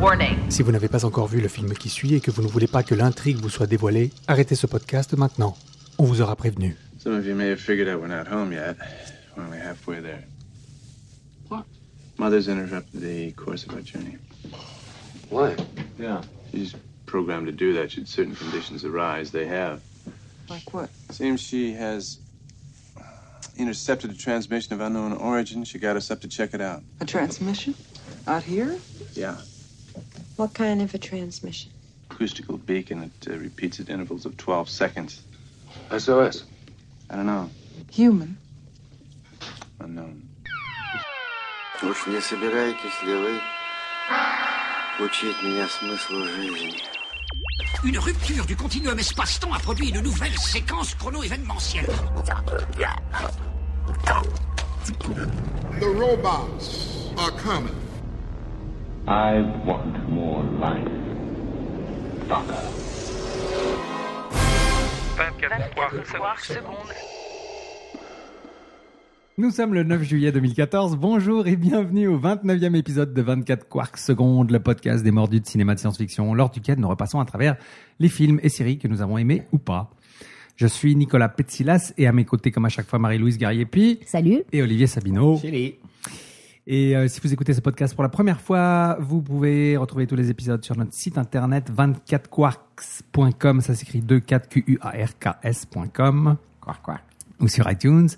Warning. Si vous n'avez pas encore vu le film qui suit et que vous ne voulez pas que l'intrigue vous soit dévoilée, arrêtez ce podcast maintenant. On vous aura prévenu. Some of you may have figured out we're not home yet. We're only halfway there. What? Mother's interrupted the course of our journey. Why? Yeah. She's programmed to do that should certain conditions arise. They have. Like what? Seems she has intercepted a transmission of unknown origin. She got us up to check it out. A transmission? Out here? Yeah. What kind of a transmission? Acoustical beacon. It uh, repeats at intervals of 12 seconds. SOS. I don't know. Human. Unknown. Уж не собираетесь ли вы учить меня смыслу жизни? Une rupture du continuum espace-temps a produit une nouvelle séquence chrono-événementielle. The robots are coming. I want more life. Fucker. 24 secondes. Nous sommes le 9 juillet 2014. Bonjour et bienvenue au 29e épisode de 24 Quarks Secondes, le podcast des mordus de cinéma de science-fiction, lors duquel nous repassons à travers les films et séries que nous avons aimés ou pas. Je suis Nicolas Petsilas et à mes côtés, comme à chaque fois, Marie-Louise Gariepi Salut. et Olivier Sabineau. Et euh, si vous écoutez ce podcast pour la première fois, vous pouvez retrouver tous les épisodes sur notre site internet 24quarks.com. Ça s'écrit 24quarks.com. Quark, quark. Ou sur iTunes.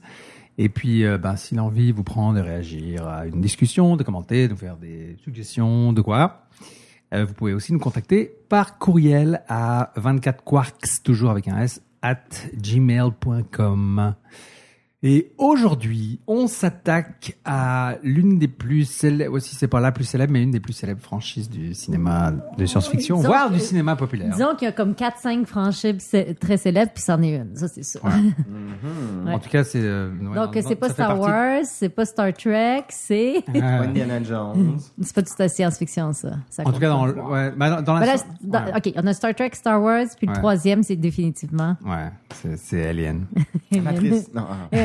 Et puis, euh, ben, si l'envie vous prend de réagir à une discussion, de commenter, de nous faire des suggestions, de quoi, euh, vous pouvez aussi nous contacter par courriel à 24quarks, toujours avec un S, at gmail.com. Et aujourd'hui, on s'attaque à l'une des plus célèbres, aussi c'est pas la plus célèbre, mais une des plus célèbres franchises du cinéma de science-fiction, Disons voire que- du cinéma populaire. Disons qu'il y a comme 4-5 franchises cé- très célèbres, puis c'en est une, ça c'est sûr. Ouais. Ouais. En tout cas, c'est... euh, ouais, Donc non, c'est pas ça fait Star partie- Wars, c'est pas Star Trek, c'est... Euh, c'est pas tout à science-fiction ça. Ça en compte tout cas, dans, pas. le- ouais, bah, dans- dans la... Voilà, science- c'est- dans- ouais. Ok, on a Star Trek, Star Wars, puis Ouais. le troisième c'est définitivement... Ouais, c'est- c'est Alien. Matrice.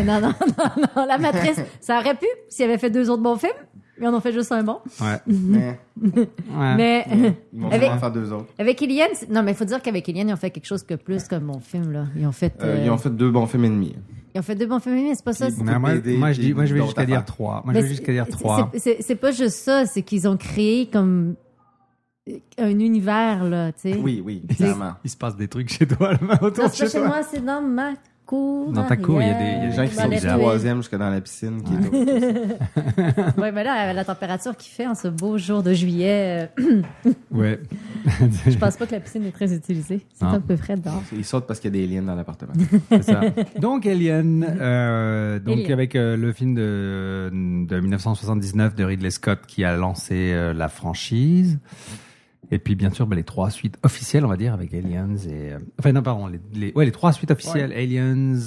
Non, ah. non, non, non, non, la matrice, ça aurait pu s'il avait fait deux autres bons films, mais on en fait juste un bon. Ouais. Ouais. Mais euh, avec, faire deux autres. avec Alien, c'est- non mais il faut dire qu'avec Alien, ils ont fait quelque chose que plus que mon film là. Ils ont fait, Euh, euh, Ils ont fait deux bons films et demi. ils ont fait deux bons films, mais c'est pas ça. c'est- Mais moi, BD, moi, je dis, moi, je vais d'autres jusqu'à dire affaires. trois. Moi, je Mais vais jusqu'à dire c'est- trois. c'est- C'est c'est pas juste ça, c'est qu'ils ont créé comme un univers, là, tu sais. Oui, oui, clairement. Il se passe des trucs chez toi, là, autour Non, de c'est pas chez moi, c'est dans ma cour. Dans ta cour, il y a des- il y a Les des gens qui Dans sont les du ruelles. troisième jusque dans la piscine. Qui est autour de ça. Oui, mais là, la température qu'il fait en ce beau jour de juillet, euh, Ouais. je pense pas que la piscine est très utilisée. C'est Non. un peu frais dehors. Ils sautent parce qu'il y a des liens dans l'appartement. C'est ça. Donc, Alien, euh, donc Alien. avec euh, le film de, de 1979 de Ridley Scott qui a lancé euh, la franchise. Et puis, bien sûr, ben, les trois suites officielles, on va dire, avec Aliens et... euh, enfin, non, pardon, les, les- ouais, les trois suites officielles, Aliens,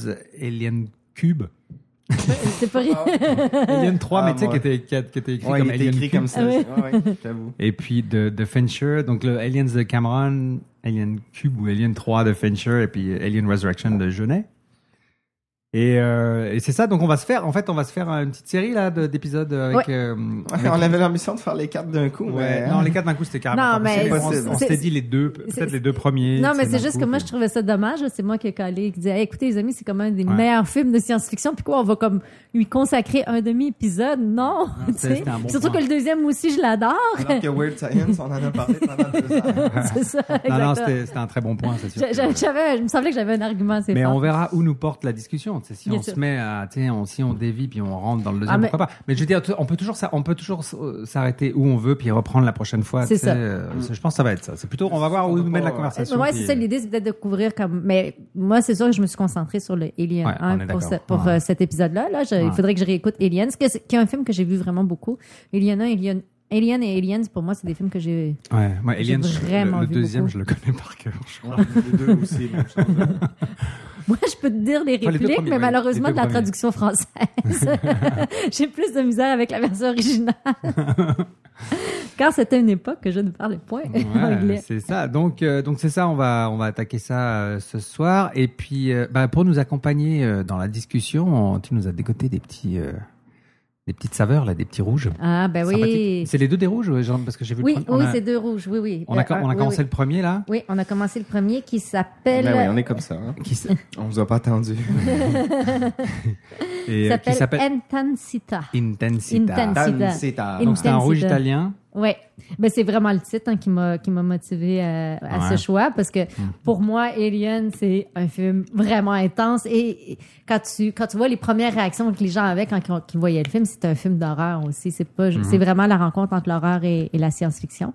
Alien Cube, C'est pas rien. Alien 3, Ah, mais tu sais, moi. qui était, qui a- qui était écrit Ouais, comme il était Alien écrit Cube. comme ça. Ah ouais. Ouais, ouais, j'avoue. Et puis de, de Fincher, donc le Aliens de Cameron, Alien Cube ou Alien 3 de Fincher, et puis Alien Resurrection de Jeunet. Et, euh, et c'est ça, donc on va se faire, en fait, on va se faire une petite série là de- d'épisodes avec. Ouais. euh, Ouais, avec- on avait l'ambition de faire les quatre d'un coup. Ouais, mais- hein. Non, les Ah, quatre d'un coup c'était carrément. Non, pas possible. mais on- c'est- on s'était c'est- dit les deux, peut-être c'est- les deux premiers. Non, mais d'un c'est juste coup, que moi, je puis- trouvais ça dommage. là. C'est moi qui ai collé, qui disait, Hey, écoutez, les amis, c'est comme un des Ouais. meilleurs films de science-fiction. Puis quoi, on va comme lui consacrer un demi-épisode? Non! tu c'est- sais. c'était un bon Surtout point. que le deuxième aussi, je l'adore. Alors que Weird Science, on en a parlé pendant deux heures. c'est ça, Non, non, exactement. c'était c'était un très bon point, c'est sûr. J'a- j'a- J'avais, je me semblait que j'avais un argument assez Mais fort. on verra où nous porte la discussion. Tu sais, Si Bien on sûr. se met à, tu sais, on- si on dévie puis on rentre dans le deuxième, Ah, mais- pourquoi pas. Mais je veux dire, on peut toujours, s'a- on peut toujours s- euh, s'arrêter où on veut puis reprendre la prochaine fois. C'est tu sais, ça. Mm. euh, c'est- Je pense que ça va être ça. C'est plutôt, on va voir où Ça nous va mène la pas- conversation. Ouais, puis- euh, c'est ça. L'idée, c'est peut-être de couvrir comme. Mais moi, c'est sûr que je me suis concentrée sur le Alien Ouais, on 1 est pour, d'accord. ce- pour Ouais. euh, cet épisode-là. Là, je- Ouais. Il faudrait que je réécoute Alien, ce que c'est- qui est un film que j'ai vu vraiment beaucoup. Alien 1, Alien, Alien et Aliens, pour moi, c'est des films que j'ai. Ouais, moi, J'ai Alien, je- vraiment le, le vu deuxième, beaucoup. je le connais par cœur. je crois. Les deux aussi. même chose. hein. Moi, je peux te dire les Enfin, les deux répliques, premiers, mais oui, malheureusement, les deux de la premiers. traduction française. j'ai plus de misère avec la version originale. Car c'était une époque que je ne parlais point Ouais, anglais. c'est ça. Donc, euh, donc c'est ça. On va, on va attaquer ça euh, ce soir. Et puis, euh, bah, pour nous accompagner euh, dans la discussion, on- tu nous as dégoté des petits, euh, des petites saveurs, là, des petits rouges. Ah, ben oui. Sympathique. C'est les deux des rouges, genre, parce que j'ai vu Oui, le premier. oui, on a, c'est deux rouges. Oui, oui. on a, Euh, on a oui, commencé oui. le premier, là. Oui, on a commencé le premier qui s'appelle. Ben oui, on est comme ça. hein. On vous a pas attendu. Et, Il euh, qui s'appelle s'appelle Intensita. Intensita. Intensita. Donc, c'est un rouge Intensita. italien. Oui, ben, c'est vraiment le titre hein, qui m'a qui m'a motivé à, à Ouais. Hmm. ce choix parce que pour moi, Alien, c'est un film vraiment intense et et quand tu quand tu vois les premières réactions que les gens avaient quand ils, qu'ils voyaient le film, c'est un film d'horreur aussi. C'est pas Hmm. Mhm. c'est vraiment la rencontre entre l'horreur et, et la science-fiction.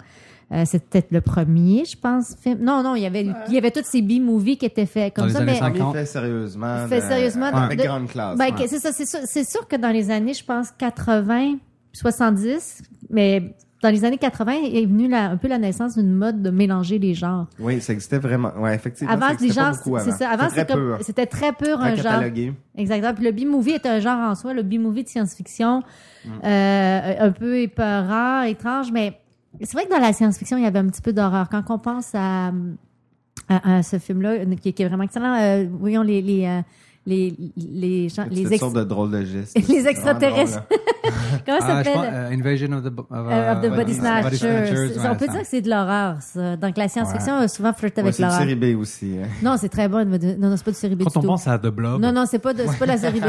Euh, c'est peut-être le premier, je pense. Film. Non, non, il y avait il y avait tous ces B-movies qui étaient faits comme Dans les ça, années mais 50. Fait sérieusement. fait de- sérieusement. Avec de- grande classe. ben, ouais. que- C'est ça, c'est sûr, c'est sûr que dans les années, je pense, 80, 70, mais dans les années 80 est venue la- un peu la naissance d'une mode de mélanger les genres. Oui, ça existait vraiment. Ouais, effectivement. ça Avant, les existait pas genres, beaucoup c'est ça. Avant, C'était c'était très peu, comme- hein. c'était très pur Très un genre. catalogué. Exactement. Puis le B-movie est un genre en soi, le B-movie de science-fiction, Mm. euh, un peu épeurant, étrange, mais c'est vrai que dans la science-fiction, il y avait un petit peu d'horreur. Quand on pense à, à- à ce film-là, qui, qui est vraiment excellent, euh, voyons les, les, euh, les, les, gens- Ah, les Cette ex- sorte de drôle de geste. Les C'est vraiment extraterrestres. drôle, hein. Comment ça Ah, je s'appelle? pense, euh, Invasion of the, bo- of, Euh, of the euh, Body Snatchers. C'est- ouais, on peut ça. dire que c'est de l'horreur, ça. Donc, la science-fiction Ouais. a souvent flirte hein. Ouais, avec C'est une l'horreur. série B aussi. hein. Non, c'est très bon. mais de- Non, non, c'est pas de série B Quand du on tout. pense à The Blob. Non, non, c'est pas, de- c'est pas la série B.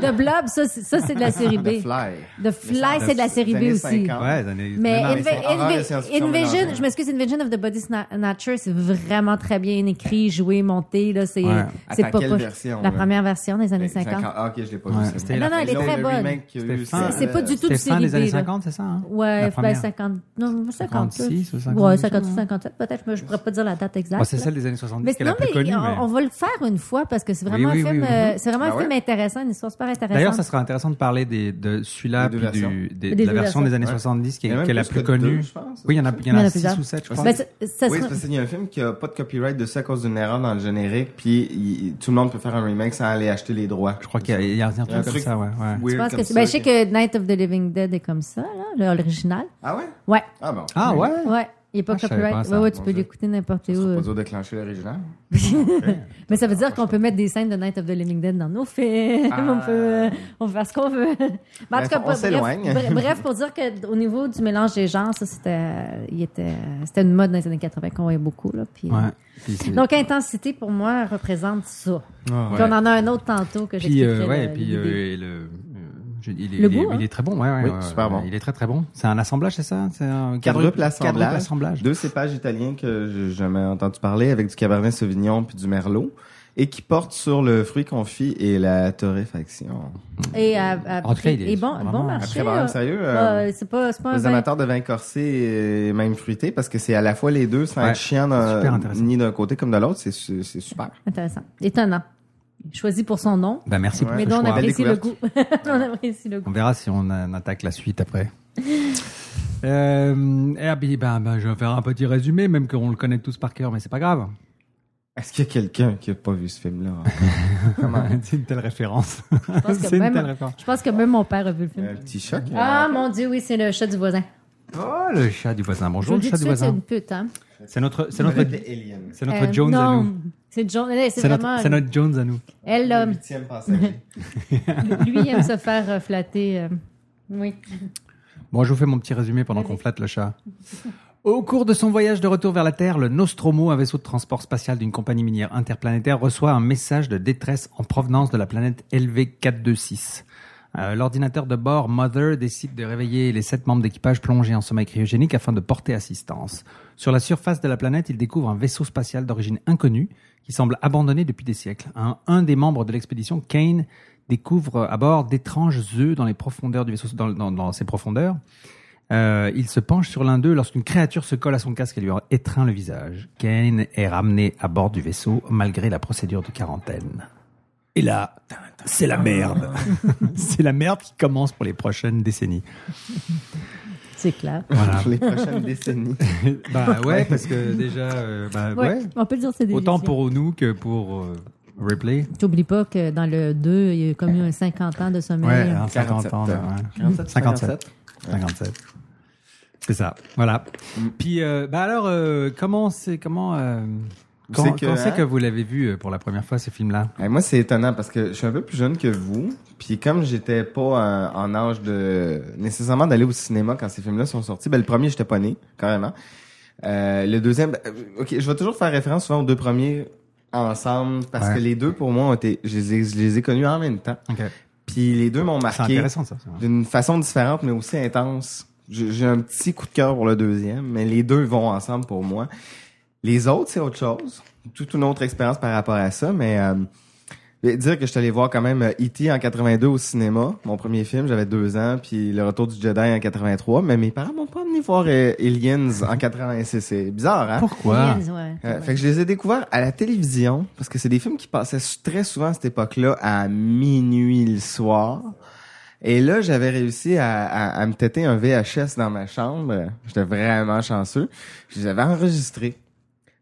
The Blob, ça, c'est ça, c'est de la série B. The Fly. The Fly, c'est de la série B aussi. Ouais, des années- Mais non, non, Inva- c'est horreur Inva- et science-fiction Invasion, mélangées. je m'excuse, Invasion of the Body Sna- Snatcher, c'est vraiment très bien écrit, joué, monté. Là, c'est Ouais. c'est Attends, pas quelle poche. version, La là? première version des années Les 50. Ah, ok, je l'ai pas Ouais. vu. C'était Non, non, elle est très bonne. C'est- C'est pas du tout de C'était fin euh, série des B. années là. 50, c'est ça, hein? La Ouais, ben première. 50. Non, 50. 56 ou 58, Ouais, ouais. 58, 57, peut-être. mais Je pourrais pas dire la date exacte. Bon, c'est là. celle des années 70 Mais qui est la non, plus mais connue, on- mais- On va le faire une fois parce que c'est vraiment Oui, oui, un film, oui, oui. euh, c'est vraiment Ah un film ouais? intéressant, une histoire super intéressante. D'ailleurs, ça serait intéressant de parler des, de celui-là, Des puis deux du, versions. des- Des de la deux versions des versions. années Ouais. 70 qui Il y en a est, même qui est la plus plus que deux, connue. je pense. oui, il y en a, il y en Il y en a a 6 plusieurs. ou 7, je Ben, crois. c'est- ça oui, sera- c'est parce qu'il y a un film qui a pas de copyright dessus à cause d'une erreur dans le générique, puis il- tout le monde peut faire un remake sans aller acheter les droits. Je crois qu'il y a- il y a un truc comme ça, ouais, ouais. Je pense que c'est- ben, je sais que Night of the Living Dead est comme ça, là, l'original. Ah ouais? Ouais. Ah bon. Ah ouais? Ouais. Il n'est pas Ah, je savais pas copyright. ça. Ouais, ouais, tu Mon peux Dieu. l'écouter n'importe où. Pas euh. dur de clencher l'original. Mais ça veut dire qu'on peut mettre des scènes de Night of the Living Dead dans nos films. Ah. On, peut, euh, on peut faire ce qu'on veut. Mais en Bref, tout cas, on bref, s'éloigne. bref, bref, pour dire qu'au niveau du mélange des genres, ça, c'était, euh, il était, c'était une mode dans les années 80 qu'on voyait beaucoup. Là, puis, euh. Ouais. Puis c'est- Donc, intensité, pour moi, représente ça. Ah, Puis ouais. on en a un autre tantôt que Puis, j'expliquerai. euh, ouais, le- puis, l'idée. euh, et le, euh, je- il, Le est, il est- goût, hein? il est très bon, ouais, ouais, Oui, ouais, super ouais, bon. Il est très très bon. C'est un assemblage, c'est ça C'est un Quadruple quadruple assemblage. assemblage. Deux cépages italiens que j'ai jamais entendu parler avec du Cabernet Sauvignon puis du Merlot et qui portent sur le fruit confit et la torréfaction. Et, à- à- En tout cas, il est et bon, vraiment- bon marché. Après, vraiment, euh, sérieux, euh, ouais, c'est pas, c'est pas un Les vin- amateurs de vin corsé et même fruité parce que c'est à la fois les deux sans Ouais, être chiant c'est super d'un- intéressant. ni d'un côté comme de l'autre, c'est su- c'est super. Intéressant. Étonnant. Choisi pour son nom. Ben, merci pour Mais ce dont on choix. Belle apprécie le goût. découverte. on apprécie le On goût. verra si on euh, attaque la suite après. Euh, eh bien, ben, ben, je vais faire un petit résumé, même qu'on le connaît tous par cœur, mais c'est pas grave. Est-ce qu'il y a quelqu'un qui n'a pas vu ce film-là? Comment? c'est une telle référence. Je pense, que C'est une telle même, référence. je pense que même mon père a vu le film. Euh, Petit choc. Ah mon Dieu, oui, c'est le chat du voisin. Oh, le chat du voisin. Je vous Bonjour, le le dis chat tout de du suite, c'est voisin. une pute. Hein? C'est notre, c'est notre, Vedette alien. c'est notre Euh, Jones à non, nous. C'est Jones. eh, C'est C'est vraiment. notre, c'est notre Jones à nous. Elle, euh, huitième passager. lui aime se faire euh, flatter. euh, oui. Bon, je vous fais mon petit résumé pendant qu'on flatte le chat. Au cours de son voyage de retour vers la Terre, le Nostromo, un vaisseau de transport spatial d'une compagnie minière interplanétaire, reçoit un message de détresse en provenance de la planète LV426. Euh, L'ordinateur de bord Mother décide de réveiller les sept membres d'équipage plongés en sommeil cryogénique afin de porter assistance. Sur la surface de la planète, il découvre un vaisseau spatial d'origine inconnue qui semble abandonné depuis des siècles. Un, un des membres de l'expédition, Kane, découvre à bord d'étranges œufs dans les profondeurs du vaisseau, dans, dans- dans ses profondeurs. Euh, il se penche sur l'un d'eux lorsqu'une créature se colle à son casque et lui étreint le visage. Kane est ramené à bord du vaisseau malgré la procédure de quarantaine. Et là, c'est la merde. c'est la merde qui commence pour les prochaines décennies. C'est clair. Voilà. Pour les prochaines décennies. bah ouais, parce que déjà, euh, bah, Ouais, ouais. on peut le dire, c'est des Autant visions. pour nous que pour euh, Ripley. T'oublies pas que dans le 2, il y a comme eu un 50 ans de sommeil. Ouais, en 50 ans. 47, là, ouais. 47, 57. 57. Mm. C'est ça. Voilà. Puis, euh, bah alors, euh, comment c'est, comment, euh, Quand c'est que, hein quand que vous l'avez vu euh, pour la première fois, ce film-là? Eh, moi, c'est étonnant parce que je suis un peu plus jeune que vous. Puis comme j'étais pas euh, en âge de nécessairement d'aller au cinéma quand ces films-là sont sortis, ben le premier, j'étais pas né, carrément. Euh, le deuxième, ben, euh, ok, je vais toujours faire référence souvent aux deux premiers ensemble parce Ouais. que les deux pour moi ont été, je les ai, je les ai connus en même temps. Puis les deux m'ont C'est marqué intéressant, ça. ça. d'une façon différente mais aussi intense. J'ai j'ai un petit coup de cœur pour le deuxième, mais les deux vont ensemble pour moi. Les autres, c'est autre chose. Toute une autre expérience par rapport à ça, mais euh, je vais dire que je suis allé voir quand même euh, E.T. en 82 au cinéma, mon premier film, j'avais deux ans, puis Le Retour du Jedi en 83, mais mes parents m'ont pas amené voir euh, Aliens en 86. C'est bizarre, hein? Pourquoi? Aliens, ouais. Euh, fait que je les ai découverts à la télévision parce que c'est des films qui passaient s- très souvent à cette époque-là à minuit le soir. Et là, j'avais réussi à, à- à me têter un VHS dans ma chambre. J'étais vraiment chanceux. Je les avais enregistrés.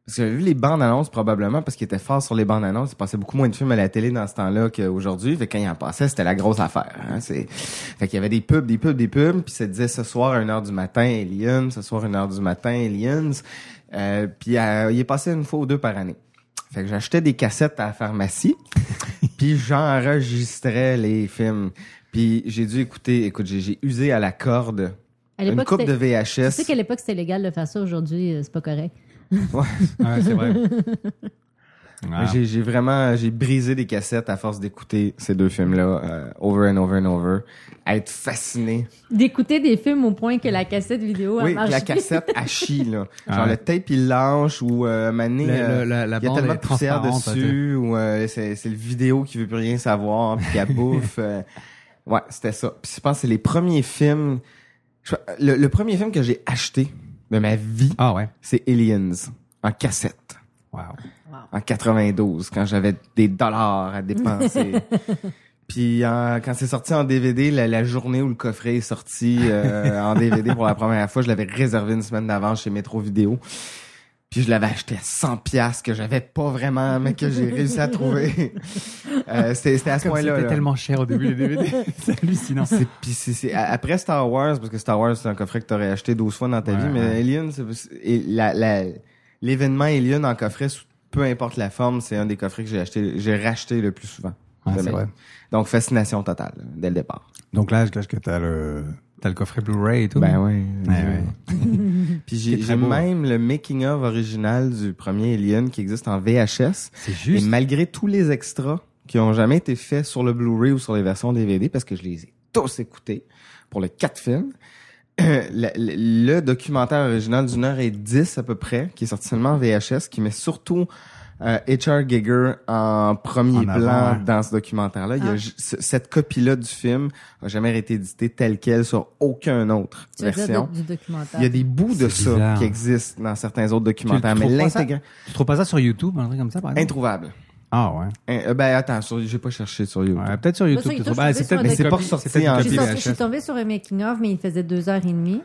Parce que j'avais vu les bandes annonces probablement parce qu'ils étaient forts sur les bandes annonces. Il passait beaucoup moins de films à la télé dans ce temps-là qu'aujourd'hui. Fait que quand il en passait, c'était la grosse affaire. hein. C'est... Fait qu'il y avait des pubs, des pubs, des pubs. Puis ça disait ce soir à 1h du matin, Aliens. Ce soir à 1h du matin, Aliens. Euh, puis euh, il est passé une fois ou deux par année. Fait que j'achetais des cassettes à la pharmacie. puis j'enregistrais les films. Puis j'ai dû écouter... Écoute, j'ai, j'ai usé à la corde À une l'époque, coupe de c'était- VHS. Tu sais qu'à l'époque, c'était légal de faire ça. Aujourd'hui, euh, c'est pas correct. Ouais. Ouais, c'est vrai. Ah. J'ai j'ai vraiment j'ai brisé des cassettes à force d'écouter ces deux films-là euh, over and over and over, à être fasciné. D'écouter des films au point que la cassette vidéo, elle oui, marche la plus. cassette à chie, là. Genre Ah. le tape il lâche ou euh, mané, Le- euh, le- la- la il y a bande tellement est de poussière transparente, dessus ou euh, c'est c'est le vidéo qui veut plus rien savoir puis qui la bouffe. euh, ouais, c'était ça. Puis je pense que c'est les premiers films. je- le, le premier film que j'ai acheté de ma vie, Ah c'est Aliens en cassette. en 92 quand j'avais des dollars à dépenser. Puis euh, quand c'est sorti en DVD, la, la journée où le coffret est sorti euh, en DVD pour la première fois, je l'avais réservé une semaine d'avance chez Métro Vidéo. Puis je l'avais acheté à 100 pièces que j'avais pas vraiment mais que j'ai réussi à trouver. Euh, c'était c'était à ce Comme point-là. c'était là. tellement cher au début, les DVD. c'est hallucinant. C'est- puis c'est- c'est- a- après Star Wars, parce que Star Wars, c'est un coffret que t'aurais acheté 12 fois dans ta Ouais, vie, mais ouais. Alien, c'est- et la- la- l'événement Alien en coffret, sous- peu importe la forme, c'est un des coffrets que j'ai acheté, j'ai racheté le plus souvent. Ouais, De c'est ma vie. vrai. Donc, fascination totale, là, dès le départ. Donc là, je gâche que t'as le, t'as le coffret Blu-ray et tout. Ben oui. Ouais, ouais. Puis Qui j'ai est très j'ai beau. même le making-of original du premier Alien qui existe en VHS. C'est juste. Et malgré tous les extras qui ont jamais été faits sur le Blu-ray ou sur les versions DVD, parce que je les ai tous écoutés pour les quatre films, le, le- le documentaire original d'une heure et dix à peu près, qui est sorti seulement en VHS, qui met surtout euh, H.R. Giger en premier En avant, plan ouais. dans ce documentaire-là. Il y a Ah. ju- ce- cette copie-là du film n'a jamais été éditée telle quelle sur aucun autre Tu veux dire version. de- du documentaire. Il y a des bouts de C'est ça bizarre. qui existent dans certains autres Tu le documentaires, mais trouves pas ça- l'intégralité... Tu trouves pas ça sur YouTube, un truc comme ça, par exemple? Introuvable. Ah ouais. Euh, ben attends, sur- j'ai pas cherché sur YouTube. peut-être sur YouTube, Bah, sur YouTube, peut-être- je suis tombée mais c'est sur pas un- ressorti c'est Ah, peut-être en une J'ai sorti- Je suis VHS. tombée sur un making-of, mais il faisait deux heures et demie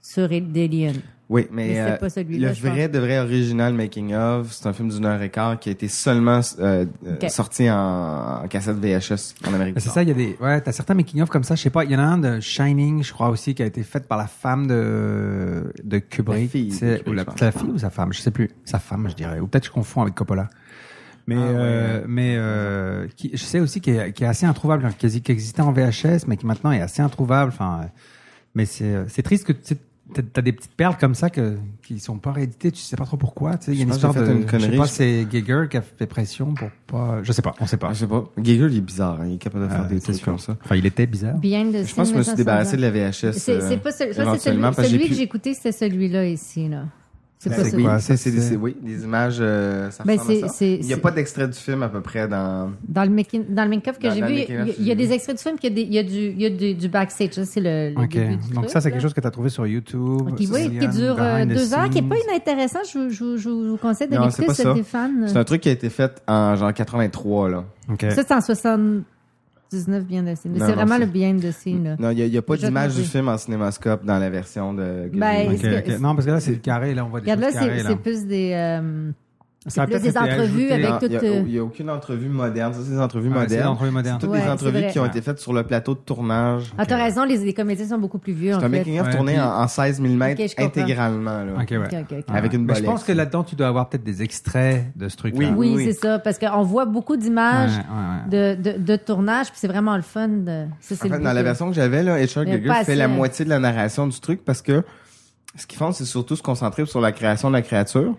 sur Alien. Oui, mais, Mais c'est euh, pas celui-là, le je pense. vrai de vrai original making of, c'est un film d'une heure et quart qui a été seulement euh, euh, Ok. sorti en, en cassette VHS en Amérique. du Ben, C'est Nord. ça, il y a des. Ouais, t'as certains making-of comme ça. Je sais pas, il y en a un de Shining, je crois aussi, qui a été fait par la femme de, de Kubrick. fille de tu sais, Kubrick, ou la, je pense. la fille ou sa femme, je sais plus. Sa femme, je dirais. Ou peut-être je confonds avec Coppola. Ah, Mais, euh, mais euh, qui, je sais aussi qui est, qui est assez introuvable, hein, qui, exi- qui existait en VHS, mais qui maintenant est assez introuvable. Enfin, euh, mais c'est euh, c'est triste que tu sais, t'as- t'as des petites perles comme ça que qui sont pas rééditées. Tu sais pas trop pourquoi. Tu sais, il y a Je une pense histoire que j'ai de. fait une je sais connerie, pas, je- c'est Geiger qui a fait pression pour pas. Je sais pas, on sait pas. Ah, Je sais pas. Giger, il est bizarre, hein, il est capable de faire des trucs comme ça. Enfin, il était bizarre. Behind the Je pense que je me suis scenes, débarrassé de la 1960. VHS. C'est c'est pas celui, euh, ça, c'est celui, éventuellement, parce celui j'ai que pu- j'ai écouté, c'était celui-là ici. là. C'est Ben pas oui, celui c'est- c'est des- c'est- oui, des images. euh, ça Ben, ressemble à c'est- ça. c'est- Il n'y a c'est- pas d'extrait du film à peu près dans. Dans le making, dans le make-up que Dans- j'ai dans vu, le il y a- making-of, il y, a des extraits de films, qu'il y a des- il y a du, il y a du, du backstage, ça, c'est le, le Ok, début du donc truc, ça c'est là. quelque chose que tu as trouvé sur YouTube. Qui, oui, qui Sicilian, dure euh, behind the deux heures, qui n'est pas scenes. inintéressant. Je, vous- je, vous- je vous conseille de Non, c'est l'écouter, pas c'est ça. des fans. C'est un truc qui a été fait en genre 83 là. Ça, c'est en 79 bien de scene. Non, C'est non, vraiment c'est- le behind the scene. Là. Non, il n'y a, pas Je vais te d'image du montrer. film en cinémascope dans la version de. Giger. Ben, Ok, est-ce que- ok. Non, parce que là c'est le carré, là on voit des Regarde là, choses carrées. c'est Là. c'est plus des. euh, C'est plus des entrevues ajouté. ah. avec Ah, Il toutes. euh, n'y a, aucune entrevue moderne. Ça, c'est des entrevues Ouais, Ah, c'est des modernes. entrevues modernes. C'est toutes Ouais, des c'est entrevues vrai. qui ont Ouais. été faites sur le plateau de tournage. Ah, t'as raison, les, les comédiens sont beaucoup plus vieux. C'est en un fait. making-of tourné en, en 16 000 mètres Ok, je comprends. intégralement. Là. Ok, ouais. Ok, ok, ok. Avec une Mais je bolette. pense que là-dedans, tu dois avoir peut-être des extraits de ce truc-là. Oui, c'est ça, parce qu'on voit beaucoup d'images Ouais, De, de, de tournage, puis c'est vraiment le fun. De... Ça, c'est En le fait, but dans la de- version que j'avais, là, H.R. Il y a pas Giger fait assez, la euh, moitié de la narration du truc parce que ce qu'ils font, c'est surtout se concentrer sur la création de la créature.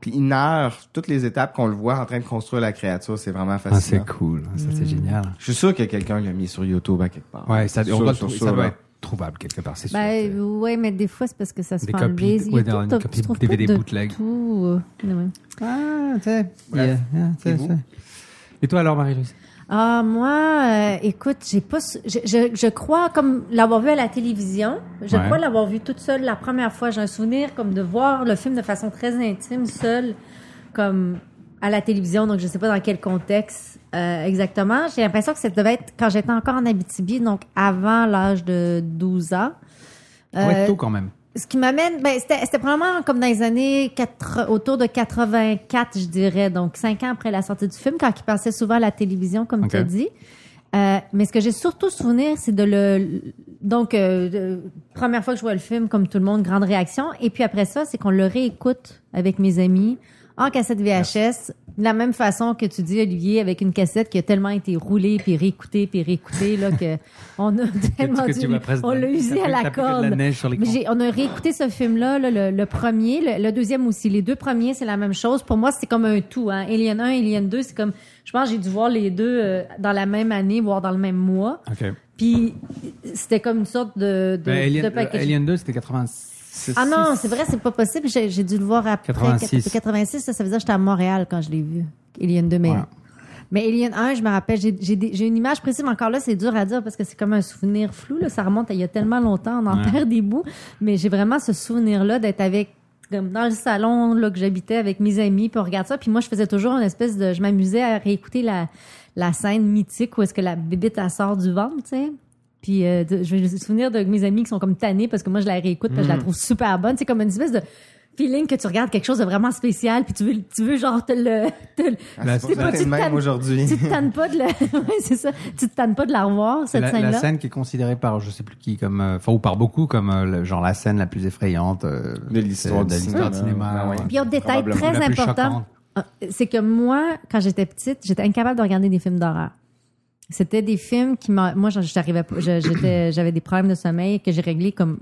Puis ils narrent toutes les étapes qu'on le voit en train de construire la créature. C'est vraiment Ah, fascinant. c'est cool. Ça, c'est Mm. génial. Je suis sûr que quelqu'un l'a mis sur YouTube à quelque part. Ouais, ça, on Sûr, doit le sûr, trouver, sûr, ça doit là. être trouvable quelque part, c'est sûr. Ben, ouais, mais des fois, c'est parce que ça se Des fait enlever. copies, Il y a ouais, tout- dans une t'as- copie tu trouves DVD pas de bootleg. Tout. euh, ouais. Ah, tu sais. Bref. Yeah, yeah, Et c'est- vous? c'est- Et toi alors, Marie-Louise Ah, moi, euh, écoute, j'ai pas, su- je, je, je crois comme l'avoir vu à la télévision. Je Ouais. crois l'avoir vu toute seule la première fois. J'ai un souvenir comme de voir le film de façon très intime, seule, comme à la télévision. Donc, je sais pas dans quel contexte euh, exactement. J'ai l'impression que ça devait être quand j'étais encore en Abitibi, donc avant l'âge de 12 ans. Ouais, Euh, tôt quand même. ce qui m'amène, ben, c'était c'était probablement comme dans les années 80 autour de 84, je dirais, donc cinq ans après la sortie du film, quand il passait souvent à la télévision, comme Ok. tu as dit. Euh, mais ce que j'ai surtout souvenir, c'est de le... Donc, euh, de- première fois que je vois le film, comme tout le monde, grande réaction. Et puis après ça, c'est qu'on le réécoute avec mes amis en cassette VHS, de la même façon que tu dis, Olivier, avec une cassette qui a tellement été roulée, puis réécoutée, puis réécoutée, là, que on a tellement que dû- tu vas presque- On l'a usé t'as à fait- la t'as fait de la corde. neige sur les Mais j'ai- on a réécouté ce film-là, là, le, le premier, le, le deuxième aussi. Les deux premiers, c'est la même chose. Pour moi, c'est comme un tout. Hein. Alien 1, Alien 2, c'est comme... Je pense que j'ai dû voir les deux euh, dans la même année, voire dans le même mois. Ok. Puis c'était comme une sorte de, de, Ben, Alien, de package. euh, Alien 2, c'était 86. Ah non, c'est vrai, c'est pas possible. J'ai j'ai dû le voir après 86. 86. 86 ça, ça veut dire que j'étais à Montréal quand je l'ai vu. Alien 2, mais... Ouais. Mais Alien 1, je me rappelle, j'ai- j'ai des- j'ai une image précise, mais encore là, c'est dur à dire parce que c'est comme un souvenir flou. Là. Ça remonte à il y a tellement longtemps, on en Ouais. perd des bouts. Mais j'ai vraiment ce souvenir-là d'être avec comme dans le salon là, que j'habitais avec mes amis, puis on regarde ça. Puis moi, je faisais toujours une espèce de... Je m'amusais à réécouter la, la scène mythique où est-ce que la bébite, elle sort du ventre, tu sais. Puis euh, de- je vais me souvenir de mes amis qui sont comme tannés parce que moi, je la réécoute parce que je la Mhm. trouve super bonne. C'est comme une espèce de feeling que tu regardes quelque chose de vraiment spécial puis tu veux, tu veux genre te le... te le- Ah, tu sais c'est pour ça que tu c'est te le même tannes- aujourd'hui. Tu te tannes pas de la... ouais, c'est ça. Tu te tannes pas de la revoir, C'est cette la, la scène-là. scène qui est considérée par je sais plus qui comme euh, enfin ou par beaucoup comme euh, le- genre la scène la plus effrayante euh, de l'histoire de du l'histoire du cinéma. cinéma. Ah ouais. Puis un détail Probablement. très La plus important, Ah, choquante. c'est que moi, quand j'étais petite, j'étais incapable de regarder des films d'horreur. C'était des films qui m'a... Moi, je- j'arrivais pas- je- j'étais, j'avais des problèmes de sommeil que j'ai réglés comme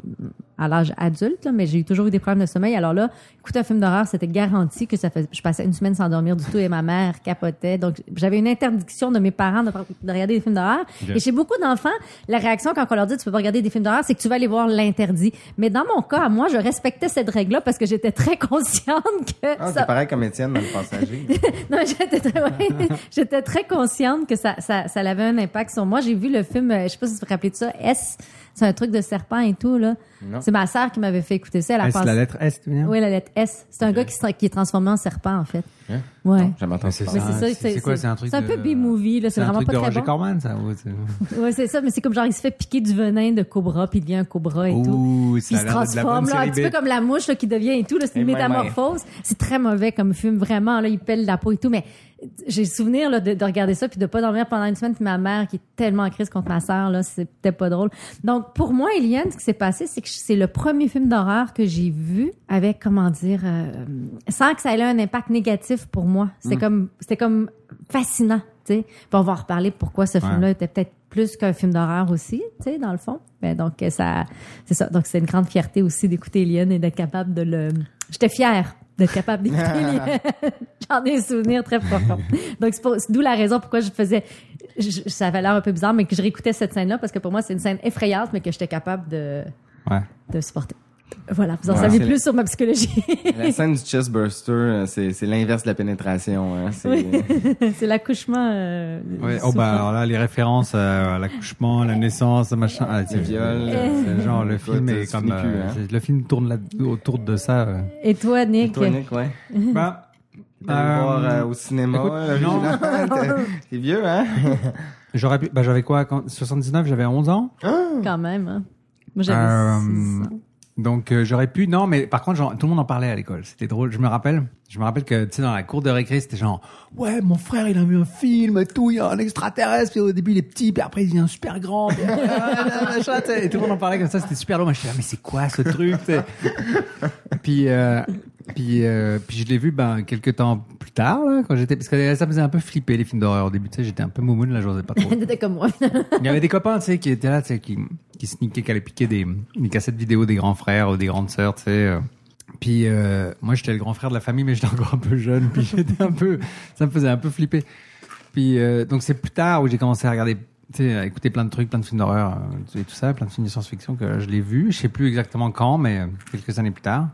à l'âge adulte, là, mais j'ai eu toujours eu des problèmes de sommeil. Alors là, écouter un film d'horreur, c'était garanti que ça faisait... Je passais une semaine sans dormir du tout et ma mère capotait. Donc, j'avais une interdiction de mes parents de, de regarder des films d'horreur. Ok. Et chez beaucoup d'enfants, la réaction quand on leur dit tu peux pas regarder des films d'horreur, c'est que tu vas aller voir l'interdit. Mais dans mon cas, moi, je respectais cette règle-là parce que j'étais très consciente que Ah, ça c'est pareil comme Étienne dans le passager. non, j'étais très, ouais, j'étais très consciente que ça, ça, ça avait un impact sur moi. J'ai vu le film, euh, je sais pas si vous vous rappelez de ça, S. C'est un truc de serpent et tout, là. Non. C'est ma sœur qui m'avait fait écouter ça. Elle a S, pensé- la lettre hein? S, tu veux dire? Oui, la lettre S. C'est un gars qui, se- qui est transformé en serpent, en fait. Hein? Ouais. Jamais entendu Mais Mais c'est ça, Ah, c'est quoi c'est un truc C'est un de- peu B-movie, là. C'est un vraiment truc pas de très Roger bon. Corman ça. ouais, c'est- Ouais, c'est ça, mais c'est comme genre, il se fait piquer du venin de cobra, puis il devient un cobra Oh, et tout. Ouh, Puis ça il a se l'air de la transforme, bonne là, un série Eh, petit peu B. comme la mouche là, qui devient et tout, là, c'est une Et ma mère. métamorphose. C'est très mauvais comme film, vraiment, là, il pèle la peau et tout, mais j'ai le souvenir là, de, de regarder ça, puis de pas dormir pendant une semaine, puis ma mère qui est tellement en crise contre ma sœur, là, c'était pas drôle. Donc, pour moi, Eliane, ce qui s'est passé, c'est que c'est le premier film d'horreur que j'ai vu avec, comment dire, euh, sans que ça ait un impact négatif pour moi. C'est Mm. comme, c'était comme fascinant, tu sais. Puis on va en reparler pourquoi ce Ouais. film-là était peut-être plus qu'un film d'horreur aussi, tu sais, dans le fond. Mais donc, euh, ça, c'est ça. Donc, c'est une grande fierté aussi d'écouter Eliane et d'être capable de le, j'étais fière d'être capable d'écouter Eliane. J'en ai un souvenir très profond. Donc, c'est pour- c'est d'où la raison pourquoi je faisais, je- ça avait l'air un peu bizarre, mais que je réécoutais cette scène-là parce que pour moi, c'est une scène effrayante, mais que j'étais capable de, Ouais. de supporter. Voilà, vous en Ouais, savez c'est plus la- sur ma psychologie. La scène du chestburster, euh, c'est c'est l'inverse de la pénétration. hein. C'est- Oui. c'est l'accouchement. euh, Ouais, oh souffrant. bah alors là les références euh, à l'accouchement, la naissance, machin, ah, c'est viols, c'est genre le écoute, film euh, est tu comme finis plus, euh, hein. c'est- le film tourne là, autour de ça. euh. Et toi, Nick? Et toi, Nick, ouais. Bah, T'es allé le voir euh, au cinéma. écoute, euh, non. l'original. T'es- T'es vieux, hein? J'aurais pu bah j'avais quoi quand 79, j'avais 11 ans. Quand même, hein. Moi, j'avais Euh, six ans. Donc euh, j'aurais pu non mais par contre genre, tout le monde en parlait à l'école c'était drôle je me rappelle je me rappelle que tu sais dans la cour de récré c'était genre ouais mon frère il a vu un film et tout il y a un extraterrestre puis au début il est petit puis après il devient super grand puis, euh, machin, tu sais. et tout le monde en parlait comme ça c'était super long moi je suis là mais c'est quoi ce truc tu sais puis euh, puis euh, puis je l'ai vu ben quelques temps plus tard là, quand j'étais parce que ça me faisait un peu flipper les films d'horreur au début tu sais j'étais un peu moumoune là j'osais pas trop T'étais comme moi. il y avait des copains, tu sais, qui étaient là, tu sais, qui, qui sneakaient, qui allaient piquer des, des cassettes vidéo des grands frères ou des grandes sœurs, tu sais. euh. Puis euh, moi, j'étais le grand frère de la famille, mais j'étais encore un peu jeune, puis j'étais un peu, ça me faisait un peu flipper. Puis euh, donc c'est plus tard où j'ai commencé à regarder, tu sais, à écouter plein de trucs, plein de films d'horreur euh, et tout ça, plein de films de science-fiction que je l'ai vu. Je sais plus exactement quand, mais euh, quelques années plus tard.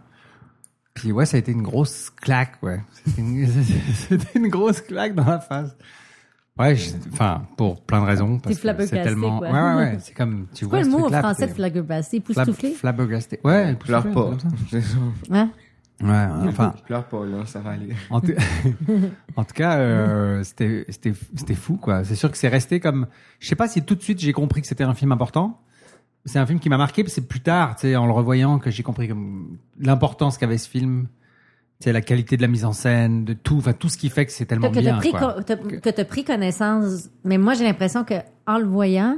Puis ouais, ça a été une grosse claque, ouais. C'était une, c'était une grosse claque dans la face. Ouais, j'ai- enfin pour plein de raisons parce T'es que c'est flabbergasté, tellement, quoi. ouais, ouais, ouais, c'est comme C'est tu vois quoi le ce mot en truc-là, français de t'es- flabbergasté? Flab- Poustouflé? Flabbergasté. Ouais, pleure poustouflé, pas. comme ça. Hein? Ouais, enfin, pleure pas, là, ça va aller. en, tout- en tout cas, euh, c'était c'était c'était fou quoi. C'est sûr que c'est resté comme, je sais pas si tout de suite j'ai compris que c'était un film important. C'est un film qui m'a marqué, puis c'est plus tard, tu sais, en le revoyant que j'ai compris comme l'importance qu'avait ce film, tu sais, la qualité de la mise en scène, de tout, enfin tout ce qui fait que c'est tellement Que que t'as bien. pris, quoi. con- t'as- que t'as pris connaissance. Mais moi, j'ai l'impression que en le voyant,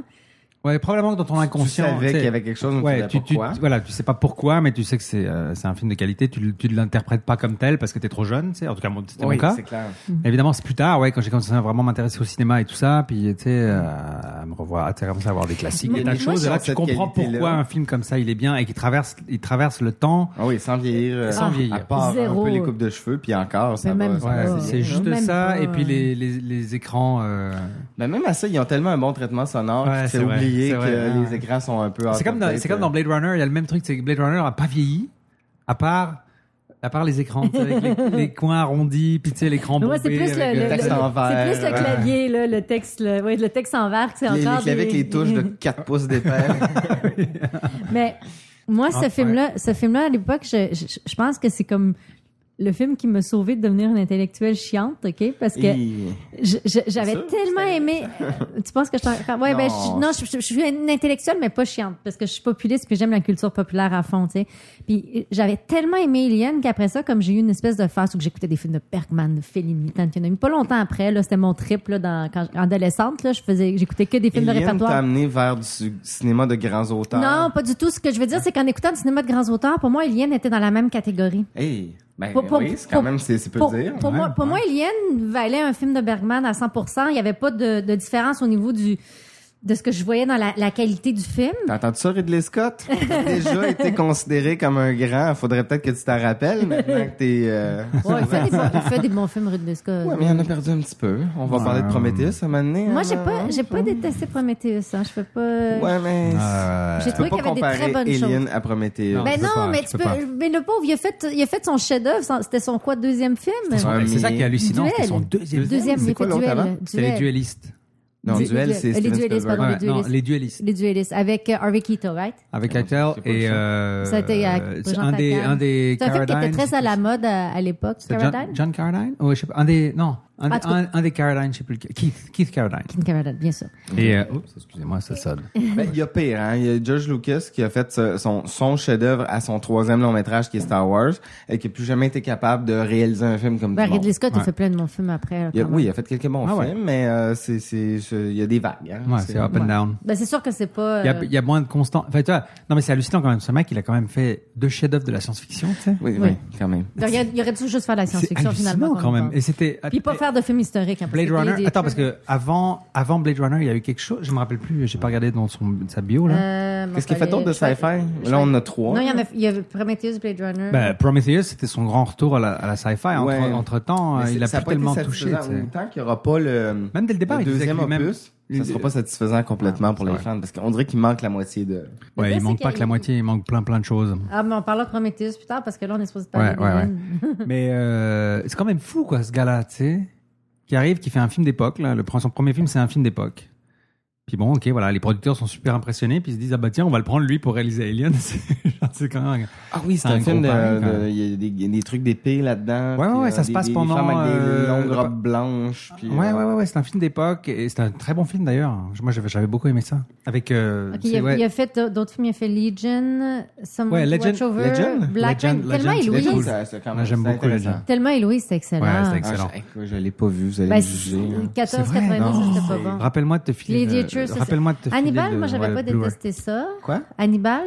Ouais, probablement que dans ton inconscient. savais tu sais, qu'il y avait quelque chose, mais tu ouais, savais tu, tu- pourquoi. voilà, tu sais pas pourquoi, mais tu sais que c'est euh, c'est un film de qualité. Tu, le- tu ne l'interprètes pas comme tel parce que t'es trop jeune. Tu sais, en tout cas, moi, c'était Oui, mon cas. c'est clair. Mhm. Évidemment, c'est plus tard, ouais, quand j'ai commencé à vraiment m'intéresser au cinéma et tout ça, puis tu sais, euh, à me revoir, à tu sais, commencer à voir des classiques, Mais des tas de moi, choses. Et sur là, tu cette comprends qualité-là- pourquoi un film comme ça, il est bien et qu'il traverse, il traverse le temps. Ah oui, sans vieillir. euh, Sans vieillir. À part Zéro. un peu les coupes de cheveux, puis encore, ça Mais va. même Ah, ça pas. va, Ouais, c'est bien, juste là. Même ça, pas. et euh, puis les- écrans. euh, Ben même à ça, ils ont tellement un bon traitement sonore Ouais, que c'est c'est vrai, oublié c'est que vrai, ouais. les écrans sont un peu. C'est comme, dans, c'est comme dans Blade Runner, il y a le même truc, c'est que Blade Runner a pas vieilli, à part, à part les écrans, tu sais, avec les, les coins arrondis, puis tu sais, l'écran Mais moi, c'est bombé plus le, avec, le- euh, le- c'est plus le ouais. clavier, là, le texte, le, ouais, le texte en verre, que c'est euh. Les, les encore. claviers avec des- les touches de 4 pouces d'épaire. Mais moi, Ah, ce ouais. film-là, ce film-là, à l'époque, je, je, je pense que c'est comme le film qui m'a sauvé de devenir une intellectuelle chiante, ok? Parce que Hi. je- je- j'avais C'est sûr, tellement aimé. tu penses que je t'en- ouais, ben, je, Non. non, je, je- je suis une intellectuelle, mais pas chiante, parce que je suis populiste puis j'aime la culture populaire à fond, tu sais. Puis euh, j'avais tellement aimé Alien qu'après ça, comme j'ai eu une espèce de phase où que j'écoutais des films de Bergman, de Fellini, Tantionami. Pas longtemps après, là, c'était mon trip, là, dans, quand, adolescente, là, je faisais, j'écoutais que des films de Alien répertoire. t'a amené vers du su- cinéma de grands auteurs. Non, pas du tout. Ce que je veux dire, c'est qu'en écoutant du cinéma de grands auteurs, pour moi, Eliane était dans la même catégorie. Hey, ben Pour- pour- oui, c'est pour- quand même, c'est c'est peu Pour, dire. pour Ouais. moi, pour moi, Eliane valait un film de Bergman à 100 Il n'y avait pas de, de différence au niveau du de ce que je voyais dans la, la qualité du film. T'as entendu ça, Ridley Scott? T'as déjà été considéré comme un grand. Faudrait peut-être que tu t'en rappelles maintenant que t'es... euh, Ouais, il, fait des bons, il fait des bons films, Ridley Scott. Ouais, mais il en a perdu un petit peu. On va Ouais. parler de Prometheus à un moment donné. Moi, hein, j'ai pas, j'ai pas détesté Prometheus. Hein. Je fais pas. Ouais, mais... J'ai tu trouvé peux qu'il y pas avait des comparer très bonnes choses. Alien à Prometheus. Ben non, mais tu peux. Mais le pauvre, il a fait, il a fait son chef-d'œuvre. son- C'était son quoi deuxième film son- c'est ça qui est hallucinant, Duel. c'était son deuxième film. Deuxième, C'est il a quoi fait l'autre duel, avant C'était Duel. Les Duellistes. Non, Les- Duel, les- c'est les Steven duellistes, pardon, Spielberg. les duellistes. non, Les Duellistes. Les duellistes avec euh, Harvey Keitel, right? Avec Keitel et euh, Ça a été à- c'est Jean un des Pagan. un des C'est un film qui était Carradine. très à la mode euh, à, à l'époque. C'est John, Caradine? John Carradine Ouais, je sais pas. Un des non, Ah, un, des- en tout cas. un, un des Carradine, je sais plus lequel. Keith Keith Carradine. Caradine, bien sûr. Et euh, oups, excusez-moi, ça sonne. Ben, il y a pire, hein. Il y a George Lucas qui a fait ce- son, son chef-d'œuvre à son troisième long métrage qui est Star Wars et qui n'a plus jamais été capable de réaliser un film comme Ben, tout le monde. Ridley Scott, il Ouais. fait plein de bons films après. là, Il y a- quand même. oui, il a fait quelques bons Ah ouais. films, mais euh, c'est, c'est, c'est- il y a des vagues. Hein. Ouais, c'est up and down. Ben, c'est sûr que c'est pas. Il y, euh, a, il y a moins de constants. Enfin, tu vois, non, mais c'est hallucinant quand même. Ce mec, il a quand même fait deux chefs-d'œuvre de la science-fiction, tu sais. Oui, Oui. oui, quand même. Il aurait- il aurait dû juste faire de la C'est science-fiction finalement. hallucinant quand même. on Et c'était parle. Puis pas faire de films historiques. hein, parce Blade que Runner. Blade- Attends, parce que avant, avant Blade Runner, il y a eu quelque chose. Je me rappelle plus. J'ai pas regardé dans son sa bio là. Euh, mon Qu'est-ce qu'il fait collègue, d'autre de je sci-fi? Là, on a trois. Non, il y en a, il y avait Prometheus, Blade Runner. Ben, Prometheus, c'était son grand retour à la, à la sci-fi. Ouais. Entre, temps Mais c'est- il a ça plus pas été tellement touché. satisfaisant. tu sais. En Tant qu'il n'y aura pas le, Même dès le départ, le il disait deuxième que lui-même- Ah, opus, ça il- sera pas satisfaisant complètement pour les fans parce qu'on dirait qu'il manque la moitié de. Ouais, il manque pas que la moitié, il manque plein plein de choses. Ah, mais on parlera de Prometheus plus tard parce que là, on est supposé parler Ouais, ouais, ouais. d'Alien. Mais euh, c'est quand même fou, quoi, ce gars-là, tu sais, qui arrive, qui fait un film d'époque. Là, le son premier film, c'est un film d'époque. Puis bon, ok, voilà, les producteurs sont super impressionnés, puis ils se disent, ah bah tiens, on va le prendre lui pour réaliser Alien. C'est- genre, c'est quand même. Ah oui, c'est un, gros film, de- pari, quand de- même. il y a des, il y a des trucs d'épée là-dedans. Ouais, ouais, puis, ouais, euh, ça se des- passe des- pendant, Des femmes avec des euh, longues le- robes blanches. Puis, Ouais, euh, ouais, ouais, ouais, c'est un film d'époque et c'est un très bon film d'ailleurs. Moi, j'avais j'avais beaucoup aimé ça. Avec. euh, Ok, c'est- il, a, ouais. il a fait d- d'autres films, il a fait Legion, Some Ouais, Legend- Watch Over, Legend? Black Legend, Rain. Thelma et Legend, Louise. c'est cool. Ça- ça, quand même, Moi, j'aime c'est beaucoup Legend. intéressant. Thelma et Louise, c'est excellent. Ouais, c'était excellent. Ah, je, je l'ai pas vu, vous allez Ben, me juger. hein. là. 14,90, C'est vrai, c'était pas non. bon. Rappelle-moi de te filer. le- Gladiator, ça, c'est- Rappelle-moi de te filer Hannibal, le- moi, j'avais ouais, pas le Blu-ray. détesté ça. Quoi? Hannibal?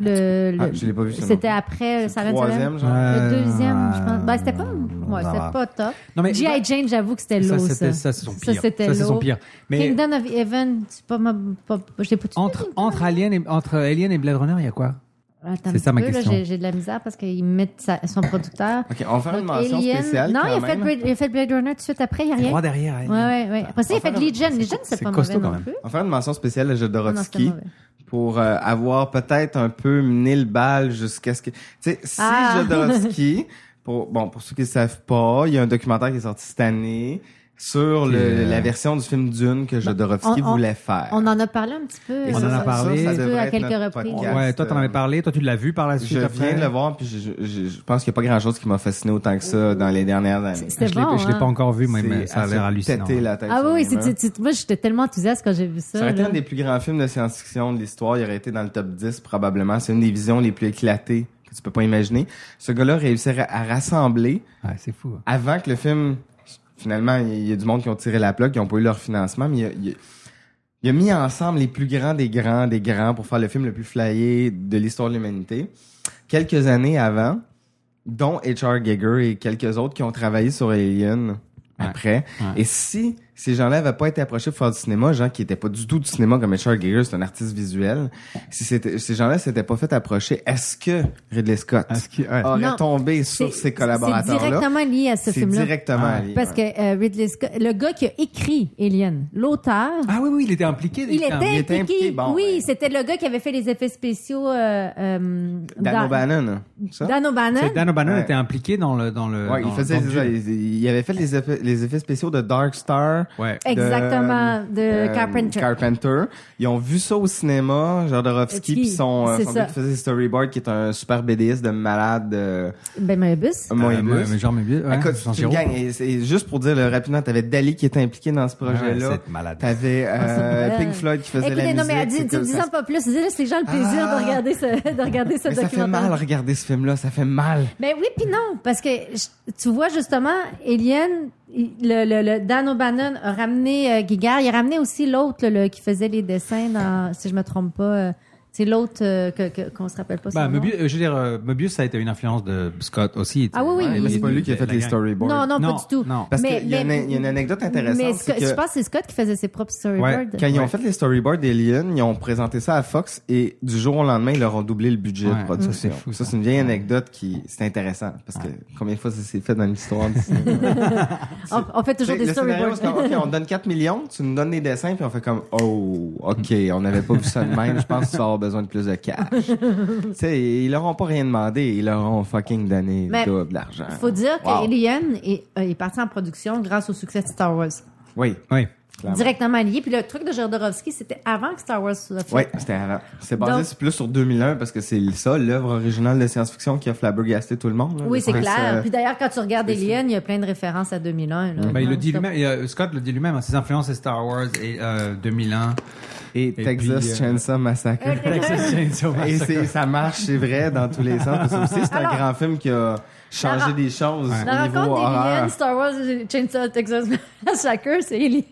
Le, Ah, le- je l'ai pas vu, ça, non. C'était après euh, Silent Silent. troisième, genre? Le Euh, deuxième, je pense. Bah, c'était pas, ouais, ça va. c'était pas top. Non, mais- bah, G.I. Jane, j'avoue que c'était Ça, lourd. c'était- Ça, ça, c'est son pire. c'était Ça, c'est son lourd. pire. Mais- Kingdom of Heaven, c'est pas ma, pas, je l'ai pas tué. Entre, entre, Alien et, entre Alien et Blade Runner, il y a quoi Attends C'est un ça, petit ma peu, là, question. j'ai- J'ai de la misère parce qu'ils mettent sa- son producteur. Ok, on va faire une Donc, mention Alien- spéciale. Non, quand il a, fait même. Blade, il a fait Blade Runner tout de suite après, il n'y a rien. droit derrière, Ouais, Alien. ouais, ouais. Après ça, il a fait Enfin, Legion. Legion, c'est pas mauvais non plus. On va faire une mention spéciale à Ah Jodorowsky non, c'était pour euh, avoir peut-être un peu mené le bal jusqu'à ce que... Tu sais, si Ah. Jodorowsky, pour, bon, pour ceux qui ne savent pas, il y a un documentaire qui est sorti cette année sur le- Euh. la version du film Dune que Jodorowsky ben, on- on- voulait faire. On en a parlé un petit peu. Et On ça, en a ça, ça, parlé. ça Un peu devrait à être quelques notre reprises. podcast. Ouais, toi, t'en avais parlé. Toi, tu l'as vu par la suite. Je après. viens de le voir, puis je, je- je pense qu'il n'y a pas grand-chose qui m'a fasciné autant que ça dans les dernières années. C'était Je l'ai- bon, je l'ai hein? pas encore vu, moi, C'est mais euh, ça a à se l'air hallucinant. hein. péter la tête Ah sur oui, les murs. c'est- c'est- moi, j'étais tellement enthousiaste quand j'ai vu ça. Ça aurait été là. un des plus grands films de science-fiction de l'histoire. Il aurait été dans le top 10 probablement. C'est une des visions les plus éclatées que tu peux pas imaginer. Ce gars-là réussirait à rassembler Ouais, c'est fou. hein. avant que le film... Finalement, il y a du monde qui ont tiré la plaque, qui ont pas eu leur financement, mais il a, il a- il a mis ensemble les plus grands des grands des grands pour faire le film le plus flyé de l'histoire de l'humanité. Quelques années avant, dont H.R. Giger et quelques autres qui ont travaillé sur Alien après. Et si ces gens-là avaient pas été approchés pour faire du cinéma, gens qui étaient pas du tout du cinéma comme H.R. Giger, c'est un artiste visuel, si c'était- ces gens-là s'étaient pas fait approcher, est-ce que Ridley Scott aurait Non. tombé sur C'est- ces collaborateurs-là? C'est directement lié à ce C'est film-là. directement Ah. lié, Parce que euh, Ridley Scott, le gars qui a écrit Alien, l'auteur. Ah oui, oui, il était impliqué. Il était il impliqué. était impliqué, bon, oui, c'était le gars qui avait fait les effets spéciaux. Euh, euh, Dan dans- hein, O'Bannon, ça? Dan O'Bannon. C'est Dan O'Bannon Ouais. était impliqué dans le. Dans le Ouais, dans, il faisait dans le ça. Dune. Il, il avait fait les effets, les effets spéciaux de Dark Star. Ouais. de- Exactement, de euh, Carpenter. Carpenter. Ils ont vu ça au cinéma, Jodorowsky, Qui- puis son, euh, c'est son ça. gars qui faisait Storyboard, qui est un super BDS de malade. Euh, Ben, Moebius. Moebius. mais genre Euh, Moebius, ouais, Écoute, Jean c'est Giraud. une gang. Et, c'est- juste pour dire le rapidement, t'avais Dali qui était impliqué dans ce projet-là. c'est malade. t'avais euh, Ouais. Pink Floyd qui faisait Ah, Écoutez, la non, musique. mais dis- c'est dis- que ça- dis-en pas plus. Dis-le, c'est genre le plaisir Ah. de regarder ce, de regarder ce mais ça fait documentaire. mal regarder ce film-là, ça fait mal. Mais Ben oui, puis non, parce que je- tu vois justement, Eliane, il- le, le, le Dan O'Bannon a ramené euh, Guigard, il a ramené aussi l'autre là, le- qui faisait les dessins, dans, si je me trompe pas, euh, c'est l'autre euh, que- que- qu'on se rappelle pas. son Bah, nom. Mobius, euh, je veux dire, euh, Mobius, ça a été une influence de Scott aussi. Ah oui, oui, Ouais, il- Mais c'est pas lui qui a la- fait la les gang. storyboards. Non, non, pas du tout. non. Parce Mais- qu'il y, a une- mais- il y a une anecdote intéressante. Mais c'est Scott- que- je pense que c'est Scott qui faisait ses propres Ouais. storyboards. Quand ils ont fait les storyboards d'Alien, ils ont présenté ça à Fox et du jour au lendemain, ils leur ont doublé le budget Ouais, de production. ça, c'est fou, Ça, ça. c'est une vieille anecdote qui, c'est intéressant parce que combien de fois ça s'est fait dans l'histoire du cinéma? on, on fait toujours Tu sais, des le scénario, storyboards. c'est comme, OK, on te donne 4 millions, tu nous donnes des dessins puis on fait comme, oh, OK, on n'avait pas vu ça de même, je pense que tu vas avoir besoin de plus de cash. tu sais, ils leur ont pas rien demandé, ils leur ont fucking donné Mais le double d'argent. Il faut dire Wow. que Alien est, euh, est parti en production grâce au succès de Star Wars. Oui. Oui. Clairement. Directement lié. Puis le truc de Jodorowsky, c'était avant que Star Wars soit fait. Oui, c'était avant. C'est basé Donc- sur- plus sur 2001 parce que c'est ça, l'œuvre originale de science-fiction qui a flabbergasté tout le monde. là. Oui, Le c'est prince, clair. euh, Puis d'ailleurs, quand tu regardes Alien, il y a plein de références à 2001. Là. Bah, il le Non, dit stop. lui-même, et, euh, Scott le dit lui-même, hein, ses influences c'est Star Wars et euh, 2001. Et Texas puis, euh, Chainsaw Massacre. Texas Chainsaw Et Massacre. c'est- ça marche, c'est vrai, dans tous les sens. parce que aussi, c'est un Alors- grand film qui a changé La- des choses La au niveau rencontre horreur. d'Alien, Star Wars, Chainsaw, Texas Massacre, c'est Alien.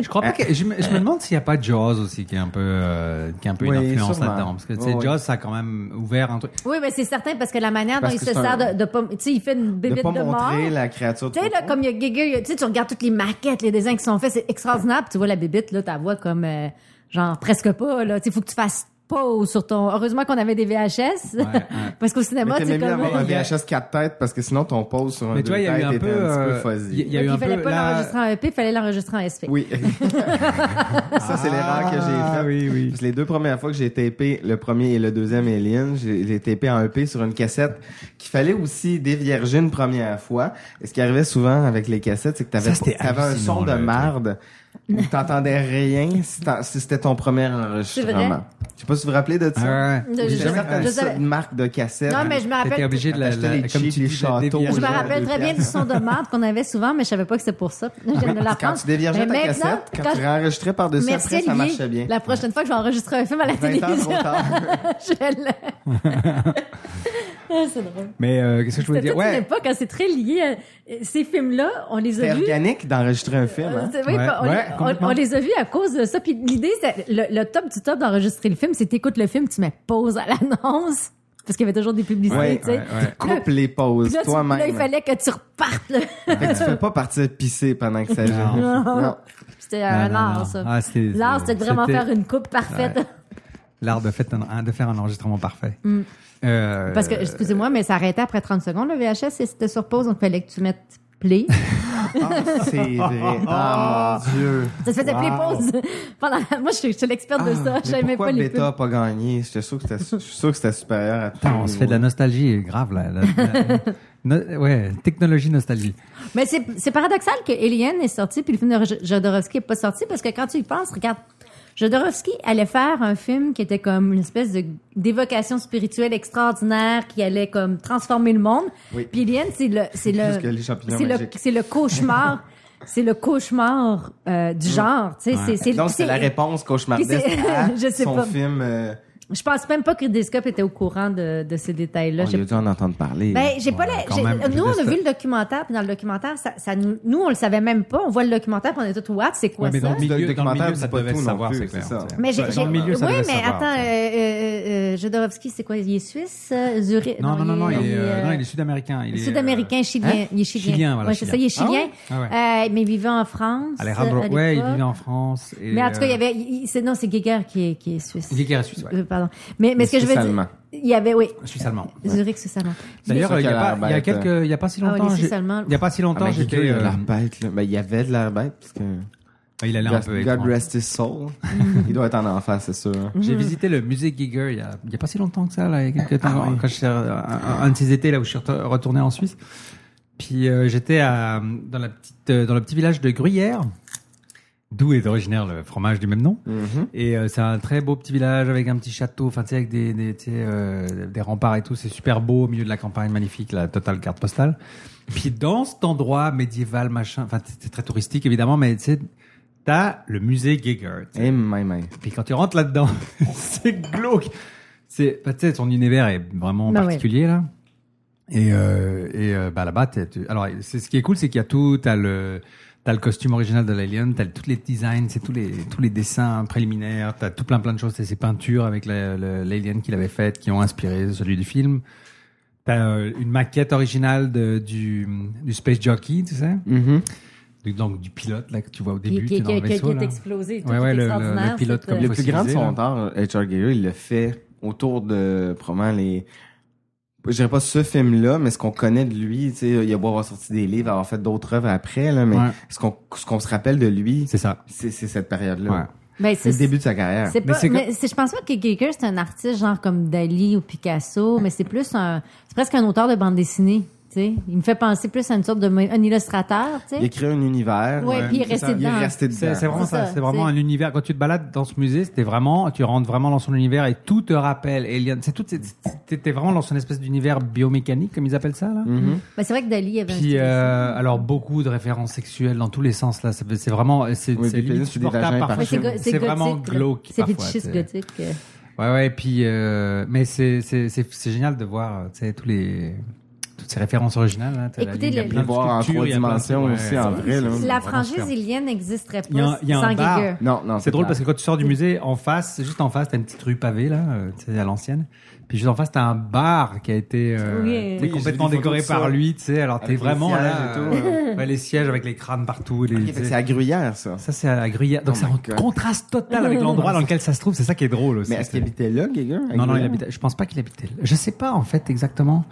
Je crois pas que je me, je me demande s'il n'y a pas Jaws aussi qui est un peu euh, qui est un peu Oui, une influence sûrement. là-dedans parce que tu Oui, sais, oui. Jaws ça a quand même ouvert un truc. Oui, mais c'est certain parce que la manière Parce dont il que se c'est sert un- de, de pas, tu sais, il fait une De bébête pas de, mort. montrer la créature. Tu sais, là, comme il y a Giger, il y a- tu sais, tu regardes toutes les maquettes, les dessins qui sont faits, c'est extraordinaire. Puis tu vois la bébite, là, t'as vois comme, euh, genre, presque pas, là. Tu sais, faut que tu fasses pause sur ton... Heureusement qu'on avait des VHS. parce qu'au Mais cinéma, c'est t'aimais mieux comme... euh, avoir un VHS 4 têtes parce que sinon ton pose sur un Mais deux tu vois, il y a eu têtes un était peu, un petit peu euh, fuzzy. il y a- il y a eu Il un fallait peu pas là. l'enregistrer en EP, il fallait l'enregistrer en SP. Oui. ça, c'est l'erreur que j'ai faite. Parce que les deux premières fois que j'ai tapé le premier et le deuxième Alien, j'ai j'ai tapé en EP sur une cassette qu'il fallait aussi dévierger une première fois. Et ce qui arrivait souvent avec les cassettes, c'est que t'avais Ça, c'était t'avais un son de hallucinant, là, merde. où t'entendais rien si, t'en- si c'était ton premier C'est enregistrement. vrai? Je sais pas si vous vous rappelez de ça. Ah ouais. Je- J'ai je- jamais entendu je ça savais- d'une marque de cassette. Non, mais je me rappelle- T'étais obligé de la- Acheter la- les comme tu chips, les dis, de châteaux. dévier. Je me genre, rappelle deux très bien du piastres. son de marde qu'on avait souvent, mais je savais pas que c'était pour ça. Je viens de Quand l'apprendre. tu Mais déviergeais ta maintenant, cassette, quand, quand- tu réenregistrais par-dessus Merci après, ça Olivier. marchait bien. La prochaine fois que je vais enregistrer un film à la 20 ans trop télévision, tard. je vais le- C'est drôle. Mais euh, qu'est-ce que je voulais C'était dire toute Ouais. une époque, hein, c'est très lié. à- Ces films-là, on les C'est a vus. organique d'enregistrer un film. Euh, Hein? c'est- oui, on, les- on- on les a vus à cause de ça. Puis l'idée, c'est le, le top du top d'enregistrer le film, c'est t'écoutes le film, tu mets pause à l'annonce. Parce qu'il y avait toujours des publicités, Ouais, tu sais. ouais, ouais. Coupe les pauses Puis là, tu- toi-même. là, il fallait que tu repartes. là. Fait que tu peux pas partir pisser pendant que ça joue. Non. Non. C'était Non, un non, art, non. ça. Ah, c'est- L'art, c'est- c'est de vraiment c'était- faire une coupe parfaite. Ouais. L'art de, fait un- de faire un enregistrement parfait. Mm. Euh, Parce que, excusez-moi, mais ça arrêtait après 30 secondes, le VHS, et c'était sur pause, donc il fallait que tu mettes play. C'est vrai. Oh, Ah mon dieu. Ça se faisait play Wow. pause. Pendant la- Moi, je suis, je suis l'experte de ça. Mais J'aimais pourquoi pas les Beta pubs. a pas gagné? J'étais sûr que c'était, je suis sûr que c'était supérieur à tout. Oh. Putain, on se fait de la nostalgie grave, là. La- la- no- ouais, technologie nostalgie. Mais c'est c'est paradoxal que Alien est sorti puis le film de Ro- Jodorowsky est pas sorti parce que quand tu y penses, regarde, Jodorowsky allait faire un film qui était comme une espèce de d'évocation spirituelle extraordinaire qui allait comme transformer le monde. Oui. Puis Alien, c'est le c'est le Plus que les champignons c'est le magiques. c'est le cauchemar. C'est le cauchemar euh, du genre, tu sais. Mm. Ouais. c'est- c'est- Donc, c'est la réponse cauchemardesque Puis c'est- à Je sais son pas. film. euh, Je pense même pas que Ridley Scott était au courant de, de ces détails-là. on J'ai- a dû en entendre parler. Ben, j'ai pas la- quand j'ai- même, Ridley Nous, on a Scott. vu le documentaire, puis dans le documentaire, ça, ça nous, nous, on le savait même pas. On voit le documentaire, puis on est tout, what, c'est quoi Ouais, mais ça? dans le milieu, Le documentaire dans le milieu, dit ça pas devait tout se non savoir, plus, c'est clair. c'est ça. tu sais. Mais j'ai, Dans j'ai- le milieu, ça oui, devait mais se savoir, attends, tu euh, sais. euh, euh, Jodorowsky, c'est quoi? Il est suisse? euh, Zurich? Non, non, non, non, il est, euh, euh, non, il est sud-américain. Il est, Sud-américain, euh, chilien. hein? Il est chilien. voilà. Ouais, c'est ça, il est chilien. chilien. Ah ouais? Ah ouais. Euh, mais il vivait en France. Alejandro, euh, à ouais, il l'époque. vit en France. et, Mais en tout cas, il y euh, avait, il- il- c'est, non, c'est Geiger qui est, qui est suisse. Geiger est suisse, ouais. Euh, Pardon. Mais, mais, Mais ce que je veux suisse-allemand. dire, il y avait, oui. Suisse-allemand, ouais. Zurich, suisse-allemand. D'ailleurs, C'est il y a ça pas- qu'elle il y a arrête, quelques, euh. il y a pas si Ah, ouais, longtemps, les j'ai- Suisse-Allemands. il y a pas si Ah, longtemps, mais j'étais, il y a de euh, l'air bête, là. Ben, il y avait de l'air bête, parce que. il allait un God, peu God étrange. rest his soul. il doit être en enfer, c'est sûr. J'ai visité le musée Giger il y a, il y a pas si longtemps que ça, là, il y a quelques temps, quand je suis, euh, un, un de ces étés là où je suis retour- retourné en Suisse. Puis euh, j'étais à dans la petite euh, dans le petit village de Gruyère, d'où est originaire le fromage du même nom. Et euh, c'est un très beau petit village avec un petit château, enfin tu sais avec des des, tu sais, euh, des remparts et tout, c'est super beau au milieu de la campagne magnifique, la totale carte postale. Puis dans cet endroit médiéval machin, enfin c'est très touristique évidemment, mais tu sais t'as le musée Giger. tu sais. Eh, my, my. Puis quand tu rentres là-dedson, c'est glauque. C'est bah, tu sais, son univers est vraiment Bah ouais. particulier là. Et euh, et euh, bah là-bas, t'es- tu- alors c'est ce qui est cool, c'est qu'il y a tout, t'as le t'as le costume original de l'alien, t'as tous les designs, c'est tous les tous les dessins préliminaires, t'as tout plein plein de choses, t'as ses peintures avec la- le- l'alien qu'il avait faite, qui ont inspiré celui du film. T'as euh, une maquette originale de, du du space jockey, tu sais. Mm-hmm. Du- Donc du pilote là que tu vois au Qui, début, qui, t'es dans le qui, qui, qui vaisseau, est là. explosé. tout Ouais, ouais, est le- le- le extraordinaire, pilote cette, comme euh, Le plus grand de fossilisé, son temps, H.R. Geiger, il le fait autour de probablement les. Je dirais pas ce film-là, mais ce qu'on connaît de lui, tu sais, il a beau avoir sorti des livres, avoir fait d'autres œuvres après, là, mais Ouais. ce qu'on ce qu'on se rappelle de lui, c'est ça, c'est c'est cette période-là. Ouais. Ben, C'est le début de sa carrière. C'est Mais pas, c'est que- mais c'est- je pense pas que Geiger, c'est un artiste genre comme Dali ou Picasso, mais c'est plus un, c'est presque un auteur de bande dessinée, tu sais. Il me fait penser plus à une sorte de, mo- un illustrateur, tu Il a sais. créé un univers. Ouais, puis il est c'est ça, resté Il dedans. est resté C'est dedans. c'est vraiment C'est ça. ça, C'est vraiment c'est- un univers. Quand tu te balades dans ce musée, c'était vraiment, tu rentres vraiment dans son univers et tout te rappelle Alien. C'est tout, c'est- c'est- t'étais vraiment dans son espèce d'univers biomécanique, comme ils appellent ça, là. Mhm. Ben, c'est vrai que Dali avait un Puis, style euh, alors, beaucoup de références sexuelles dans tous les sens, là. C'est c'est vraiment, c'est Oui, des c'est limite pénis puis des supportable vagins parfois. Mais partout. c'est go- C'est vraiment gothique, là. glauque, C'est parfois, fétichiste tu sais. gothique. euh. Ouais, ouais. Puis, euh, mais c'est, c'est, c'est, c'est génial de voir, euh, tu sais, tous les, toutes ces références originales, là. T'as la- Écoutez, il y a le- plein de Les voir en sculptures, trois il y a plein de- dimensions ouais, aussi, en c'est- vrai, là. c'est La vraiment franchise super. ilienne n'existerait Il y a un- pas il y a un sans bar. Geiger. Non, non. C'est drôle parce clair. que quand tu sors du musée, en face, juste en face, t'as une petite rue pavée là, euh, tu sais, à l'ancienne. Puis juste en face, t'as un bar qui a été euh, Oui. t'es Oui, complètement j'ai vu des décoré photos de ça. par lui, tu sais. Alors t'es Avec les vraiment sièges là, et tout, euh, ouais, les sièges avec les crânes partout. Les, Ok, fait que C'est à Gruyère, ça. Ça c'est à la gruyère. Donc Oh c'est my en God. contraste total avec l'endroit dans lequel ça se trouve. C'est ça qui est drôle aussi. Mais est-ce qu'il habitait là, Geiger? à Non, non, il Gruyère? habitait. Je pense pas qu'il habitait. là. Je sais pas en fait exactement.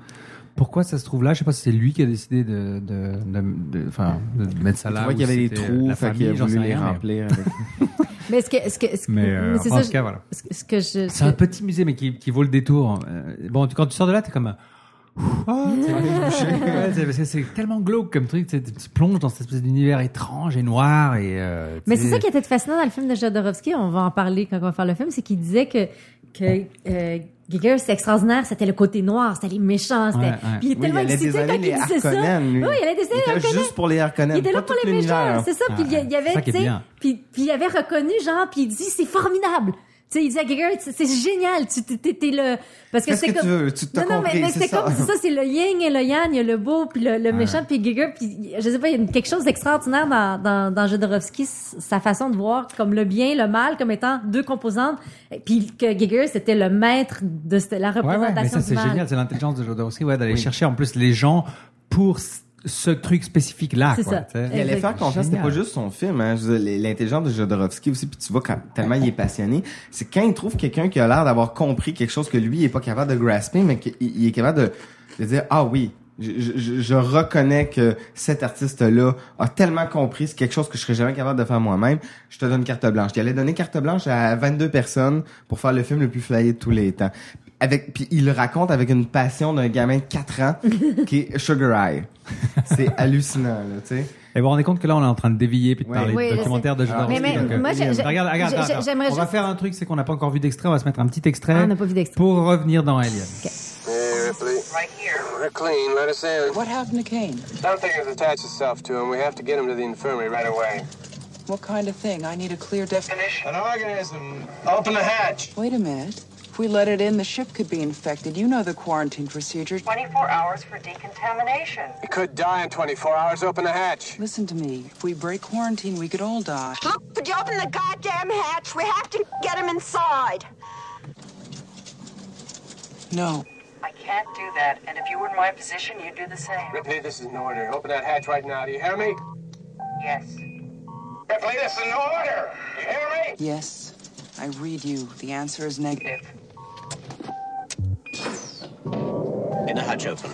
Pourquoi ça se trouve là Je sais pas si c'est lui qui a décidé de, de, de, de- enfin, de, mettre ça Tu là. vois ou qu'il y avait si des c'était, euh, trous, la fait qu'il a famille, j'en voulu sais les rien, mais- remplir avec. Mais ce que, ce que, ce que- Mais, euh, c'est en ça, tout je- cas, voilà. Ce que- ce que je, C'est un petit musée, mais qui, qui vaut le détour. Euh, Bon, tu- quand tu sors de là, t'es comme, Ah, t'es allé te coucher. Ouais, c'est- parce que c'est tellement glauque comme truc, tu sais, tu plonges dans cette espèce d'univers étrange et noir et. euh, tu Mais c'est sais- ça qui était fascinant dans le film de Jodorowsky, on va en parler quand on va faire le film, c'est qu'il disait que, que euh, Giger, c'est extraordinaire, c'était le côté noir, c'était les méchants, c'était... Ouais, ouais. Puis il est Oui, tellement il allait excité quand désigner il les disait ça. Harkonnen, lui. Oui, il allait Il dessiner était les Harkonnen. juste pour les Harkonnen, Il était là pas pour tout les méchants, l'univers. c'est ça. Puis il y a- il y Ça avait, qui est tu sais, bien. puis, puis il avait reconnu, genre, puis il dit, c'est formidable. Tu sais, il dit à Giger, c'est c'est génial, tu t'es- t'es t'es le... Parce que Qu'est-ce c'est que comme... tu veux? Tu t'as non, non, mais, compris, mais c'est c'est ça. comme, c'est ça, c'est le yin et le yang, il y a le beau, puis le, le Ouais. méchant, puis Giger, puis je sais pas, il y a quelque chose d'extraordinaire dans, dans, dans Jodorowsky, s- sa façon de voir comme le bien, le mal, comme étant deux composantes, et puis que Giger, c'était le maître de cette- la Ouais, représentation ouais, mais ça du c'est mal. génial, c'est l'intelligence de Jodorowsky, ouais, d'aller chercher en plus les gens pour c- ce truc spécifique là. C'est ça. Il allait faire confiance, c'était pas juste juste son film, hein. Je veux dire, L'intelligence de Jodorowsky aussi, puis tu vois quand, tellement il est passionné, c'est quand il trouve quelqu'un qui a l'air d'avoir compris quelque chose que lui est pas capable de grasper, mais qu'il il est capable de, de dire ah oui, je, je- je reconnais que cet artiste-là a tellement compris c'est quelque chose que je serais jamais capable de faire moi-même. Je te donne carte blanche. Il allait donner carte blanche à 22 personnes pour faire le film le plus flyé de tous les temps. Avec, puis il le raconte avec une passion d'un gamin de 4 ans qui est Sugar Eye. C'est hallucinant, là, tu sais. Et vous vous rendez compte que là, on est en train de dévier puis de Ouais. parler Oui, de je documentaire sais. de Jodorowsky. Mais- mais donc, euh, moi, j'ai- j'ai- regarde, regarde, j'ai- attends, j'ai- j'aimerais On va juste- faire un truc, c'est qu'on n'a pas encore vu d'extrait. On va se mettre un petit extrait. Ah, on n'a pas vu d'extrait. Pour revenir dans Alien. Hey, Ripley. Right here. We're clean. Let us in. What happened to Kane? Something has attached itself to him. We have to get him to the infirmary right away. What kind of thing? I need a clear definition. An organism. Open the hatch. Wait a minute. If we let it in, the ship could be infected. You know the quarantine procedure. 24 hours for decontamination. He could die in 24 hours. Open the hatch. Listen to me. If we break quarantine, we could all die. Would you open the goddamn hatch? We have to get him inside. No. I can't do that, and if you were in my position, you'd do the same. Ripley, this is an order. Open that hatch right now. Do you hear me? Yes. Ripley, this is an order. You hear me? Yes, I read you. The answer is negative. Inner hatch open.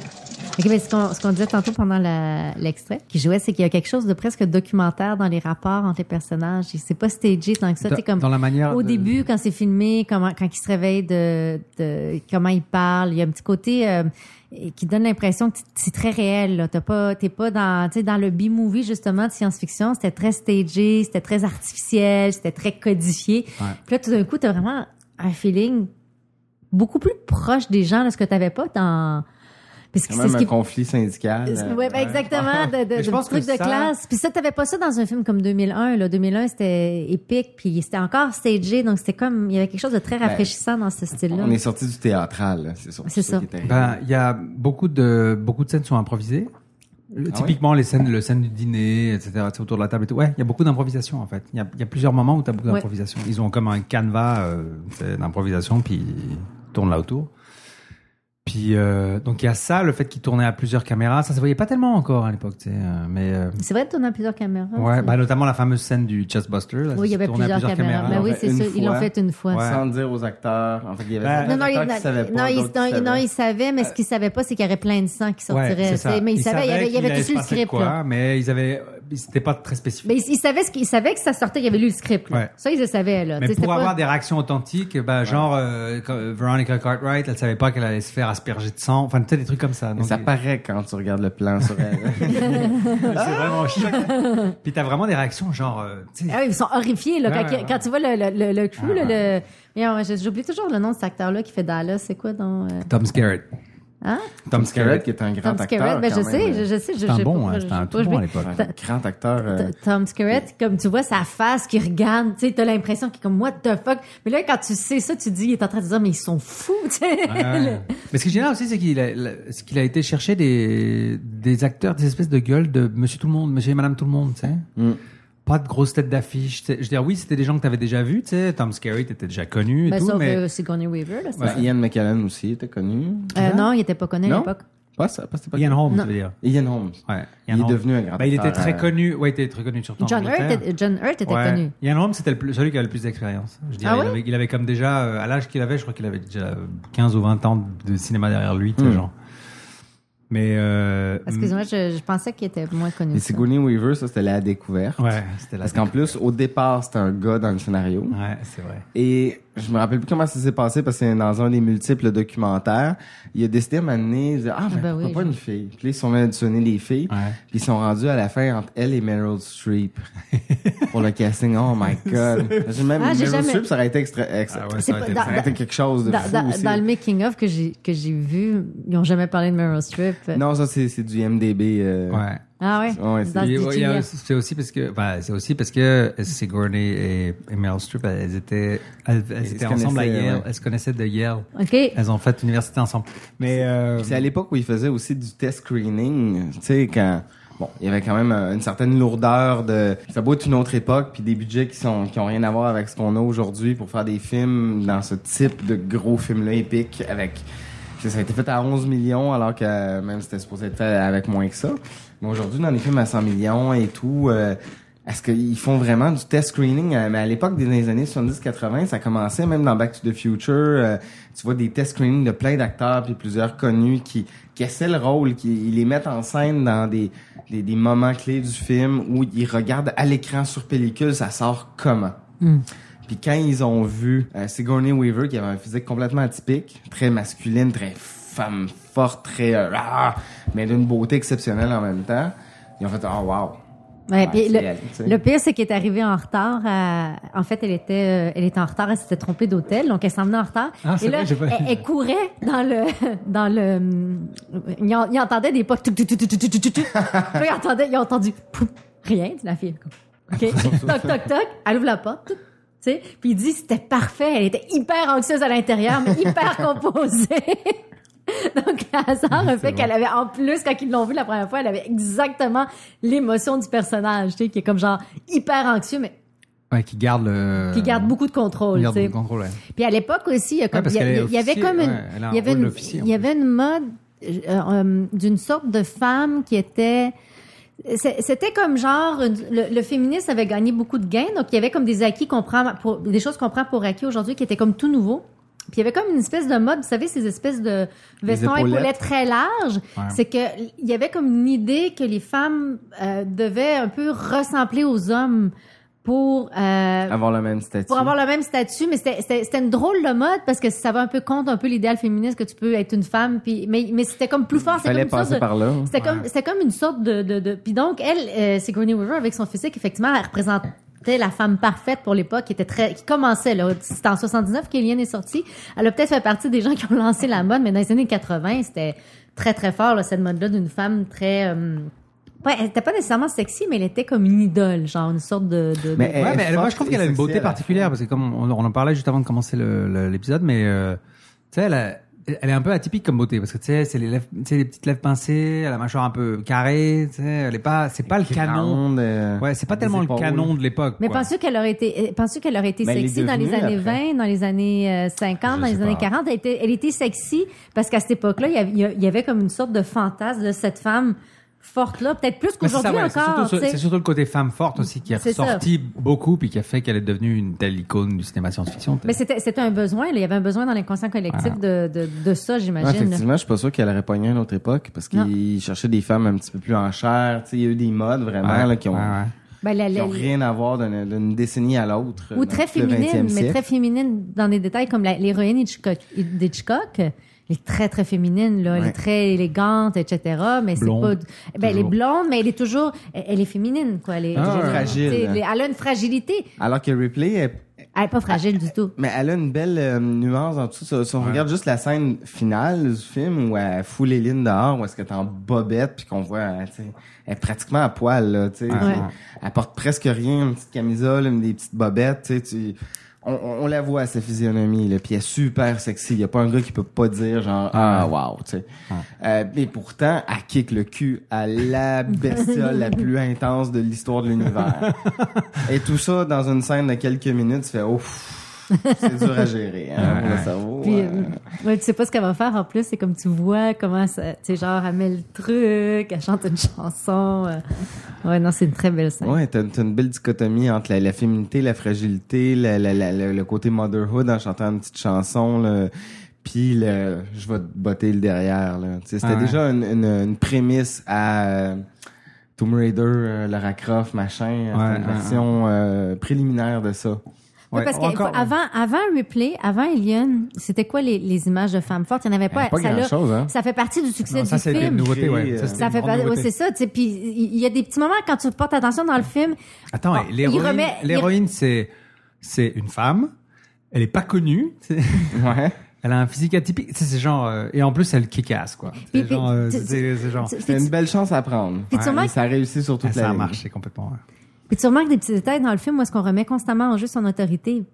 Ok, mais ce qu'on ce qu'on disait tantôt pendant la- l'extrait qui jouait, c'est qu'il y a quelque chose de presque documentaire dans les rapports entre les personnages. Et C'est pas stagé tant que ça. Dans- T'sais, comme dans la manière Au de- début, quand c'est filmé, comment quand ils se réveillent de, de comment ils parlent, il y a un petit côté euh, et qui donne l'impression que c'est très réel. là. T'as pas t'es pas dans tu sais dans le B movie justement de science-fiction, c'était très stagé, c'était très artificiel, c'était très codifié. Ouais. Puis là, tout d'un coup, t'as vraiment un feeling beaucoup plus proche des gens de ce que t'avais pas dans parce que C'est c'est même ce un qui conflit syndical. Ouais, euh, ben, exactement, de, de, Mais je de pense trucs que de ça- classe. Puis ça, t'avais pas ça dans un film comme 2001. Là. 2001, c'était épique, puis c'était encore stagé, donc c'était comme... Il y avait quelque chose de très Ben, rafraîchissant dans ce style-là. On est sorti du théâtral, là, c'est surtout C'est ça. qui est arrivé. Ben, il y a beaucoup de beaucoup de scènes sont improvisées. Le- Ah Typiquement, les scènes, le scène du dîner, etc., tu sais, autour de la table et tout. Ouais, il y a beaucoup d'improvisation, en fait. Il y a, il y a plusieurs moments où tu as beaucoup Ouais. d'improvisation. Ils ont comme un canevas euh, tu sais, d'improvisation, puis ils tournent là autour. Puis, euh, donc il y a ça, le fait qu'ils tournaient à plusieurs caméras. Ça se voyait pas tellement encore à l'époque, tu sais, euh, mais... euh, C'est vrai de tourner à plusieurs caméras. Ouais, c'est- bah, notamment la fameuse scène du Chestbuster. là, Ah, Oui, il y c'est avait tourné à plusieurs caméras. Ben oui, Ils l'ont c'est fait sûr, une ils l'ont fois. fait une fois, ça. Sans dire aux acteurs. En fait, il y avait Ben, certains il- acteurs qui savaient pas. non, il, d'autres qui non, il- non, savaient. il savait, mais ce qu'il savait pas, c'est qu'il y aurait plein de sang qui Ouais, sortirait. c'est ça. tu sais. mais il Ils savait, il y avait, savaient il y avait qu'il tout allait se sur le passer de script. quoi, là. Mais ils avaient, c'était pas très spécifique. Mais il, il savait ce qu'il- il savait que ça sortait, il avait lu le script. là. Ouais. Ça, il le savait. Là. Bah, Tu Mais sais, c'était pour pas- avoir des réactions authentiques, bah, genre euh, quand- euh, Veronica Cartwright, elle savait pas qu'elle allait se faire asperger de sang, enfin peut-être des trucs comme ça. Donc, Ça paraît quand tu regardes le plan sur elle. c'est vraiment chiant. Puis t'as vraiment des réactions genre, euh, tu sais, Ah oui, ils sont horrifiés là, Ouais, quand, ouais, quand tu vois le, le, le, le Ah. crew. là, le- Voyons, je- J'oublie toujours le nom de cet acteur-là qui fait Dallas. C'est quoi dans. euh, Tom Skerritt. Hein? Tom Skerritt qui est un grand Tom acteur. Skerritt, ben, quand je sais, même. je- je sais, je- C'était un je- bon, je- hein, je- c'était un je- tout je- bon à je- l'époque. Ta- Un Grand acteur. euh, Tom Skerritt, comme tu vois sa face qui regarde, tu sais, t'as l'impression qu'il est comme, what the fuck? Mais là, quand tu sais ça, tu dis, il est en train de dire, mais ils sont fous, tu sais. Ah, Ouais, ouais. Mais ce qui est génial aussi, c'est qu'il a, la- ce qu'il a été chercher des, des acteurs, des espèces de gueules de Monsieur Tout le Monde, Monsieur et Madame Tout le Monde, tu sais. Mm. Pas de grosses têtes d'affiche. tu sais. Je veux dire, oui, c'était des gens que t'avais déjà vus, tu sais. Tom Skerritt était déjà connu et Ben, tout, sauf mais euh, Sigourney Weaver, là, c'est ouais, ça. ben, Ian McKellen aussi était connu. Euh, non, il était pas connu à Non? l'époque. Pas ça, pas, c'était pas Ian connu. Holmes, Non. tu veux dire. Ian Holmes. Ian il Holmes. est devenu un grand Ben, il était acteur, très euh, connu. Ouais, il était très connu surtout en John Hurt, Angleterre. était- John Hurt était Ouais. connu. Mm. Ian Holmes, c'était le plus- celui qui avait le plus d'expérience. Je dirais, Ah il, ouais? avait, il avait comme déjà, euh, à l'âge qu'il avait, je crois qu'il avait déjà euh, 15 ou 20 ans de cinéma derrière lui, tu sais, Hmm. genre. Mais, euh, Excuse-moi, je, je pensais qu'il était moins connu. Et que ça. Sigourney Weaver, ça, c'était la découverte. Ouais, c'était la Parce qu'en plus, au départ, c'était un gars dans le scénario. Ouais, c'est vrai. Et je me rappelle plus comment ça s'est passé parce que c'est dans un des multiples documentaires. Il a décidé à m'amener, il disait, ah, ben, Ah ben oui, pourquoi pas je- une fille? Puis là, ils sont venus auditionner les filles. Puis ils sont rendus à la fin entre elle et Meryl Streep pour le casting. Oh my God. J'ai même Ah, j'ai Meryl jamais- Streep, ça aurait été extra, extra- Ah ouais, ça aurait C'est été- pas- ça aurait été quelque chose de Dans, fou dans- aussi. dans le making-of que j'ai que j'ai vu, ils n'ont jamais parlé de Meryl Streep. Non, ça, c'est c'est du MDB. euh, Ouais. Ah ouais? ouais, Puis, c'est- Dans ce il y a- il y a- Julia. C'est aussi parce que, ben, c'est aussi parce que Sigourney et, et Meryl Streep, elles étaient, elles, elles se étaient ensemble à connaissaient, Yale. ouais. Elles se connaissaient de Yale. OK. Elles ont fait l'université ensemble. Mais euh, C'est à l'époque où il faisait aussi du test screening, tu sais, quand... Bon, il y avait quand même euh, une certaine lourdeur de... Ça doit être une autre époque, puis des budgets qui sont qui ont rien à voir avec ce qu'on a aujourd'hui pour faire des films dans ce type de gros film-là épique avec... Ça ça a été fait à 11 millions, alors que euh, même c'était supposé être fait avec moins que ça. Mais aujourd'hui, dans les films à 100 millions et tout... euh, est-ce qu'ils font vraiment du test screening? Euh, Mais à l'époque des années 70-80, ça commençait même dans Back to the Future. euh, tu vois des test screenings de plein d'acteurs puis plusieurs connus qui, qui essaient le rôle, qui ils les mettent en scène dans des, des, des moments clés du film où ils regardent à l'écran sur pellicule, ça sort comment? Hmm. Puis quand ils ont vu euh, Sigourney Weaver, qui avait un physique complètement atypique, très masculine, très femme forte, très... euh, ah, mais d'une beauté exceptionnelle en même temps, ils ont fait « Oh wow! » Ouais, Ouais, puis c'est le, elle, tu sais. le pire, c'est qu'elle est arrivée en retard. à- en fait, elle était, euh, elle était en retard. Elle s'était trompée d'hôtel, donc elle s'en venait en retard. Ah, c'est et là, vrai, j'ai pas- elle, elle courait dans le, dans le, hum, il, en- il entendait des pas. tuk, tuk, tuk, tuk, tuk, tuk, tuk, tuk. Puis là, il entendait, il a entendu pouf, rien. La fille, ok, toc toc toc. Elle ouvre la porte. tuk, Tu sais, puis il dit c'était parfait. Elle était hyper anxieuse à l'intérieur, mais hyper composée. Donc, le hasard a fait qu'elle avait, en plus, quand ils l'ont vu la première fois, elle avait exactement l'émotion du personnage, tu sais, qui est comme genre hyper anxieux, mais ouais, qui garde le. qui garde beaucoup de contrôle, qui tu Euh, garde sais. beaucoup de contrôle. ouais. Puis à l'époque aussi, il y, a comme- Ouais, parce il y a- qu'elle est il y avait officier, comme une, ouais, elle a un il y avait rôle une, d'officier, en il y avait une mode euh, euh, d'une sorte de femme qui était c'est- c'était comme genre une- le, le féministe avait gagné beaucoup de gains donc il y avait comme des acquis qu'on prend pour des choses qu'on prend pour acquis aujourd'hui qui étaient comme tout nouveau puis il y avait comme une espèce de mode vous savez ces espèces de Les vestons épaulettes. épaulettes très larges Ouais. c'est que il y avait comme une idée que les femmes euh, devaient un peu ressembler aux hommes pour euh, Avoir le même statut. pour avoir le même statut, mais c'était- c'était c'était une drôle de mode parce que ça va un peu contre un peu l'idéal féministe que tu peux être une femme, puis mais mais c'était comme plus fort. c'était Fallait comme une sorte passer de- par là. C'était comme c'était comme une sorte de de, de- puis donc elle, euh, Sigourney Weaver avec son physique effectivement, elle représentait la femme parfaite pour l'époque qui était très qui commençait là c'était en 79 qu'Eliane est sortie elle a peut-être fait partie des gens qui ont lancé la mode mais dans les années 80 c'était très très fort là, cette mode là d'une femme très euh, pas- elle était pas nécessairement sexy mais elle était comme une idole genre une sorte de, de- de- Ouais, Mais, elle- moi, je trouve qu'elle a une beauté particulière parce que comme on, on en parlait juste avant de commencer le- le- l'épisode, mais euh, tu sais, elle, a- elle est un peu atypique comme beauté parce que tu sais, c'est les lèvres, tu sais, les petites lèvres pincées, elle a la mâchoire un peu carrée, tu sais, elle est pas, c'est pas le canon. grande, ouais, c'est pas euh, des tellement le épaules. canon de l'époque. Mais quoi. penses-tu qu'elle aurait été, euh, penses-tu qu'elle aurait été Mais elle est sexy dans les devenue années après. 20, dans les années euh, 50, Je dans les sais années pas. 40? Elle était, elle était sexy parce qu'à cette époque-là, il y avait- il y, a- il y avait comme une sorte de fantasme de cette femme forte-là, peut-être plus Mais c'est qu'aujourd'hui ça, ouais, c'est encore. surtout- tu sais. C'est surtout le côté femme forte aussi qui est C'est ça. ressorti beaucoup puis qui a fait qu'elle est devenue une telle icône du cinéma science-fiction. Mais c'était, c'était un besoin, là. il y avait un besoin dans l'inconscient collectif de, de, de ça, Ouais, j'imagine. effectivement, je suis pas sûr qu'elle aurait pogné à une autre époque parce qu'ils cherchaient des femmes un petit peu plus en chair. Tu sais, il y a eu des modes vraiment Ouais, là, qui ont, ouais, ouais. Ben, la- qui la- ont rien à voir d'une d'une décennie à l'autre. Ou dans très tout le 20e féminine, mais siècle. très féminine dans des détails comme la- l'héroïne Hitchcock, d'Hitchcock. Elle est très, très féminine, là. Elle Ouais. est très élégante, etc. Mais c'est Blonde, pas, ben, elle est toujours. blonde, mais elle est toujours, elle, elle est féminine, quoi. Elle est Ah, toujours ouais. fragile. Elle, elle a une fragilité. Alors que Ripley, elle, Elle est pas fragile du tout. mais elle a une belle euh, nuance dans tout ça. Si on regarde juste la scène finale du film où elle fout les lignes dehors, où est-ce que t'es en bobette puis qu'on voit, euh, tu sais, elle est pratiquement à poil, là, tu sais. Ouais. Elle porte presque rien, une petite camisole, une- des petites bobettes, tu sais, tu- on, on- on la voit à sa physionomie, là, puis elle est super sexy. Il y a pas un gars qui peut pas dire genre ah wow, tu sais. Euh, mais pourtant, elle kick le cul à la bestiole la plus intense de l'histoire de l'univers. Et tout ça dans une scène de quelques minutes, tu fais ouf, c'est dur à gérer hein, pour le cerveau. Puis, euh. euh, ouais, tu sais pas ce qu'elle va faire en plus. C'est comme tu vois comment ça, tu sais, genre, elle met le truc, elle chante une chanson. euh. Ouais, non, c'est une très belle scène. Ouais, t'as t'as une belle dichotomie entre la, la féminité, la fragilité, la- la- la- le- le côté motherhood en chantant une petite chanson, là, puis le « je vais te botter le derrière ». là. Tu sais, C'était Ah ouais. déjà une, une- une prémisse à euh, Tomb Raider, euh, Lara Croft, machin. C'était une ouais, version euh, préliminaire de ça. Oui, parce qu'avant avant, avant Ripley, avant Alien, c'était quoi les, les images de femmes fortes? Il n'y en avait pas. Il y avait pas ça, grand-chose, hein. ça fait partie du succès Non, ça, du c'était film. une nouveauté, ouais. euh, Ça, Ça, c'était une fait grande partie, ouais, nouveauté. c'est ça. tu sais, Puis il y a des petits moments quand tu portes attention dans le film. Attends, Bon, et l'héroïne, il remet- il- l'héroïne, c'est, c'est une femme. Elle est pas connue. c'est- Elle a un physique atypique. C'est, c'est genre, euh, et en plus, elle kickasse, quoi. C'est puis, genre, euh, tu- c'est- c'est genre- tu- C'était une belle chance à prendre. Puis tu remarques- et ça a réussi sur toute la Ah, ça a ligne. marché complètement. ouais. Puis tu remarques des petits détails dans le film où est-ce qu'on remet constamment en jeu son autorité.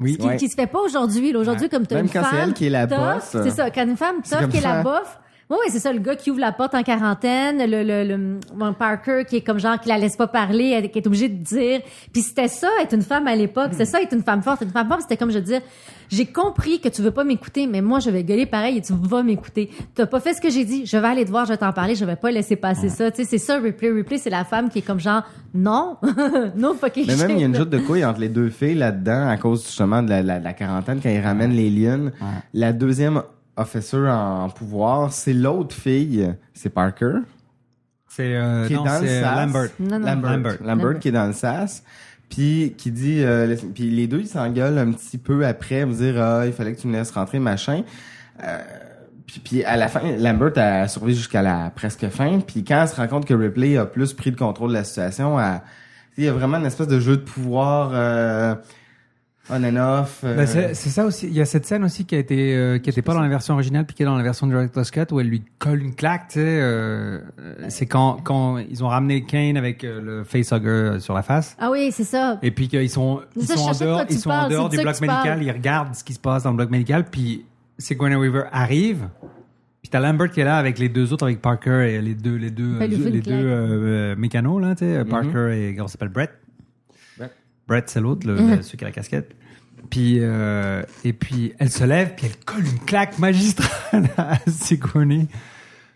Oui. Ce qui, qui se fait pas aujourd'hui. là. Aujourd'hui, Ouais. comme tu Même une quand femme c'est elle qui est la tough, boss. C'est ça. Quand une femme C'est tough comme qui est la ça. bof. Oui, oui, c'est ça, le gars qui ouvre la porte en quarantaine, le, le, le, le Parker qui est comme genre qui la laisse pas parler, elle- qui est obligée de dire. Puis c'était ça, être une femme à l'époque, c'est ça, être une femme forte. Une femme forte, c'était comme je veux dire, j'ai compris que tu veux pas m'écouter, mais moi je vais gueuler pareil et tu vas m'écouter. T'as pas fait ce que j'ai dit, je vais aller te voir, je vais t'en parler, je vais pas laisser passer ça. Tu sais, c'est ça, replay, replay, c'est la femme qui est comme genre non, non fucking Mais même, shit. il y a une joute de couilles entre les deux filles là-dedans à cause justement de la, la- la quarantaine quand ils ramènent les lions. La deuxième officer en pouvoir, c'est l'autre fille, c'est Parker, C'est, euh, qui non, est dans c'est le SAS. Euh. Lambert. Non, non. Lambert. Lambert. Lambert qui est dans le SAS. Puis qui dit, euh, laisse- puis les deux ils s'engueulent un petit peu après, me dire ah, il fallait que tu me laisses rentrer machin. Euh, puis, puis à la fin, Lambert a survécu jusqu'à la presque fin. Puis quand elle se rend compte que Ripley a plus pris le contrôle de la situation, elle- il y a vraiment une espèce de jeu de pouvoir euh, on and off. euh, Ben, c'est c'est ça aussi. Il y a cette scène aussi qui a été euh, qui était pas dans la version originale puis qui est dans la version director's cut où elle lui colle une claque. Tu sais, euh, euh, c'est quand quand ils ont ramené Kane avec euh, le facehugger euh, sur la face. Ah oui, c'est ça. Et puis qu'ils sont ils Ça, je sont en cherchais de quoi dehors tu ils sont parles, en c'est dehors de du ça que bloc tu parles. médical. Ils regardent ce qui se passe dans le bloc médical. Puis Sigourney Weaver arrive. Puis t'as Lambert qui est là avec les deux autres avec Parker et les deux les deux Elle lui euh, fait une les deux claque. euh, euh, mécanos là. Tu sais, Parker et on s'appelle Brett. Brett, c'est l'autre, le, Mhm. le- celui qui a la casquette. Puis, euh, et puis, elle se lève, puis elle colle une claque magistrale à Sigourney.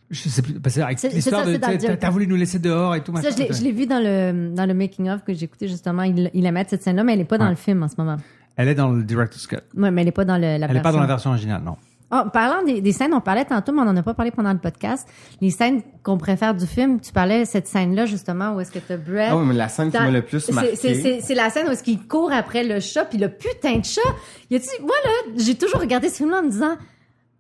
Je sais plus, parce que avec C'est- c'est l'histoire ça, de, c'est dans tu sais, le t'as direct- t'as voulu nous laisser dehors et tout, Ça, je l'ai- je l'ai vu dans le, dans le making-of que j'écoutais justement. Il, il la met cette scène-là, mais elle n'est pas dans Ouais. le film en ce moment. Elle est dans le director's cut. Ouais, mais elle n'est pas dans le, la elle n'est pas dans la version. version originale, non. Oh, parlant des, des scènes, on parlait tantôt, mais on n'en a pas parlé pendant le podcast. Les scènes qu'on préfère du film, tu parlais de cette scène-là justement où est-ce que tu as Brett. Ah oui, mais la scène qui Dans- m'a le plus c'est- marqué. c'est- C'est c'est la scène où est-ce qu'il court après le chat, puis le putain de chat. Il a dit, moi là, j'ai toujours regardé ce film-là en me disant,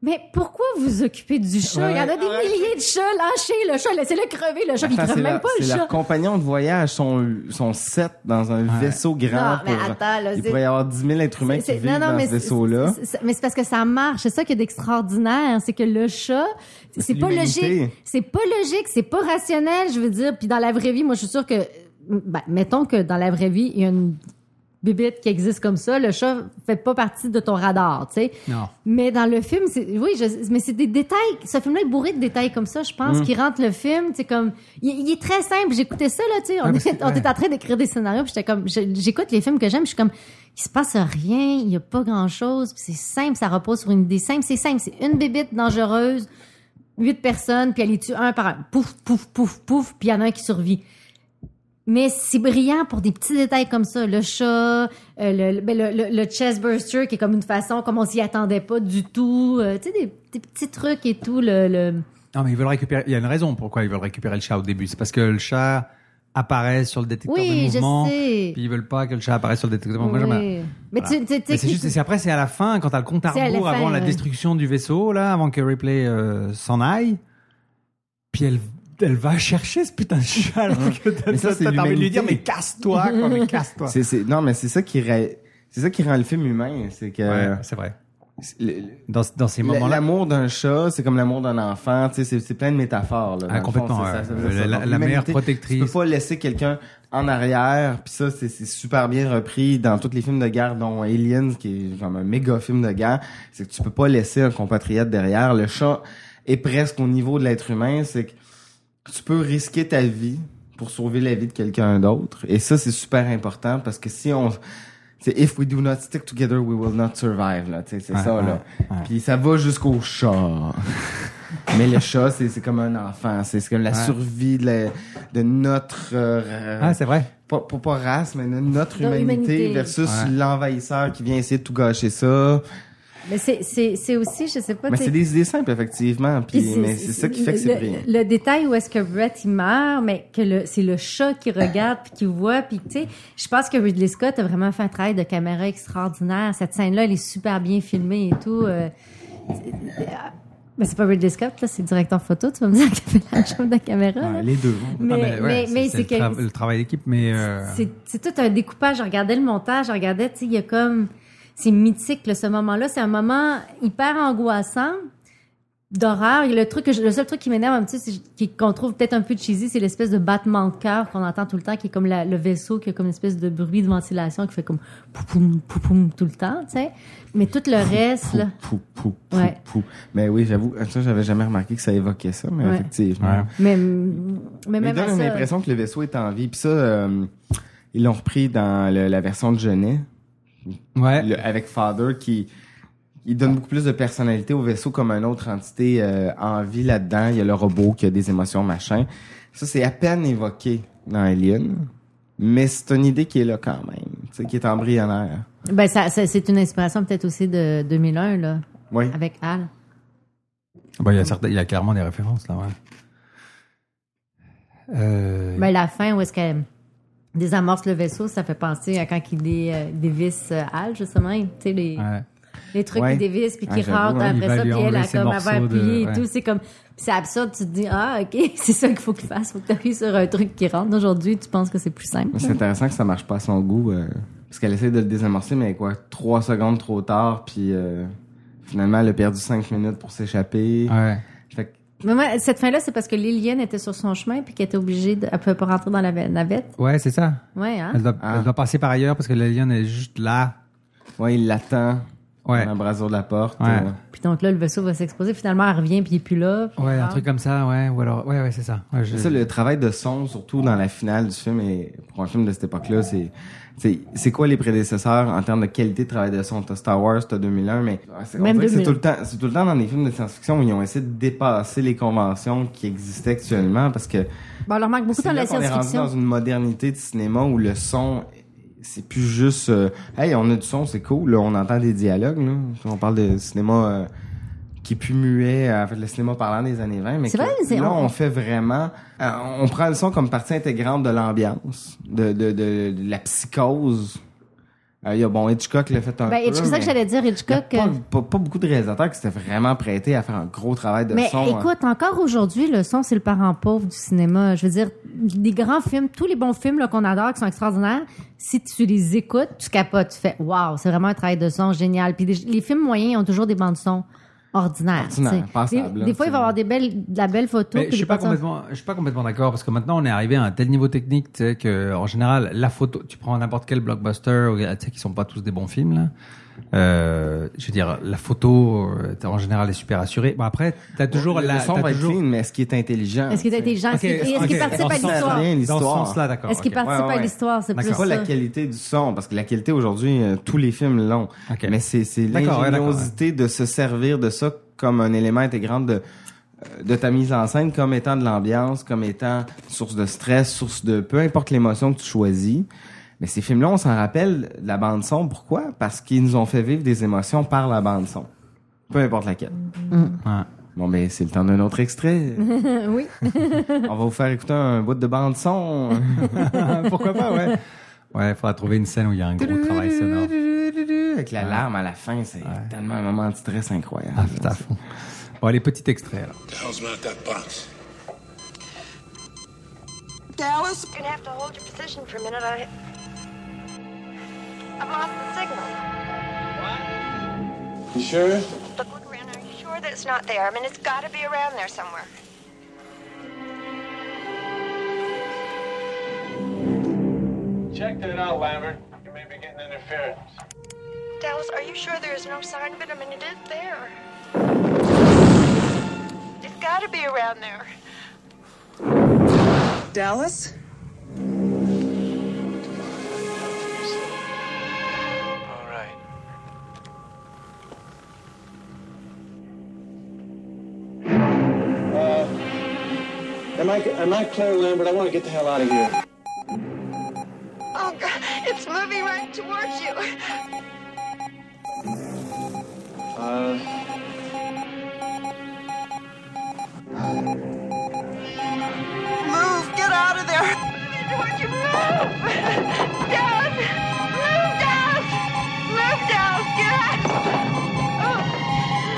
mais pourquoi vous vous occupez du chat? Ouais, Il y en a ouais, des milliers de chats, lâchez le chat, laissez-le crever, le chat, il Attends, creve c'est même leur- pas le c'est chat. leur compagnon de voyage, son, son set dans un vaisseau grand. Non, mais pour- attends, là, il c'est- pourrait y avoir 10 000 êtres humains qui C'est- vivent non, non, dans mais ce c'est- vaisseau-là. c'est- c'est- Mais c'est parce que ça marche. C'est ça qu'il y a d'extraordinaire. C'est que le chat, c'est, c'est pas l'humanité. logique. C'est pas logique. C'est pas rationnel, je veux dire. Puis dans la vraie vie, moi, je suis sûre que, ben, mettons que dans la vraie vie, il y a une bibite qui existe comme ça. Le chat fait pas partie de ton radar, tu sais. Non. Mais dans le film, c'est, oui, je- mais c'est des détails. Ce film-là est bourré de détails comme ça, je pense, Mm. qui rentre le film. C'est comme, il, il est très simple. J'écoutais ça là, tu sais, on, Ouais, parce était, que- on ouais. était en train d'écrire des scénarios, puis j'étais comme, je- j'écoute les films que j'aime, je suis comme, il se passe rien, il y a pas grand chose, c'est simple, ça repose sur une idée simple, c'est simple, c'est une bébite dangereuse, huit personnes, puis elle les tue un par un, pouf, pouf, pouf, pouf, puis il y en a un qui survit. Mais c'est brillant pour des petits détails comme ça. Le chat, euh, le, le, ben, le, le- le chestburster qui est comme une façon, comme on s'y attendait pas du tout. euh, tu sais, des, des petits trucs et tout. Le, le... Non, mais ils veulent récupérer, il y a une raison pourquoi ils veulent récupérer le chat au début. C'est parce que le chat apparaît sur le détecteur Oui, de je mouvement. sais. Puis ils veulent pas que le chat apparaisse sur le détecteur de mouvement. Oui. Moi, j'aime- Mais Voilà. tu- tu- tu- Mais c'est juste, c'est après, c'est à la fin, quand t'as le compte à C'est à la rebours fin, avant la ouais. destruction du vaisseau, là, avant que Ripley euh, s'en aille. Puis elle, elle va chercher ce putain de chat. alors que t'as Mais ça, t'as- c'est t'as envie de lui dire, mais l'humanité. casse-toi, quoi, mais casse-toi. C'est- c'est- non, mais c'est ça qui ra- c'est ça qui rend le film humain, c'est que Ouais, c'est vrai. c'est le- le- Dans, dans ces euh, la- moments-là. L'amour d'un chat, c'est comme l'amour d'un enfant, tu sais, c'est, c'est plein de métaphores. Là, Ah, Dans le fond, complètement, c'est ça, ça veut euh, dire ça. la- Donc, la meilleure l'humanité, protectrice. Tu peux pas laisser quelqu'un en arrière, puis ça, c'est, c'est super bien repris dans tous les films de guerre, dont Aliens, qui est comme un méga film de guerre. C'est que tu peux pas laisser un compatriote derrière. Le chat est presque au niveau de l'être humain, c'est que tu peux risquer ta vie pour sauver la vie de quelqu'un d'autre. Et ça, c'est super important parce que si on... C'est if we do not stick together, we will not survive. Là, tu sais, c'est Ouais, ça, ouais, là. ouais. Puis ça va jusqu'au chat. Mais le chat, c'est c'est comme un enfant. C'est c'est comme la Ouais. survie de, la- de notre... euh, Ah, c'est vrai. Pas, pas, pas race, mais de notre Dans humanité, l'humanité. versus Ouais. Ah, l'envahisseur qui vient essayer de tout gâcher ça. Mais c'est- c'est c'est aussi, je sais pas. Mais tu sais- c'est des idées simples, effectivement. Puis, Puis mais c'est ça qui fait que c'est le- brillant. Le, détail où est-ce que Brett il meurt, mais que le- c'est le chat qui regarde puis qui voit puis tu sais, je pense que Ridley Scott a vraiment fait un travail de caméra extraordinaire. Cette scène-là, elle est super bien filmée et tout. euh, c'est- euh, mais c'est pas Ridley Scott, là, c'est le directeur photo. Tu vas me dire qu'il a fait la chambre de la caméra. là. Ouais, les deux. Mais- Ah, ouais, mais- c'est- mais c'est c'est le, que- tra- le travail d'équipe, mais euh, C'est c'est tout un découpage. Je regardais le montage, je regardais, tu sais, il y a comme. C'est mythique, là, ce moment-là. C'est un moment hyper angoissant, d'horreur. Et Le, truc que je- le seul truc qui m'énerve un petit peu, c'est qui- qu'on trouve peut-être un peu cheesy, c'est l'espèce de battement de cœur qu'on entend tout le temps, qui est comme la- le vaisseau, qui a comme une espèce de bruit de ventilation qui fait comme poupoum, poupoum tout le temps, tu sais. Mais tout le reste, là. Pou, pou, pou, Ouais. pou. Mais oui, j'avoue, ça, j'avais jamais remarqué que ça évoquait ça, mais Ouais. effectivement. Mais, mais Mais même il à donne ça- l'impression que le vaisseau est en vie. Puis ça, euh, ils l'ont repris dans le- la version de Genet. Ouais. avec Father qui il donne beaucoup plus de personnalité au vaisseau comme une autre entité euh, en vie là-dedans. Il y a le robot qui a des émotions, machin. Ça, c'est à peine évoqué dans Alien. Mais c'est une idée qui est là quand même, tu sais, qui est embryonnaire. Ben, ça, ça- c'est une inspiration peut-être aussi de 2001, là. Oui. Avec Al. bon, Bah, il, y a certains- il y a clairement des références là. Ouais. Euh, Mais la fin où est-ce qu'elle désamorce le vaisseau, ça fait penser à quand il dé- euh, dévisse euh, Al, justement. Tu sais, les, ouais. les trucs Ouais. qui dévissent puis Ah, qui j'avoue, rentrent hein, il après va ça, lui puis elle, enlever a ses comme morceaux avant de- plié et ouais. tout. C'est comme, c'est absurde. Tu te dis, ah, OK, c'est ça qu'il faut qu'il fasse. Faut que t'appuies sur un truc qui rentre. Aujourd'hui, tu penses que c'est plus simple. Mais C'est intéressant que ça marche pas à son goût. euh, parce qu'elle essaie de le désamorcer, mais quoi, trois secondes trop tard, puis euh, finalement, elle a perdu cinq minutes pour s'échapper. Ouais. Fait que- Mais moi, cette fin-là, c'est parce que l'Ilienne était sur son chemin puis qu'elle était obligée de, elle pouvait pas rentrer dans la va- navette. Ouais, c'est ça. Ouais, hein? Elle, doit, elle doit passer par ailleurs parce que l'alien est juste là. Ouais, il l'attend. Ouais. Dans l'embrasure de la porte. Ouais. euh, Puis donc là, le vaisseau va s'exposer. Finalement, elle revient puis il est plus là. puis Ouais, elle un rentre. truc comme ça, ouais, ou alors, ouais, ouais, c'est ça. Ouais, je- C'est ça, le travail de son, surtout dans la finale du film, et pour un film de cette époque-là, c'est, c'est, c'est quoi les prédécesseurs en termes de qualité de travail de son? T'as Star Wars, t'as 2001, mais c'est, on Même dirait que c'est 2000. tout le temps, c'est tout le temps dans les films de science-fiction où ils ont essayé de dépasser les conventions qui existaient actuellement parce que Bon, on leur manque beaucoup c'est dans la là qu'on est rendu science-fiction. dans une modernité de cinéma où le son, c'est plus juste, euh, hey, on a du son, c'est cool, là, on entend des dialogues, là. On parle de cinéma, euh, qui est plus muet, euh, en fait, le cinéma parlant des années 20, mais C'est que vrai, c'est- là, on- on fait vraiment, euh, on prend le son comme partie intégrante de l'ambiance, de, de, de, de la psychose. Euh, il y a, bon, Hitchcock l'a fait un Ben, peu, c'est ça mais que j'allais dire, il y a Hitchcock. Pas, euh, pas, pas beaucoup de réalisateurs qui s'étaient vraiment prêtés à faire un gros travail de Mais son. hein. écoute, encore aujourd'hui, le son, c'est le parent pauvre du cinéma. Je veux dire, des grands films, tous les bons films là, qu'on adore, qui sont extraordinaires, si tu les écoutes, tu capotes, tu fais « Wow, c'est vraiment un travail de son génial. » Puis des- les films moyens ont toujours des bandes son ordinaires. Ordinaires, tu sais. passables, Des, là, des fois, il va y avoir des belles, de la belle photo. Mais puis je suis des pas bandes son- complètement, je suis pas complètement d'accord parce que maintenant on est arrivé à un tel niveau technique, tu sais, que en général la photo, tu prends n'importe quel blockbuster, ou, tu sais, qui sont pas tous des bons films là. Euh, je veux dire, la photo euh, t'as- en général est super assurée. Bon après, t'as toujours le la, son t'as va être toujours... clean, mais est-ce qu'il est intelligent? Est-ce qu'il est intelligent? Est-ce qu'il- Ok, est-ce qu'il ok. participe à Dans ce sens-là, l'histoire? Dans ce sens-là, d'accord. Est-ce qu'il ok. participe à l'histoire? C'est plus pas ça. la qualité du son, parce que la qualité aujourd'hui, euh, tous les films l'ont. Mais c'est c'est D'accord, ouais, d'accord, l'ingéniosité de se servir de ça comme un élément intégrant de euh, de ta mise en scène comme étant de l'ambiance, comme étant source de stress, source de peu importe l'émotion que tu choisis. Mais ces films-là, on s'en rappelle de la bande son. Pourquoi? Parce qu'ils nous ont fait vivre des émotions par la bande son. Peu importe laquelle. Bon, mais c'est le temps d'un autre extrait. oui. on va vous faire écouter un bout de bande son. Pourquoi pas, ouais. Ouais, faudra trouver une scène où il y a un gros travail sonore. Avec la larme à la fin, c'est tellement un moment de stress incroyable. Ah, putain, à fond. Bon, les petits extraits alors. The hell's not that box? Dallas? You're gonna have to hold your position for a minute. I. I've lost the signal. You sure? Look, look around. Are you sure that it's not there? I mean, it's gotta be around there somewhere. Check that out, Lambert. You may be getting interference. Dallas, are you sure there is no sign of it? I mean, it is there. It's gotta be around there. Dallas? All right. Uh, am I am I Claire Lambert? I want to get the hell out of here. Oh, God, it's moving right towards you. Uh, Move! Get out of there! Why'd you move? Down! Move down! Move down! Get out! Oh.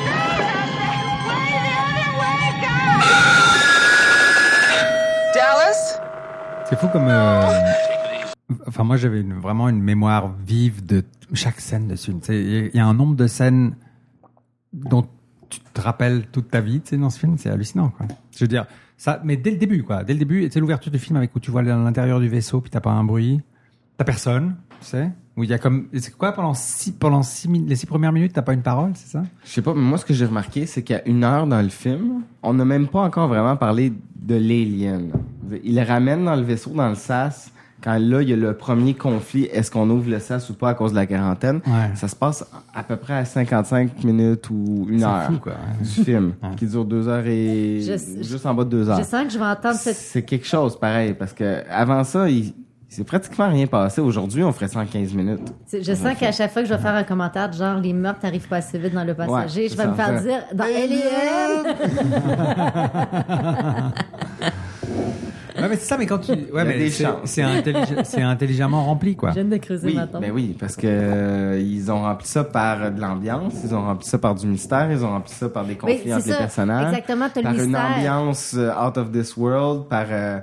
No, not that way! The other way! Go! Dallas? C'est fou comme. euh, Enfin, moi, j'avais une- vraiment une mémoire vive de t- chaque scène de ce film. Tu sais, Il y a un nombre de scènes dont tu te rappelles toute ta vie tu sais, dans ce film. C'est hallucinant. Quoi. Je veux dire, ça, mais dès le début, quoi. Dès le début, c'est l'ouverture du film avec où tu vois l'intérieur du vaisseau, puis t'as pas un bruit, t'as personne, tu sais. Où il y a comme. C'est quoi pendant six, pendant six, min- les six premières minutes, t'as pas une parole, c'est ça Je sais pas, mais moi, ce que j'ai remarqué, c'est qu'il y a une heure dans le film, on n'a même pas encore vraiment parlé de l'alien. Il le ramène dans le vaisseau, dans le SAS, quand là, il y a le premier conflit, est-ce qu'on ouvre le SAS ou pas à cause de la quarantaine? Ouais. Ça se passe à peu près à 55 minutes ou une C'est heure fou, quoi. du film, qui dure deux heures et... Je- juste en bas de deux heures. Je sens que je vais entendre cette. C'est quelque chose, pareil, parce que avant ça, il... il s'est pratiquement rien passé. Aujourd'hui, on ferait 115 minutes. c'est- Je sens qu'à chaque fois que je vais faire un commentaire, de genre les meurtres n'arrivent pas assez vite dans le passager, Ouais, je c'est vais me ça. faire dire dans Alien. Ouais, mais c'est ça, mais quand tu. Ouais, Il y a mais des c'est- chances. c'est intellige- c'est intelligemment rempli, quoi. J'aime de creuser Oui, ma tombe. ben oui, parce que euh, ils ont rempli ça par euh, de l'ambiance, ils ont rempli ça par du mystère, ils ont rempli ça par des conflits c'est entre les ça. personnages. Exactement, t'as le Par une mystère. ambiance euh, out of this world, par euh,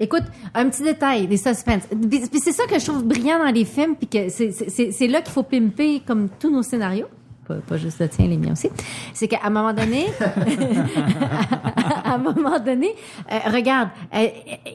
Écoute, un petit détail, des suspens. Puis puis c'est ça que je trouve brillant dans les films, puis que c'est- c'est c'est- c'est là qu'il faut pimper comme tous nos scénarios. Pas, pas juste le tien, les miens aussi. C'est qu'à un moment donné, à un moment donné, euh, regarde, euh,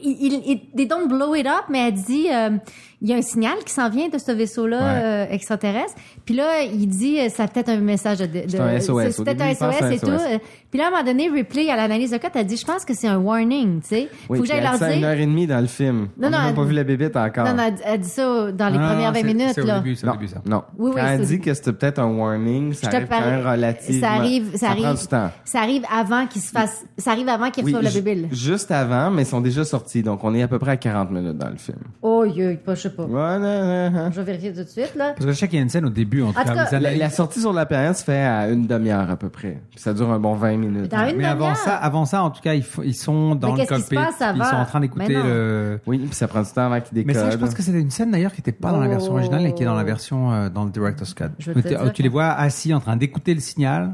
il, il, il- they don't blow it up, mais elle dit, euh, il y a un signal qui s'en vient de ce vaisseau-là Ouais. euh, extraterrestre. Puis là, il dit, euh, ça a peut-être un message de... de- C'est un SOS. C'est Au peut-être début, un il pense SOS à un et tout. SOS. Euh, Puis là, à un moment donné, Ripley, à l'analyse de cas, elle dit, je pense que c'est un warning, tu sais. oui, Faut que puis j'aille elle leur dit à une dire... heure et demie dans le film. Non, On non, n'a elle- pas vu la bébête encore. Non, non, elle, elle dit ça dans les Non, non, premières 20 Ah. c'est- minutes. c'est au là. début, c'est au début, ça. Non. Oui, oui, quand c'est- elle dit que c'était peut-être un warning, ça Je te arrive quand parie- même relativement. Ça arrive, ça, arrive. prend du temps. Ça arrive avant qu'il se fasse, ça arrive avant qu'il reçoive ju- le bébé. juste avant, mais ils sont déjà sortis, donc on est à peu près à 40 minutes dans le film. Oh, yo, pas, je sais pas. Parce Je vais vérifier tout de suite, là. que je sais qu'il y a une scène au début, en tout En tout cas, cas. les La, analyses- la sortie sur la planète se fait à une demi-heure à peu près. Puis ça dure un bon 20 minutes. Dans une mais avant demi-heure. ça, avant ça, en tout cas, ils, fo- ils sont dans Mais le qu'est-ce qui se cockpit. passe puis Ils avant? sont en train d'écouter Mais non. le. Oui, puis ça prend du temps avant qu'il décode. Mais ça, je pense que c'était une scène d'ailleurs qui n'était pas dans la version Oh. originale et qui est dans la version euh, dans le director's cut. Je vais te Tu- dire tu les vois assis en train d'écouter le signal.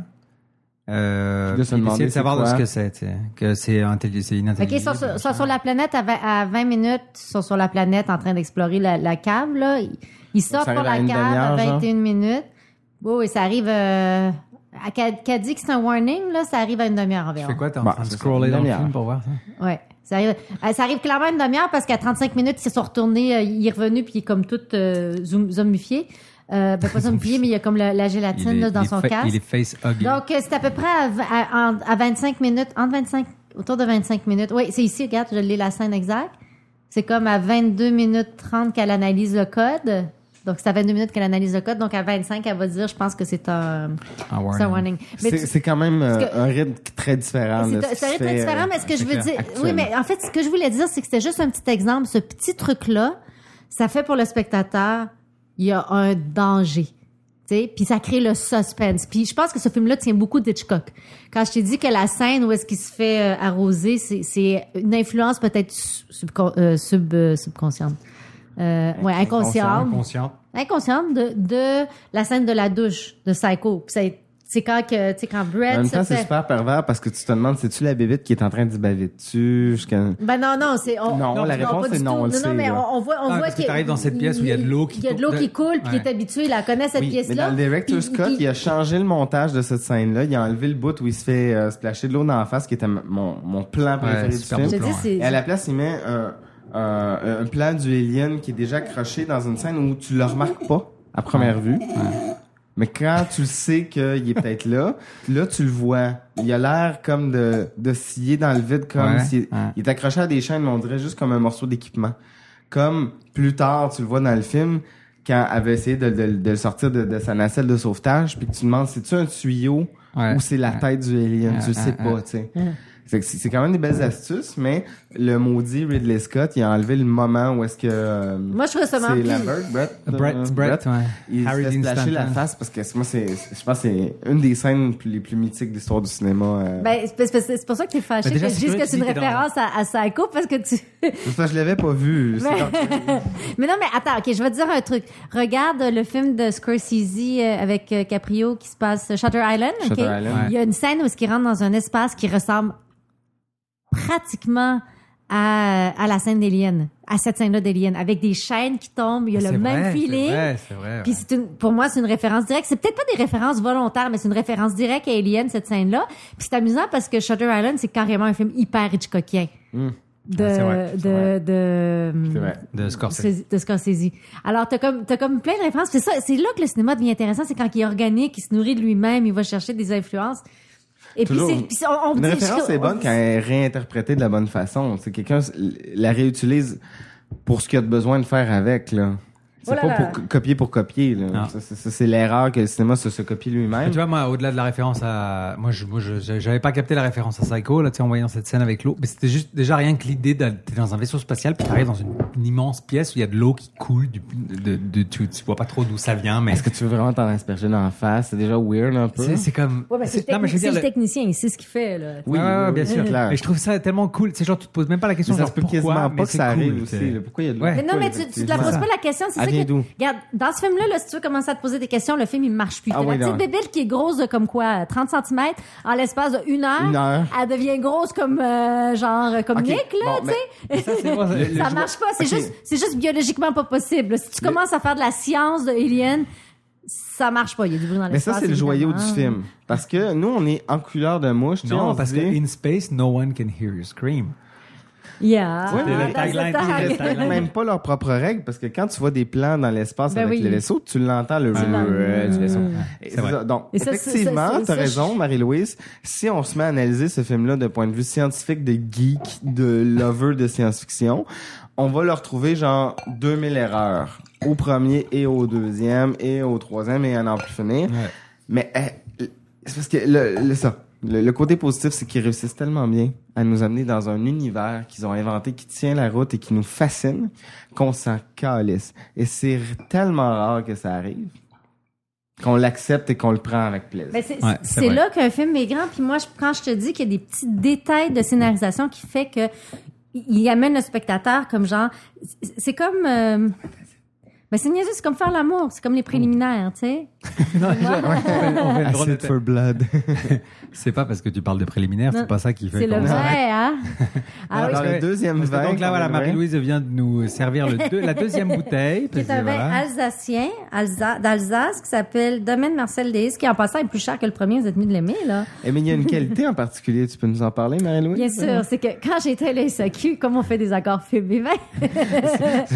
Euh, Puis de se puis demander d'essayer de c'est savoir de quoi. ce que c'est, tu sais, que c'est intelli- c'est Ok, ils inintelligible. sont, sur- sont sur la planète à 20, à 20 minutes, ils sont sur la planète en train d'explorer la, la cave, là. Ils, ils sortent ça pour la arrive à cave une à demi-heure, genre? 21 minutes. Oui, oui, ça arrive, euh, à- qu'elle qu'elle dit que c'est un warning, là, ça arrive à une demi-heure Tu environ. fais quoi T'es en Bah, train de c'est ça, scroller une dans le demi-heure. film pour voir ça Ouais. Ça arrive, euh, ça arrive clairement à une demi-heure parce qu'à 35 minutes, ils se sont retournés, euh, il est revenu puis il est comme tout euh, zoom- zombifié. Euh, ben, pas zombifié, mais il y a comme la, la gélatine là, dans il son fa- casque. Il est face hug. Donc, euh, c'est à peu près à, v- à- en- à 25 minutes, entre 25, autour de 25 minutes. Oui, c'est ici, regarde, je lis la scène exacte. C'est comme à 22 minutes 30 qu'elle analyse le code. Donc, c'est à 22 minutes qu'elle analyse le code. Donc, à 25, elle va dire, je pense que c'est un, Un c'est un warning. warning. Mais C'est tu- c'est quand même euh, parce que- un rythme très différent. de c'est ce qui c'est se un rythme fait, différent, euh, mais ce que je veux actuel- dire. Oui, actuellement. mais en fait, ce que je voulais dire, c'est que c'était juste un petit exemple. Ce petit truc-là, ça fait pour le spectateur, il y a un danger. tu sais, Puis ça crée le suspense. Puis je pense que ce film-là tient beaucoup d'Hitchcock. Quand je t'ai dit que la scène où est-ce qu'il se fait euh, arroser, c'est- c'est une influence peut-être subcon- euh, sub, euh, subconsciente. Euh, ouais, inconsciente Inconscient. inconsciente de, de la scène de la douche de Psycho. Puis c'est- C'est quand que, tu sais, quand En Brett même se temps, c'est fait... super pervers parce que tu te demandes, c'est-tu la bébite qui est en train d'y baver dessus jusqu'à... Ben non, non, c'est... On, Non, la réponse pas est du non, on le non, sait, mais là. on, on voit, on Ah, voit parce que t'arrives dans cette pièce où il y a de l'eau qui Il y a de l'eau coule. qui coule, puis il est Ouais. habitué, il la connaît, cette Oui, mais pièce-là. dans le director's puis- cut, puis- il a changé le montage de cette scène-là. Il a enlevé le bout où il se fait euh, splasher de l'eau dans la face, qui était m- mon, mon plan préféré Ouais, du super film. beau Je plan, dis, ouais. c'est- Et à la place, il met un, un- un plan du alien qui est déjà accroché dans une scène où tu le remarques pas à première vue. Mais quand tu le sais qu'il est peut-être là, là, tu le vois. Il a l'air comme de, de scier dans le vide, comme Ouais, s'il ouais. il est accroché à des chaînes, mais on dirait juste comme un morceau d'équipement. Comme plus tard, tu le vois dans le film, quand elle avait essayé de, de- de le sortir de, de sa nacelle de sauvetage, puis que tu demandes, c'est-tu un tuyau Ouais. ou c'est la Ouais. tête du alien? Ouais, tu le sais ouais, pas, ouais. tu sais. C'est, c'est quand même des belles astuces, mais le maudit Ridley Scott, il a enlevé le moment où est-ce que. euh, Moi, je trouvais ça C'est marrant. Lambert, Brett. euh, Brett, Brett, ouais. Il Harry se fait Dean splasher la Stanton. face parce que moi, c'est, je pense que c'est une des scènes plus- les plus mythiques de l'histoire du cinéma. euh. Ben, c'est- c'est c'est- c'est pour ça que t'es fâché Ben, déjà, que je c'est dise curieux que que c'est tu une dis que t'es référence à, à Psycho parce que tu. C'est parce que je l'avais pas vu. C'est Mais... quand- Mais non, mais attends, ok, je vais te dire un truc. Regarde le film de Scorsese euh, avec euh, Caprio qui se passe euh, Shutter Island. ok? Shutter Island. Il y a une scène où il rentre dans un espace qui ressemble pratiquement à, à la scène d'Alien, à cette scène-là d'Alien, avec des chaînes qui tombent, il y a Ah, C'est le même vrai, feeling. C'est vrai, c'est vrai. Puis ouais. c'est une- pour moi, c'est une référence directe. C'est peut-être pas des références volontaires, mais c'est une référence directe à Alien, cette scène-là. Puis c'est amusant parce que Shutter Island, c'est carrément un film hyper Hitchcockien. Hmm. De, Ah, c'est vrai, c'est de, de, C'est vrai. De Scorsese. de Scorsese. Alors, t'as comme, t'as comme plein de références. C'est ça, c'est là que le cinéma devient intéressant. C'est quand il est organique, il se nourrit de lui-même, il va chercher des influences. Et puis, Toujours. c'est- puis on, on Une dit- référence je- est bonne quand elle est réinterprétée de la bonne façon. C'est quelqu'un s- la réutilise pour ce qu'il a de besoin de faire avec là. C'est Oh là pas là. pour co- copier pour copier. Non. Là. Ça, c'est- ça, c'est l'erreur que le cinéma se, se copie Mais lui-même. tu vois, moi, au-delà de la référence à. Moi, je, moi, je- je- j'avais pas capté la référence à Psycho, là, tu sais, en voyant cette scène avec l'eau. Mais c'était juste, déjà, rien que l'idée d'aller t'es dans un vaisseau spatial, puis t'arrives dans une, une immense pièce où il y a de l'eau qui coule, du, de, de- tu, tu vois pas trop d'où ça vient, mais. Est-ce que tu veux vraiment t'en asperger dans la face? C'est déjà weird un peu. Tu sais, c'est comme. Ouais, ben, c'est non, le, mais je technic- veux c'est dire, le le- technicien, il sait ce qu'il fait, là. Oui, Oui, oui, oui, bien c'est sûr. clair. Et je trouve ça tellement cool. C'est genre, tu te poses même pas la question, Mais ça genre, se peut pourquoi, quasiment mais pas que c'est ça cool, arrive tu sais. aussi, là. Pourquoi il y a de l'eau? Ouais. Mais non, Pourquoi mais il y a tu, de- tu te la poses c'est pas ça. la question. C'est Elle ça vient que, d'où? regarde, dans ce film-là, là, si tu veux commencer à te poser des questions, le film, il marche plus. Ah T'as oui, la petite non. bébelle qui est grosse de comme quoi, 30 cm, en l'espace d'une heure, Une heure. elle devient grosse comme, euh, genre, comme Ok, Nick, là, bon, tu sais. mais- ça, c'est pas- le- Ça le- marche pas. C'est Ok. juste, c'est juste biologiquement pas possible. Si tu commences à faire de la science de Alien, ça marche pas. Il y a du bruit dans Mais l'espace. ça, c'est le joyau du évidemment. film. Parce que nous, on est en couleur de mouche. tu sais, on Non, se parce dit- que in space, no one can hear you Mm. scream. Yeah. Ouais, mais that's le the tagline, tag. il Ils reste- respectent même pas leurs propres règles parce que quand tu vois des plans dans l'espace Ben avec oui. le vaisseau, tu l'entends le Tu l'entends. rrrr du vaisseau. Et Ah, C'est c'est vrai. ça. Donc, Ah, Et ça, c'est- ça, effectivement, c'est- t'as ça, raison, Marie-Louise. Si on se met à analyser ce film-là d'un point de vue scientifique, de geek, de lover de science-fiction, on va leur trouver genre 2000 erreurs au premier et au deuxième et au troisième et à n'en plus finir. Mais eh, c'est parce que le, le- ça. Le, le côté positif, c'est qu'ils réussissent tellement bien à nous amener dans un univers qu'ils ont inventé, qui tient la route et qui nous fascine, qu'on s'en calisse. Et c'est r- tellement rare que ça arrive, qu'on l'accepte et qu'on le prend avec plaisir. Ben, c'est Ouais, c'est c'est vrai. là qu'un film est grand. Puis moi, je- quand je te dis qu'il y a des petits détails de scénarisation qui fait que il il amène le spectateur comme genre, c'est- c'est comme, euh, ben c'est niaiseux, c'est comme faire l'amour, c'est comme les préliminaires, tu sais. Non, on fait une drôle de Acid for blood. C'est pas parce que tu parles de préliminaire, Non. c'est pas ça qui fait C'est le qu'on- vrai, hein. Ah oui, Dans le deuxième Parce que vin, Donc là, quand voilà, même, ouais. Marie-Louise vient de nous servir le deux- la deuxième bouteille. qui parce est que un vin voilà. alsacien Alsa- d'Alsace qui s'appelle Domaine Marcel Deis, qui en passant est plus cher que le premier, vous êtes mis de l'aimer, là. Eh, mais il y a une qualité en particulier, tu peux nous en parler, Marie-Louise? Bien sûr, c'est que quand j'étais à l'SAQ, comme on fait des accords film et vin,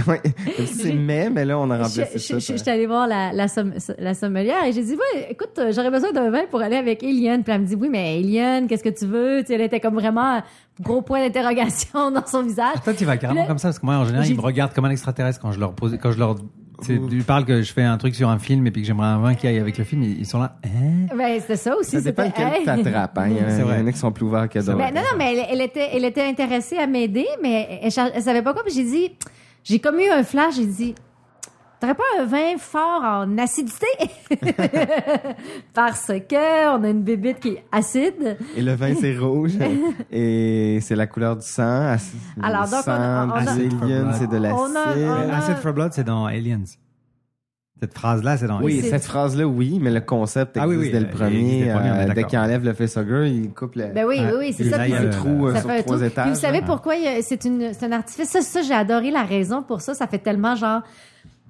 Ouais. Comme si c'est mais, mais là, on a Je- remplacé je- Ah, ben, ça. euh, je- J'étais allée voir la, la, somm- la sommelière et j'ai dit, ouais, écoute, euh, j'aurais besoin d'un vin pour aller avec Eliane. Puis elle me dit, oui, mais Eliane, qu'est-ce que tu veux? Tu sais, elle était comme vraiment un gros point d'interrogation dans son visage. Toi, tu vas carrément Puis là- comme ça, parce que moi, en général, J'ai- ils me regardent comme un extraterrestre quand je leur pose, quand je leur, tu sais, tu parles que je fais un truc sur un film et puis que j'aimerais un vin qui aille avec le film, ils, ils sont là. Hein? Ben, c'était ça aussi. Ça dépend c'était, lequel hey. t'attrapes. Hein. Il y en a- C'est il y vrai. en a qui sont plus ouverts que d'autres. Ben, non, non, mais elle, elle était, elle était intéressée à m'aider, mais elle, char- elle savait pas quoi. Puis j'ai dit, j'ai comme eu un flash, j'ai dit, t'aurais pas un vin fort en acidité? Parce que on a une bébite qui est acide. Et le vin, c'est rouge. et c'est la couleur du sang. Ass- Alors, donc, on sang, a- on a- des aliens, c'est de l'acide. On a- on a- Acid for Blood, c'est dans Aliens. Cette phrase-là, c'est dans Oui, Aliens. cette phrase-là, oui, mais le concept existe Ah oui, oui, dès le il existe premier. dès le premier, euh, on est dès d'accord. qu'il enlève le facehugger, il coupe le... Ben oui, oui, oui, c'est il ça. fait Puis un c'est- trou euh, Ça sur fait un trois trou. hein. étages. Puis vous savez là. pourquoi il y a- c'est une c'est un artifice. Ça, ça j'ai adoré la raison pour ça. Ça fait tellement genre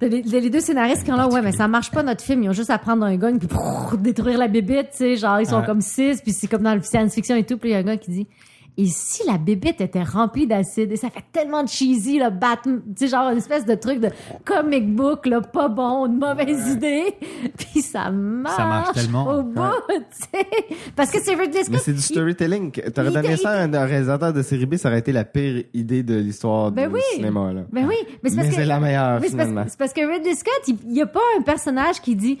de les, de les deux scénaristes qui ont là ouais mais ça marche pas notre film ils ont juste à prendre un gun puis prrr, détruire la bébite tu sais genre ils sont Ouais. comme six puis c'est comme dans le science-fiction et tout puis il y a un gars qui dit et si la bébite était remplie d'acide et ça fait tellement cheesy le Batman tu sais genre une espèce de truc de comic book là pas bon une mauvaise idée puis ça marche, tellement. au bout tu sais parce que c'est Ridley Scott Mais c'est du il- storytelling. T'aurais il- donné il- ça à un réalisateur de série B, ça aurait été la pire idée de l'histoire Ben du oui. cinéma. Là. Ben oui, mais c'est parce Mais que c'est la meilleure, mais c'est parce- finalement. C'est parce, que Ridley Scott, il n'y a pas un personnage qui dit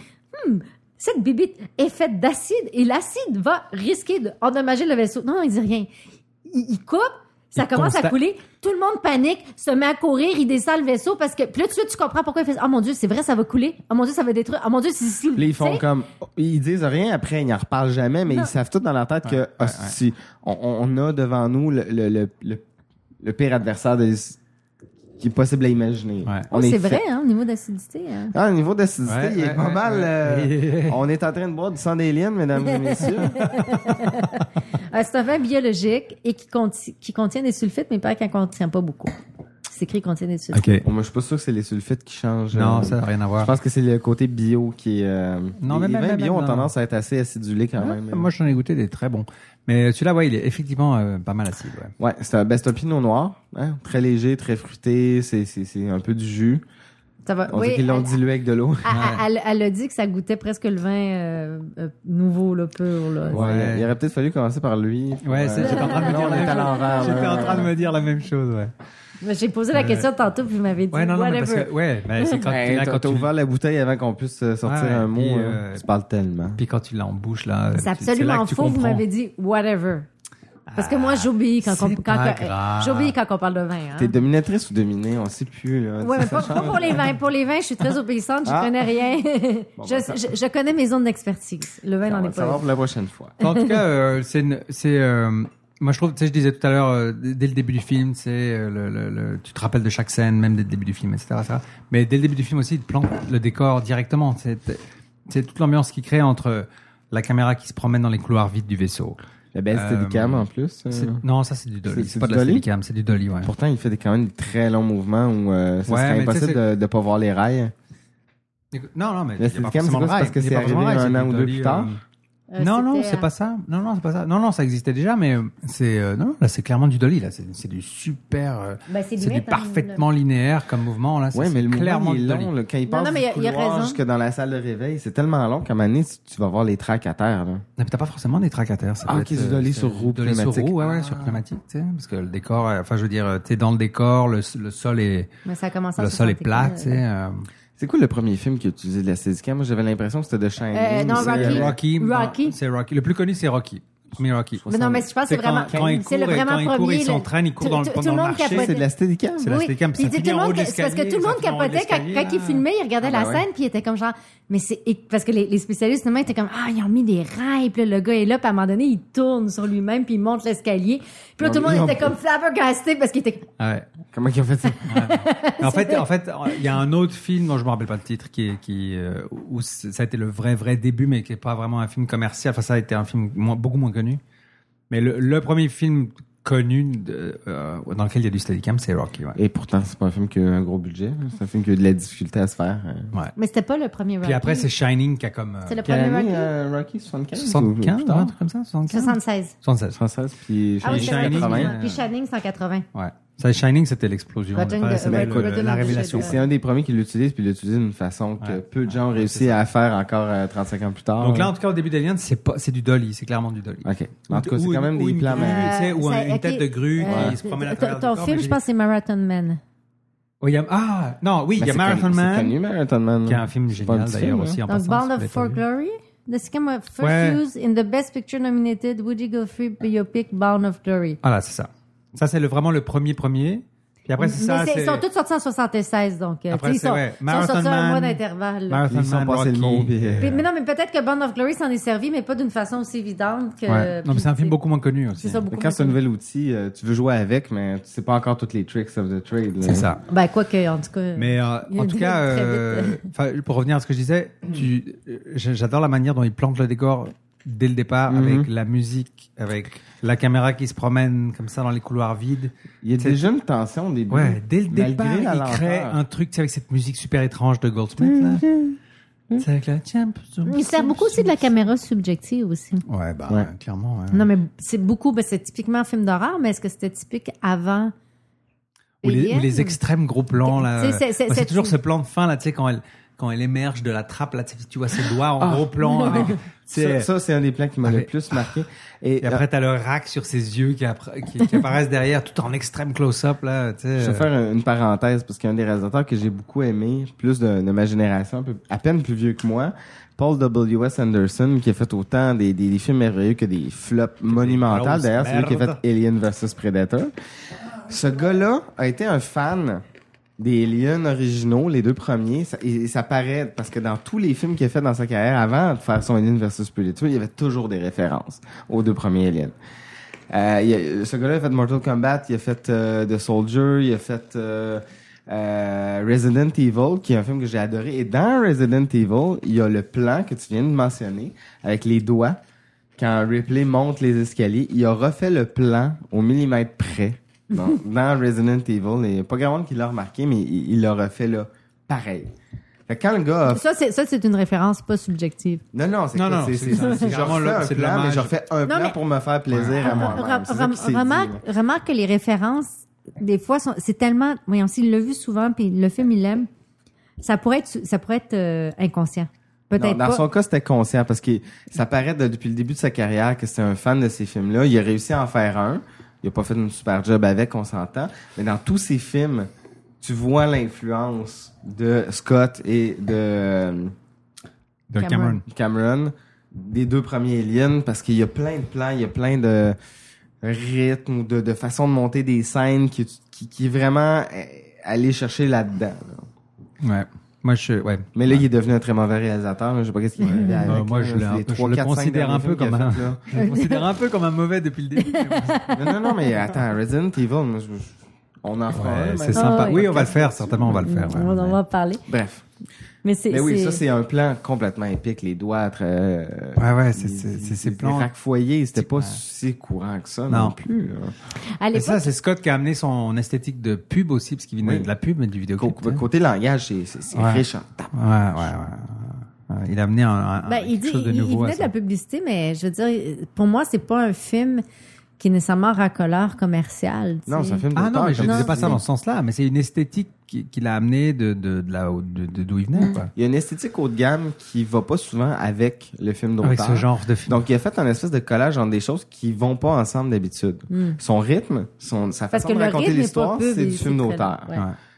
"Hmm, cette bibite est faite d'acide et l'acide va risquer d'endommager le vaisseau." Non, non, il dit rien. il, il coupe, ça Il commence à constate- couler, tout le monde panique, se met à courir, il descend le vaisseau parce que puis là tout de suite tu comprends pourquoi il fait oh mon dieu, c'est vrai ça va couler. Oh mon dieu, ça va détruire. Oh mon dieu, c'est ici. Puis ils Tu font sais? comme. Ils disent rien après, ils n'en reparlent jamais, mais Non. ils savent tout dans leur tête que hostie, On, on a devant nous le, le, le, le, le pire adversaire de l'his- qui est possible à imaginer. Oh, On c'est est vrai, fait. hein, au niveau d'acidité. hein. Ah, au niveau d'acidité, Ouais, il est ouais, pas ouais, mal. ouais. euh, on est en train de boire du sang des lignes, mesdames et messieurs. Euh, c'est un vin biologique et qui, conti- qui contient des sulfites, mais il paraît qu'il n'en contient pas beaucoup. C'est écrit qu'il contient des sulfites. Bon, moi, je suis pas sûr que c'est les sulfites qui changent. euh, Non, ça n'a rien à voir. Je pense que c'est le côté bio qui est. euh, Non, les mais les même- vins même- bio ont même, tendance à être assez acidulés quand Ouais, même. Moi, j'en ai goûté des très bons. Mais celui-là, ouais, il est effectivement euh, pas mal acide. Ouais. Ouais, c'est un, ben, c'est un pinot noir, hein, très léger, très fruité, c'est, c'est, c'est un peu du jus. Ça va. Ah, On Oui, euh, dit qu'ils l'ont elle- dilué avec de l'eau. elle- Ah, Elle, elle a dit que ça goûtait presque le vin euh, euh, nouveau, là, pur. Là. Ouais, Il aurait peut-être fallu commencer par lui. Ouais, c'est- j'étais en train de me Là, dire on la est même à chose. l'envers. J'étais là. en train de me dire la même chose, ouais. Mais J'ai posé la Ouais. question tantôt, puis vous m'avez dit Ouais, non, non, mais whatever. parce que, ouais, mais c'est quand, Hey, là, t'as, quand t'as tu ouvert la bouteille avant qu'on puisse euh, sortir Ouais, un mot. puis, hein. euh, Tu parles tellement. Puis quand tu l'embouches, là. C'est là absolument que tu faux, vous comprends. m'avez dit whatever. Parce que moi, j'obéis quand, on, c'est quand, pas que- grave. j'obéis quand on parle de vin. Hein. T'es dominatrice ou dominée, on sait plus. Là. Ouais, mais pas, pas pour les vins. Pour les vins, je suis très obéissante, je Ah. connais rien. Bon, je, ben, ça- je, je connais mes zones d'expertise. Le vin On n'en va est le pas. savoir pour la prochaine fois. En tout cas, euh, c'est, une- c'est, euh, moi je trouve, tu sais, je disais tout à l'heure, euh, d- dès le début du film, c'est euh, le, le- le- tu te rappelles de chaque scène, même dès le début du film, etc. etc. Mais dès le début du film aussi, il te plante le décor directement. C'est, c'est toute l'ambiance qui crée entre la caméra qui se promène dans les couloirs vides du vaisseau. La belle Steadicam, en plus, euh. c'est- Non, ça c'est du dolly. C'est- C'est, c'est pas du de la dolly? Steadicam, c'est du dolly, ouais. Pourtant, il fait des- quand même des très longs mouvements où euh, ça Ouais, serait mais tu sais, impossible de c'est- ne pas voir les rails. Non, non, mais. La il y a pas Steadicam, c'est forcément quoi? de C'est parce rail. que Il y a c'est pas forcément de arrivé rail, un c'est an du ou deux dolly, plus tard? euh, Euh, non, non, c'était, c'est euh, pas ça. Non, non, c'est pas ça. Non, non, ça existait déjà, mais euh, c'est euh, non, là, c'est clairement du dolly. Là, c'est c'est du super. euh, Ben, c'est c'est limite, du hein, parfaitement linéaire comme mouvement. Là, Ouais, C'est- mais c'est le clairement mouvement, il est du dolly. long. là. Quand il Non, passe non, mais il du y a- il y a couloir raison. jusque dans la salle de réveil, c'est tellement long qu'à un moment donné, tu, tu vas voir les tracks à terre. Là. Non, mais T'as pas forcément des tracataires. Ah, ok, du dolly sur roue euh, Dolly sur pneumatique. roue, ouais, ouais, sur Ah. pneumatique, tu sais, parce que le décor. euh, Enfin, je veux dire, euh, t'es dans le décor, le, le sol est Mais ça a commencé en le sol est 64, plat, euh, tu sais. euh, C'est quoi le premier film qui a utilisé de la Steadicam? Moi, j'avais l'impression que c'était de Shining. Euh, non, C'est- Rocky. Rocky. Rocky. C'est Rocky. Le plus connu, c'est Rocky. Premier Rocky. Mais non, mais je pense que c'est C'est quand- vraiment. quand il c'est court et- vraiment quand il court, premier. il le- s'entraîne, il court tout- dans le- tout- pendant tout le monde marché, capotait. C'est de la Steadicam? C'est la Oui. Steadicam, puis Puis ça tout finit le en monde haut de ca- c'est parce que l'escalier, tout le ça monde finit en haut de capotait quand, l'escalier, quand il là. filmait, il regardait Ah, la bah ouais. scène, puis il était comme genre, mais c'est et- parce que les, les spécialistes même étaient comme ah ils ont mis des rails, puis là, le gars est là, puis à un moment donné il tourne sur lui-même, puis il monte l'escalier, puis là, tout le Non, mais monde ils était ont- comme flabbergasté parce qu'il était Ouais. Comment ils ont fait ça? en fait, en fait, il y a un autre film dont je me rappelle pas le titre qui est qui euh, où c- ça a été le vrai vrai début, mais qui est pas vraiment un film commercial. Enfin, ça a été un film moins- beaucoup moins connu. Mais le, le premier film connu de- euh, dans lequel il y a du steadicam, c'est Rocky. Ouais. Et pourtant, c'est pas un film qui a un gros budget. hein. C'est un film qui a eu de la difficulté à se faire. hein. Ouais. mais c'était pas le premier Rocky. Puis après, c'est Shining qui a comme euh, C'est le Quelle premier année, Rocky. euh, Rocky 75? 75, ou plus tard? un truc comme ça, 75. 76. 76. 76, puis Ah oui, Shining, c'est vrai, 80. euh, excuse-moi. puis Shining 180. Ouais. Ça, Shining, c'était l'explosion. Rotten Enfin, de- c'était Red le- Hood, le- Hood, la Hood, révélation. Hood. C'est un des premiers qui l'utilise, puis il l'utilise d'une façon que peu de gens ont réussi à faire encore euh, 35 ans plus tard. Donc là, en tout cas, au début d'Alien, c'est pas, c'est du dolly, c'est clairement du dolly. OK. En tout cas, Ou- c'est ou quand même une- des ou plans. une mais- grue, tu sais, ou ça- un- une ok. tête de grue Euh, qui se promène à ton- travers le Ton décor, film, je mais j'ai- pense, que c'est Marathon Man. Oh, il y a- Ah, non, oui, il Mais y a c'est connu- Marathon Man. C'est connu, Marathon Man. Qui est un film C'est pas génial, petit d'ailleurs, film, aussi, hein. en Donc, passant, Bound si of vous For l'avez pas vu. Glory, the scam of first Ouais. use in the Best Picture nominated Woody Guthrie biopic Bound of Glory. Voilà, c'est ça. Ça, c'est le, vraiment le premier premier. Puis après, c'est ça. Mais c'est- c'est- ils sont tous sortis en 76, donc. euh, Après, tu sais, ils c'est sont, ouais. ils sont Marathon sortis à un mois Man. d'intervalle. là. Marathon Ils sont Man, passés le mot, Rocky. puis, euh, Puis- mais non, mais peut-être que Bound of Glory s'en est servi, mais pas d'une façon aussi évidente que. Ouais. Non, mais c'est un film beaucoup moins connu aussi. euh, hein. C'est ça, beaucoup. Quand c'est un nouvel outil, euh, tu veux jouer avec, mais tu sais pas encore toutes les tricks of the trade. là. C'est ça. Ben, quoi que, en tout cas. Mais euh, il y a en des- tout cas, très vite, euh, euh, enfin, pour revenir à ce que je disais, tu, euh, j'a- j'adore la manière dont ils plantent le décor dès le départ Mhm. avec la musique, avec la caméra qui se promène comme ça dans les couloirs vides. Il y a C'est- déjà une tension au début. Ouais, dès le malgré départ, la ils lenteur. créent un truc tu sais, avec cette musique super étrange de Goldsmith. Là. C'est avec la tiens. Mhm. Il sert beaucoup aussi de la caméra subjective aussi. Ouais, bah, Ouais. clairement. ouais. Non, mais c'est beaucoup, ben, c'est typiquement un film d'horreur, mais est-ce que c'était typique avant? Ou les, ou Alien? les extrêmes gros plans là. Tu sais, c'est- c'est- Moi, c'est c'est- toujours ce plan de fin là, tu sais quand elle quand elle émerge de la trappe, là, tu tu vois ses doigts en ah, gros plan. Non. Avec, ça, ça c'est un des plans qui m'a le plus marqué. Et, et après, t'as le rack sur ses yeux qui, qui, qui apparaissent derrière, tout en extrême close-up. Là, euh, je vais faire une parenthèse, parce qu'un des réalisateurs que j'ai beaucoup aimé, plus de, de ma génération, un peu, à peine plus vieux que moi, Paul W.S. Anderson, qui a fait autant des, des, des films merveilleux que des flops monumentales. D'ailleurs, c'est lui qui a fait Alien vs. Predator. Ce gars-là a été un fan des Aliens originaux, les deux premiers, ça, et, et, ça paraît parce que dans tous les films qu'il a fait dans sa carrière avant de faire son Alien versus Predator, il y avait toujours des références aux deux premiers Aliens. Euh, il a, ce gars-là a fait Mortal Kombat, il a fait euh, The Soldier, il a fait euh, Resident Evil, qui est un film que j'ai adoré. Et dans Resident Evil, il y a le plan que tu viens de mentionner avec les doigts. Quand Ripley monte les escaliers, il a refait le plan au millimètre près. Dans, dans, Resident Evil. Il n'y a pas grand monde qui l'a remarqué, mais il l'a refait là, pareil. Fait quand le Ah. gars. A... Ça, c'est une référence pas subjective. Non, non, c'est c'est genre un plan, mais je refais un non, plan mais... pour me faire plaisir à moi-même. Remarque, remarque, que les références, des fois, c'est tellement. Voyons, s'il l'a vu souvent, puis le film, il l'aime, ça pourrait être, ça pourrait être euh, inconscient. Non, dans pas. son cas, c'était conscient parce que ça paraît de, depuis le début de sa carrière que c'est un fan de ces films-là. Il a réussi à en faire un il a pas fait une super job avec, on s'entend. Mais dans tous ces films, tu vois l'influence de Scott et de, euh, de Cameron. Cameron, des deux premiers Aliens, parce qu'il y a plein de plans, il y a plein de rythmes ou de, de façon de monter des scènes qui, qui, qui est vraiment euh, aller chercher là-dedans. Là. Ouais. Moi, je, ouais. Mais là, il est devenu un très mauvais réalisateur. Je sais pas qu'est-ce qu'il ouais. avec, euh, bah, Moi, je, là, les 3, je 4, le considère un peu comme un, fait, je le considère un peu comme un mauvais depuis le début. non, non, non, mais attends, Resident Evil, moi, je, on en fera ouais, C'est sympa. Oh, oui, on va le faire, certainement, on va le faire. Ouais. Mm, On en va parler. Bref. Mais, c'est, mais oui, ça, c'est un plan complètement épique, les doigts euh, ouais, ouais, c'est, c'est, ces plans. Les foyer, c'était pas si courant que ça non, plus. Et ça, c'est Scott qui a amené son esthétique de pub aussi, parce qu'il venait de la pub, mais du vidéoclip. hein. côté langage, c'est, c'est, riche. Ouais, ouais, ouais. Il a amené un, quelque chose Bah, de nouveau. ben, Il venait de la publicité, mais je veux dire, pour moi, c'est pas un film qui est nécessairement racoleur commercial. Non, c'est un film Ah non, mais je ne disais pas ça dans ce sens-là, mais c'est une esthétique qu'il a amenée de, de, de, d'où il venait. Mm. Quoi. Il y a une esthétique haut de gamme qui va pas souvent avec le film d'auteur. Avec ce genre de film. Donc, il a fait un espèce de collage entre des choses qui vont pas ensemble d'habitude. Hmm. Son rythme, son, sa façon de raconter l'histoire, c'est du film d'auteur.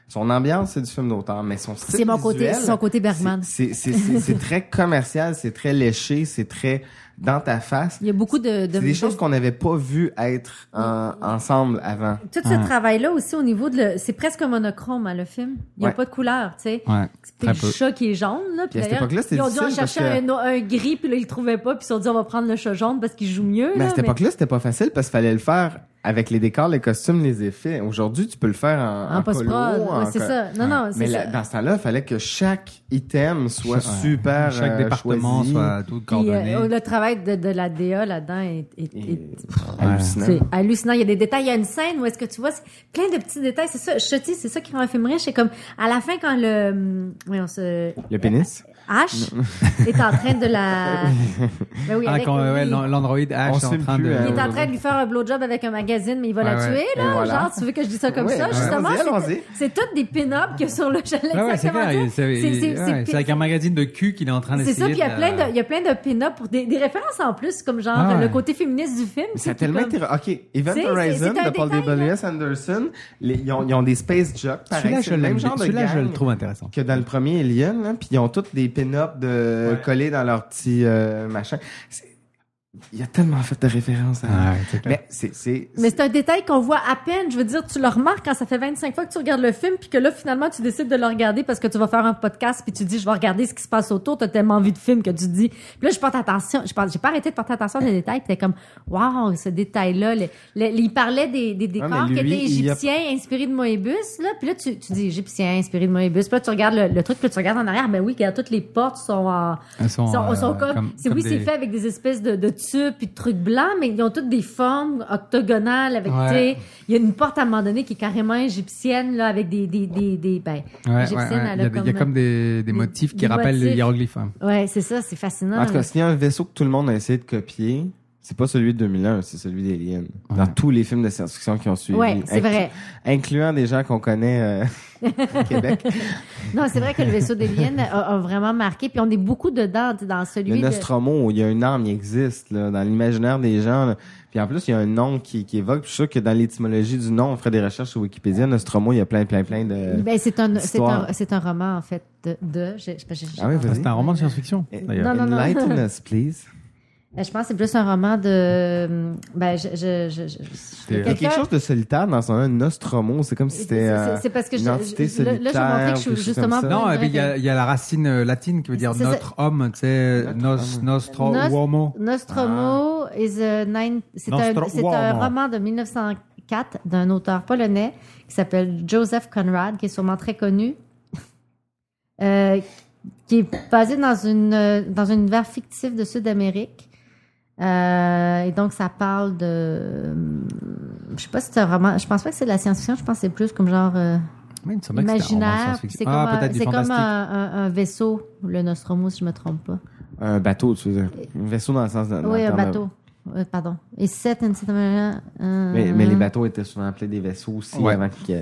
Son ambiance, c'est du film d'auteur, mais son style C'est mon côté, son côté Bergman. C'est très commercial, c'est très léché, c'est très dans ta face. Il y a beaucoup de, Mm. de c'est des choses qu'on n'avait pas vu être euh, ensemble avant. Tout ce ah. travail-là aussi au niveau de, c'est presque monochrome hein, le film. Il n'y a ouais. pas de couleur, tu sais. Ouais. C'est le peu. chat qui est jaune là. Puis, puis à cette là ils ont dû en chercher que... un, un, gris puis là ils le trouvaient pas puis ils se sont dit on va prendre le chat jaune parce qu'il joue mieux. là, Mais à cette mais... époque-là c'était pas facile parce qu'il fallait le faire avec les décors, les costumes, les effets. Aujourd'hui, tu peux le faire en, en, en post-prod. Ouais, Ah, c'est co... ça. Non, non, Mais ça. La, dans ce temps-là, il fallait que chaque item soit Cha super Chaque euh, département choisi. soit tout coordonné. Puis, euh, le travail de, de la DA là-dedans est, est, est... hallucinant. C'est hallucinant. Il y a des détails. Il y a une scène où est-ce que tu vois plein de petits détails. C'est ça. Je te dis, c'est ça qui rend un film riche. C'est comme à la fin quand le... hum, Oui, on se... Le pénis H est en train de la. Ben oui, ah, ouais, l'Android H on est en train plus, de. Il est en train de lui faire un blowjob avec un magazine, mais il va ouais, la tuer, ouais. là. Voilà. Genre, tu veux que je dise ça comme ça? Justement, c'est toutes des pin-ups que sur le chalet. c'est avec un magazine de cul qu'il est en train d'essayer. C'est ça, puis il y a plein de, il y a plein de pin-ups pour des, des, références en plus, comme genre ah le côté féministe du film. C'est tellement intéressant. OK. Event Horizon de Paul W.S. Anderson, ils ont des space jocks, pareil. C'est le même genre de Celui-là, je le trouve intéressant. Que dans le premier Alien, puis ils ont toutes des pin-up de ouais. coller dans leur petit euh, machin. Il y a tellement fait de références à. Ouais, mais c'est mais c'est un détail qu'on voit à peine. Je veux dire, tu le remarques quand ça fait 25 fois que tu regardes le film, puis que là finalement tu décides de le regarder parce que tu vas faire un podcast, puis tu dis je vais regarder ce qui se passe autour. T'as tellement envie de film que tu dis. Puis là je porte attention. Je porte, j'ai pas arrêté de porter attention aux détails. T'es comme waouh ce détail là. Le, le, il parlait des, des décors qui étaient égyptiens a... inspirés de Moebius là. Puis là tu, tu dis égyptiens inspirés de Moebius. Puis là tu regardes le, le truc, puis là, tu regardes en arrière. Ben oui, regarde, toutes les portes sont en, sont, sont, euh, sont, comme, comme c'est oui des... c'est fait avec des espèces de, de tubes puis de trucs blancs, mais ils ont toutes des formes octogonales avec ouais. Il y a une porte à un moment donné qui est carrément égyptienne là, avec des des des, des ben, ouais, égyptienne. Ouais, elle a il, y a, comme, il, y a, comme des, des motifs des, qui rappellent les hiéroglyphes. Hein. Ouais, c'est ça, c'est fascinant. En tout cas, s'il y a un vaisseau que tout le monde a essayé de copier, C'est pas celui de 2001, c'est celui d'Alien. Dans tous les films de science-fiction qui ont suivi. Ouais, c'est inclu- vrai. Incluant des gens qu'on connaît euh, au Québec. non, c'est vrai que le vaisseau d'Alien a, a vraiment marqué. Puis on est beaucoup dedans, tu sais, dans celui Le de... Nostromo, il y a une arme, il existe là, dans l'imaginaire des gens. là. Puis en plus, il y a un nom qui, qui évoque. Puis Je suis sûr que dans l'étymologie du nom, on ferait des recherches sur Wikipédia. Nostromo, il y a plein, plein, plein de. Ben, c'est un, c'est d'histoires. un, c'est un roman, en fait, de... de- j'ai- j'ai- j'ai- Ah oui, vas-y. C'est un roman de science-fiction. d'ailleurs. Non, non, non. Enlighten us, Eh, please. Euh, Je pense que c'est plus un roman de... Ben, je... je, je, je- Il y a quelque chose de solitaire dans son nom, Nostromo. C'est comme si c'était. euh, c'est- c'est parce que une je- entité je- là, là, j'ai montré que solitaire je suis ou quelque chose justement comme ça. pas Non, une et puis il y, a- il y a la racine euh, latine qui veut dire C'est ça. notre homme, tu sais, nos, nostro Nos- uomo. Nostromo Ah. is a nine- C'est un, Nostro- c'est un Uomo. roman de 1904 d'un auteur polonais qui s'appelle Joseph Conrad, qui est sûrement très connu, euh, qui est basé dans une euh, dans un univers fictif de Sud-Amérique. Euh, et donc ça parle de, euh, je sais pas si c'est un roman. Je pense pas que c'est de la science-fiction. Je pense que c'est plus comme genre. euh, Oui, il me semblait que c'était un Imaginaire, roman de puis science-fiction. c'est comme, Ah, un- peut-être des c'est comme fantastiques. un, un- un vaisseau, le Nostromo, si je me trompe pas. Un bateau, tu veux dire. Un vaisseau dans le sens. dans- dans Oui, le un terme- bateau. Euh, pardon. Et sept un- un- Mais, mais les bateaux étaient souvent appelés des vaisseaux aussi Ouais. avant que.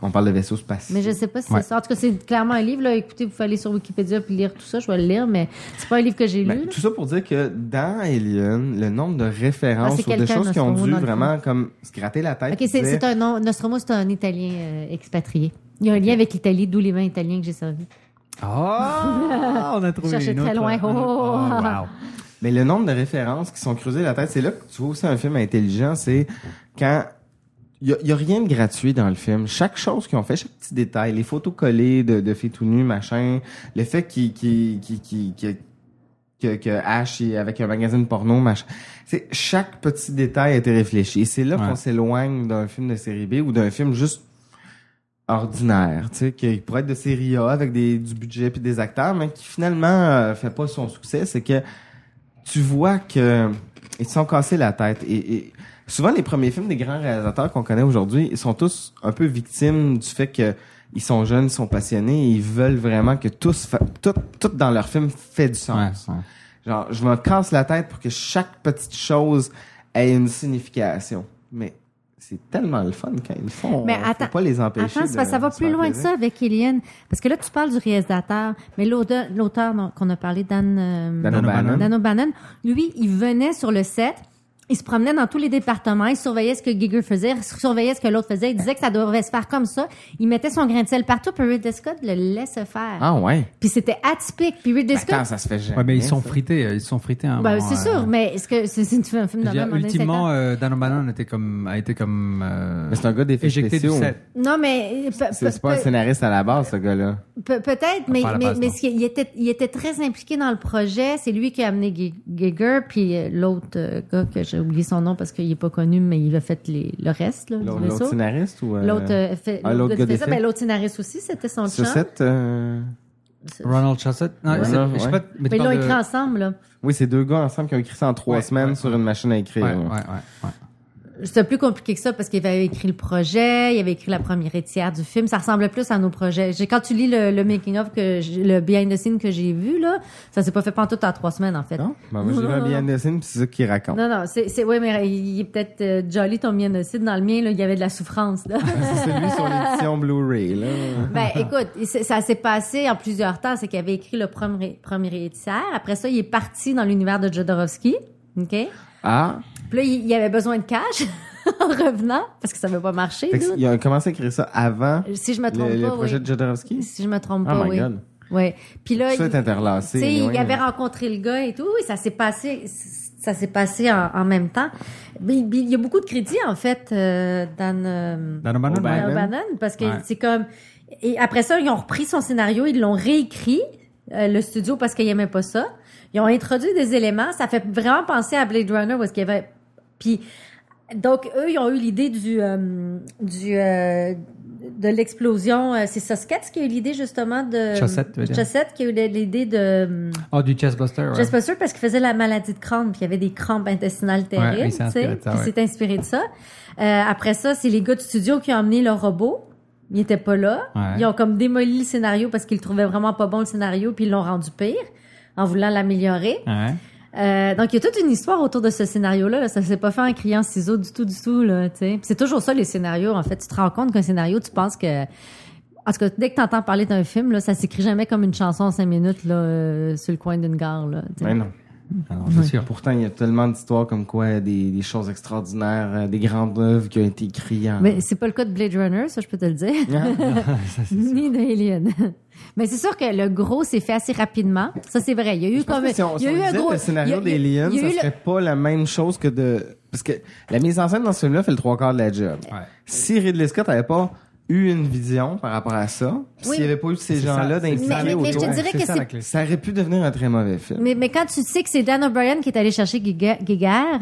On parle de vaisseaux spatiaux. Mais je sais pas si Ouais. c'est ça. En tout cas, c'est clairement un livre. Là. Écoutez, vous pouvez aller sur Wikipédia puis lire tout ça. Je vais le lire, mais c'est pas un livre que j'ai Ben, lu. là. tout ça pour dire que dans Alien, le nombre de Ah, références c'est ou de quelqu'un, choses qui ont Nostromo, dû dans le vraiment fond. comme se gratter la tête. Ok, c'est, dire- c'est un nom. Nostromo, c'est un Italien euh, expatrié. Il y a un lien avec l'Italie, d'où les vins italiens que j'ai servis. Ah, on a trouvé Cherchez une très autre. loin. Oh. Ah, wow. Mais le nombre de références qui sont creusées la tête, c'est là que tu vois aussi un film intelligent, c'est quand il y a- il y a, rien de gratuit dans le film. Chaque chose qu'ils ont fait, chaque petit détail, les photos collées de, de filles tout nues, machin, le fait qu'ils qu'ils- qu'ils- qu'ils- qu'ils- que, que Ash est avec un magazine porno, machin. C'est chaque petit détail a été réfléchi. Et c'est là qu'on s'éloigne d'un film de série B ou d'un film juste ordinaire, tu sais, qui pourrait être de série A avec des, du budget puis des acteurs, mais qui finalement euh, fait pas son succès, c'est que tu vois que ils se sont cassés la tête. Et, et souvent, les premiers films des grands réalisateurs qu'on connaît aujourd'hui, ils sont tous un peu victimes du fait que ils sont jeunes, ils sont passionnés, et ils veulent vraiment que tous, fa- tout, tout dans leur film fait du sens. Genre, je me casse la tête pour que chaque petite chose ait une signification. Mais c'est tellement le fun quand ils le font. hein. Mais Faut attends- pas les empêcher. Attends, c'est parce que ça va plus loin que ça avec Eliane. Parce que là, tu parles du réalisateur, mais l'auteur l'auteur dont- qu'on a parlé, Dan, euh, Dan O'Bannon. Dan O'Bannon, lui, il venait sur le set, il se promenait dans tous les départements, il surveillait ce que Giger faisait, il surveillait ce que l'autre faisait, il disait que ça devait se faire comme ça. Il mettait son grain de sel partout, puis Ridley Scott le laisse faire. Ah ouais. Puis c'était atypique. Puis Ridley Scott... Attends, ça se fait jamais. Ouais, mais ils sont ça. frités, euh, ils sont frités. à un Ben, moment, c'est euh, sûr, mais est-ce que c'est c'est- tu fais un film de je veux dire, même en ultimement, euh, Dan O'Bannon était comme, a été comme. euh, Mais c'est un gars d'effets éjecté du spéciaux. set. Non, mais... pe- euh, C'est c'est pas un pe- scénariste à la base, ce gars-là. Pe- Peut-être, mais, à la mais, base, mais non. ce qui- il, était, il était très impliqué dans le projet. C'est lui qui a amené Gi- Giger, puis euh, l'autre euh, gars que j'ai oublié son nom parce qu'il est pas connu, mais il a fait les, le reste. là, du L'autre vaisseau. l'autre scénariste ou. euh, L'autre euh, fait- ah, l'autre l'autre gars qui gars fait ça, d'effets? ben, l'autre scénariste aussi, c'était son Sur chum. cette, euh, Ronald Chassett. Non, Ouais. c'est- je sais pas, Ouais. tu Mais ils l'ont parles de- écrit ensemble. là. Oui, c'est deux gars ensemble qui ont écrit ça en trois semaines sur une machine à écrire. Ouais, ouais. ouais, ouais. C'était plus compliqué que ça parce qu'il avait écrit le projet, il avait écrit la première étière du film. Ça ressemblait plus à nos projets. J'ai- Quand tu lis le, le making of que j'ai- le behind the scene que j'ai vu là, ça s'est pas fait pantoute en trois semaines en fait. Bah, moi, j'ai vu Non, un non, behind the scenes, puis c'est ça qu'il raconte. Non, non, c'est, c'est, ouais, mais il est peut-être euh, jolly ton mianocide. Dans le mien, là, il y avait de la souffrance, là. C'est celui sur l'édition Blu-ray, là. ben, écoute, il s'est- ça s'est passé en plusieurs temps. C'est qu'il avait écrit le premier, premier éditeur. Après ça, il est parti dans l'univers de Jodorowsky. OK? Puis Ah! là, il, il avait besoin de cash en revenant parce que ça n'avait pas marché, Fait que dude. Ils ont commencé à écrire ça avant Si je me trompe le, le pas, projet oui. de Jodorowsky. Si je me trompe Oh pas, my oui. God. Ouais. Puis là, Tout ça il- est interlacé, tu sais, anyway, il avait mais- rencontré le gars et tout. Oui, ça s'est passé, ça s'est passé en, en même temps. Mais, mais il y a beaucoup de crédits en fait euh, dans euh, Dan O'Bannon, bah. dans ouais. O'Bannon, parce que Ouais. c'est comme et après ça ils ont repris son scénario, ils l'ont réécrit euh, le studio parce qu'ils aimaient pas ça. Ils ont introduit des éléments, ça fait vraiment penser à Blade Runner où est-ce qu'il y avait puis donc eux ils ont eu l'idée du euh, du euh, de l'explosion, euh, c'est Sosquette qui a eu l'idée justement de Chaussette, tu veux dire? Chaussette qui a eu l'idée de Oh, du chestbuster. je suis pas sûre parce qu'il faisait la maladie de Crohn, puis il y avait des crampes intestinales terribles, il tu s'est sais. inspiré de ça, Puis ouais. il s'est inspiré de ça. Euh, après ça, c'est les gars du studio qui ont emmené leur robot. Ils étaient pas là. Ouais. Ils ont comme démoli le scénario parce qu'ils le trouvaient vraiment pas bon le scénario, puis ils l'ont rendu pire en voulant l'améliorer. Ah Ouais. Euh, donc, il y a toute une histoire autour de ce scénario-là. Là. Ça s'est pas fait en criant ciseaux du tout, du tout. Là, tu sais. Puis c'est toujours ça, les scénarios. En fait, tu te rends compte qu'un scénario, tu penses que... En tout cas, dès que tu entends parler d'un film, là, ça s'écrit jamais comme une chanson en cinq minutes là, euh, sur le coin d'une gare. Là, tu sais. Mais non. Alors, Ah c'est Oui. sûr. Pourtant, il y a tellement d'histoires comme quoi euh, des, des choses extraordinaires, euh, des grandes œuvres qui ont été écrites en... Mais c'est pas le cas de Blade Runner, ça je peux te le dire. Ni de Alien. Mais c'est sûr que le gros s'est fait assez rapidement. Ça c'est vrai. Il y a eu Parce comme que si on, Ah, il y a si on eu un disait gros le scénario il y a- il y a- d'Alien, il y a ça eu le- serait pas la même chose que de... Parce que la mise en scène dans ce film-là fait le trois quarts de la job. Si Ridley Scott avait pas eu une vision par rapport à ça, puis Oui. s'il n'y avait pas eu ces C'est ça, c'est ça. gens-là d'impliqués Mais- mais- mais je te autour, dirais que c'est- ça aurait pu devenir un très mauvais film. Mais, mais quand tu sais que c'est Dan O'Brien qui est allé chercher Giga- Giger,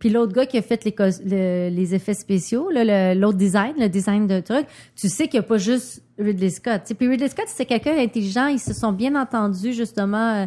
puis l'autre gars qui a fait les, cos- le- les effets spéciaux, là, le- l'autre design, le design de truc, tu sais qu'il n'y a pas juste Ridley Scott. tu sais. Puis Ridley Scott, c'est quelqu'un d'intelligent. Ils se sont bien entendus, justement, euh,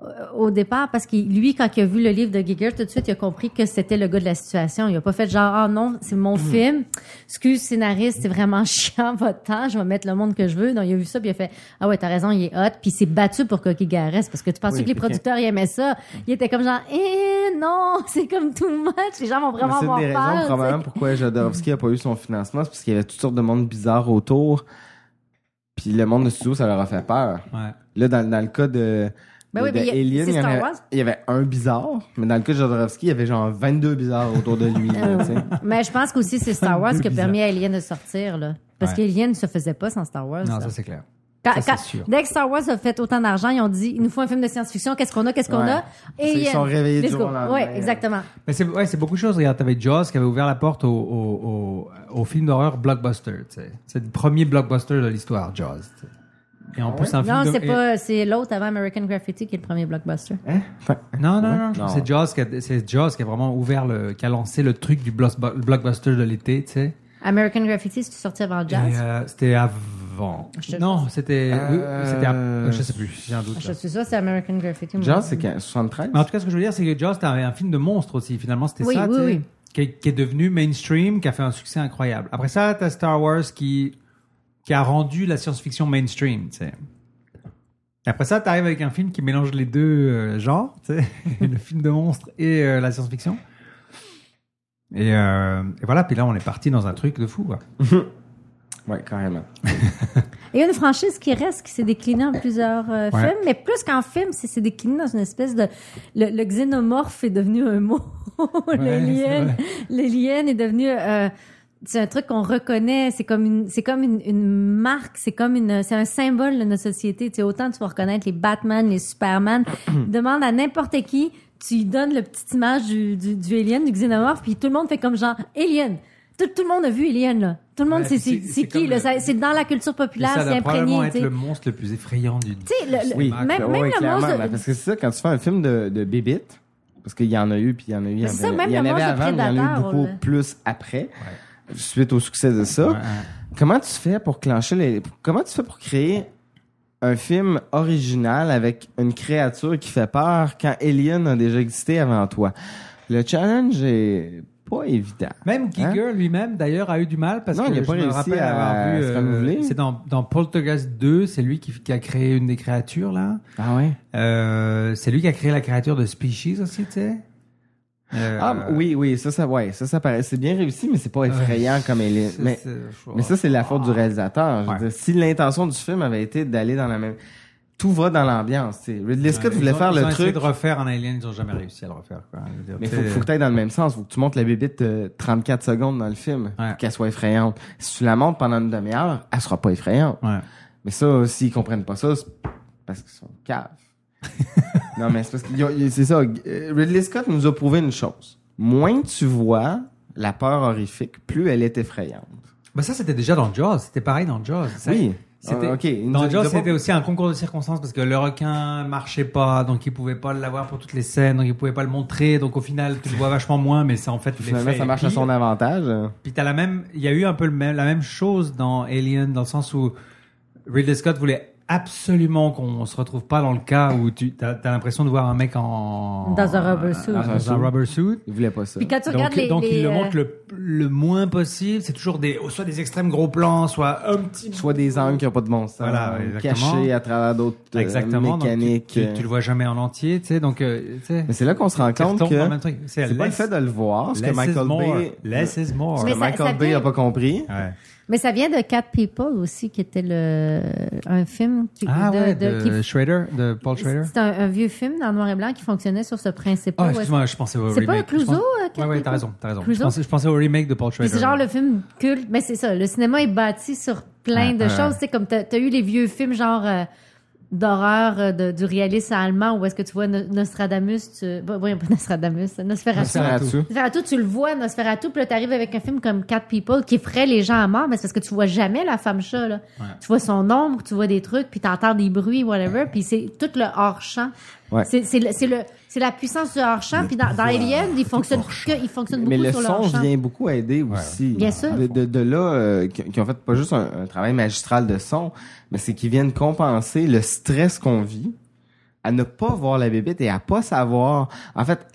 euh, au départ, parce que lui, quand il a vu le livre de Giger, tout de suite, il a compris que c'était le gars de la situation. Il a pas fait genre, ah non, c'est mon Hmm. film. Excuse, scénariste, c'est vraiment chiant, votre temps. Je vais mettre le monde que je veux. Donc, il a vu ça, puis il a fait, ah ouais, t'as raison, il est hot. Puis il s'est battu pour que Giger reste, parce que tu pensais Oui, que les puis que- producteurs ils aimaient ça. Ils étaient comme genre, eh non, c'est comme tout le match. Les gens vont vraiment Mais avoir C'est une des peur. raisons tu sais. probablement pourquoi Jodorowsky n'a pas eu son financement, c'est parce qu'il y avait toutes sortes de monde bizarre autour. Puis le monde de studio, ça leur a fait peur. Là, dans, dans le cas de, Ben de- oui, mais de il y a- Alien, c'est il y, en Star avait, Wars. il y avait un bizarre, mais dans le cas de Jodorowsky, il y avait genre 22 bizarres autour de lui. là, Ah. tu sais. Mais je pense qu'aussi, c'est Star Wars qui a Bizarre. permis à Alien de sortir, là. Parce Ouais. qu'Alien ne se faisait pas sans Star Wars. Non, là. ça c'est clair. Quand- Ça, c'est quand- sûr. dès que Star Wars a fait autant d'argent, ils ont dit il nous faut un film de science-fiction, qu'est-ce qu'on a, qu'est-ce qu'on Ouais. a C'est- ils Alien. sont réveillés du Let's jour go. au lendemain. Ouais, exactement. Mais c'est ouais, c'est beaucoup de choses. Regarde, t'avais Jaws qui avait ouvert la porte au, au, au, au film d'horreur blockbuster. tu sais. C'est le premier blockbuster de l'histoire, Jaws. tu sais. Et en plus, un film Ah Non, de- c'est et- pas c'est l'autre avant American Graffiti qui est le premier blockbuster. Hein? Mm. Non, non, non. je Non. pense que C'est Jaws qui a, c'est Jaws qui a vraiment ouvert le, qui a lancé le truc du blos- blockbuster de l'été, tu sais. American Graffiti, c'est sorti avant Et, Jazz. euh, c'était avant. Je te le Non, c'était, oui, Euh, c'était, ap- je sais plus, j'ai un doute. Je là. suis sûre que c'est American Graffiti. moi. Genre, c'est quand- 73? Mais en tout cas, ce que je veux dire, c'est que Jaws, c'était un film de monstre aussi. Finalement, c'était Oui, ça, oui, tu sais, oui. Qui, qui est devenu mainstream, qui a fait un succès incroyable. Après ça, t'as Star Wars qui, qui a rendu la science-fiction mainstream, tu sais. Et Après ça, t'arrives avec un film qui mélange les deux euh, genres, tu sais, le film de monstre et euh, la science-fiction. Et, euh, et voilà, puis là, on est parti dans un truc de fou, quoi. ouais, carrément. Et une franchise qui reste, qui s'est déclinée en plusieurs euh, Ouais. films, mais plus qu'en film, c'est c'est décliné dans une espèce de... Le, le xénomorphe est devenu un mot. Ouais, L'alien c'est l'alien est devenu... euh, c'est un truc qu'on reconnaît, c'est comme une, c'est comme une, une marque, c'est comme une, c'est un symbole de notre société. Tu sais, autant tu vas reconnaître les Batman, les Superman. Demande à n'importe qui, tu lui donnes le petite image du, du, du alien, du xénomorphe, puis tout le monde fait comme genre alien. Tout, tout le monde a vu alien là. Tout le monde Ouais, sait puis c'est, c'est- c'est c'est qui comme là. le- Ça- C'est dans la culture Puis populaire, ça c'est doit probablement imprégné. être tu sais. le monstre le plus effrayant du Tu sais, le- le- même, Ouais, même ouais, le clairement, ben, monstre. mais parce que c'est ça, quand tu fais un film de, de bébite, parce qu'il y en a eu, puis il y en a eu, il y en, C'est ça, avait- même il y en le avait monstre avant, mais il y en a eu Predator, beaucoup là. plus après, suite au succès de ça. Comment tu fais pour clencher les... Comment tu fais pour créer un film original avec une créature qui fait peur quand Alien a déjà existé avant toi? Le challenge est pas évident. Même Giger lui-même, d'ailleurs, a eu du mal parce Hein? Non, que il a je pas me réussi rappelle à avoir vu. se euh, renouveler. c'est dans, dans Poltergeist 2, c'est lui qui, qui a créé une des créatures là. Euh, Ah ouais. c'est lui qui a créé la créature de Species aussi, tu sais. Euh, Ah oui, oui, ça, ça, ouais, ça, ça paraît, c'est bien réussi, mais c'est pas effrayant comme Alien. c'est- Mais, c'est- mais ça, c'est la faute du réalisateur. Je veux dire, si l'intention du film avait été d'aller dans la même, tout va dans l'ambiance. tu sais. Ridley Scott Ils voulait ont- faire ils le ont essayé truc. de refaire en Alien, ils ont jamais réussi à le refaire. Quoi. Je veux dire, Mais tu faut, sais, faut que t'ailles dans le même sens. Faut que tu montes la bébite euh, 34 secondes dans le film pour qu'elle soit effrayante. Si tu la montes pendant une demi-heure, elle sera pas effrayante. Mais ça, s'ils comprennent pas ça, c'est parce qu'ils sont caves. non, mais c'est parce qu'ils ont- ils- c'est ça. Euh, Ridley Scott nous a prouvé une chose. Moins tu vois la peur horrifique, plus elle est effrayante. Bah ça, c'était déjà dans Jaws. C'était pareil dans Jaws. Ça, Oui. C'était, Ah, ok. Il nous Dans a- il Jaws, nous a pas- c'était aussi un concours de circonstances parce que le requin marchait pas, donc il pouvait pas l'avoir pour toutes les scènes, donc il pouvait pas le montrer, donc au final, tu le vois vachement moins, mais c'est en fait Finalement, l'effet ça est marche à pire. son avantage. hein. Puis t'as la même, il y a eu un peu le même, la même chose dans Alien, dans le sens où Ridley Scott voulait absolument qu'on se retrouve pas dans le cas où tu as, l'impression de voir un mec en Dans un rubber suit. dans un rubber suit. Il voulait pas ça. Puis quand tu donc, regardes les- donc les, il le euh, montre le, le moins possible. C'est toujours des soit des extrêmes gros plans, soit un petit. Soit des angles qui n'ont pas de bon sens. Voilà, exactement. Cachés à travers d'autres euh, Exactement. donc tu- mécaniques. euh, tu, tu le vois jamais en entier, tu sais. Donc, euh, tu sais, Mais c'est là qu'on se rend tu compte retombes que dans le même truc. c'est pas le less- fait de le voir, ce que less is Michael more. Bay, Less is more. ce Mais que ça- ça Michael Bay vient- a pas compris. Mais ça vient de Cat People aussi, qui était le, un film qui, Ah de- ouais, de- de, qui- Schrader, de Paul Schrader. C'est un, un vieux film en noir et blanc qui fonctionnait sur ce principe-là. Ah, où est-ce- excuse-moi, je pensais au C'est pas remake. Clouseau, Je pense- euh, Cat Ouais, ouais, People? t'as raison, t'as raison. Je Clouseau? pensais, je pensais au remake de Paul Puis Schrader. c'est genre le film culte, mais c'est ça. Le cinéma est bâti sur plein Ouais, de ouais. choses. C'est comme t'as as eu les vieux films genre euh, d'horreur euh, de- du réalisme allemand où est-ce que tu vois No- Nostradamus, tu... bah, oui, pas Nostradamus, Nosferatu. Nosferatu. Nosferatu, tu le vois, Nosferatu, puis là t'arrives avec un film comme Cat People qui effraie les gens à mort, mais c'est parce que tu vois jamais la femme chat là. Tu vois son ombre, tu vois des trucs, puis t'entends des bruits, whatever, puis c'est tout le hors champ. Ouais. C'est c'est le- c'est le- c'est la puissance du hors champ. Puis dans, dans Alien, il fonctionne, que, il fonctionne beaucoup Mais le sur le son hors champ. vient beaucoup aider aussi. Bien sûr. De, de- de là, euh, qui, qui ont fait pas juste un, un travail magistral de son, mais c'est qu'ils viennent compenser le stress qu'on vit à ne pas voir la bébête et à pas savoir. En fait,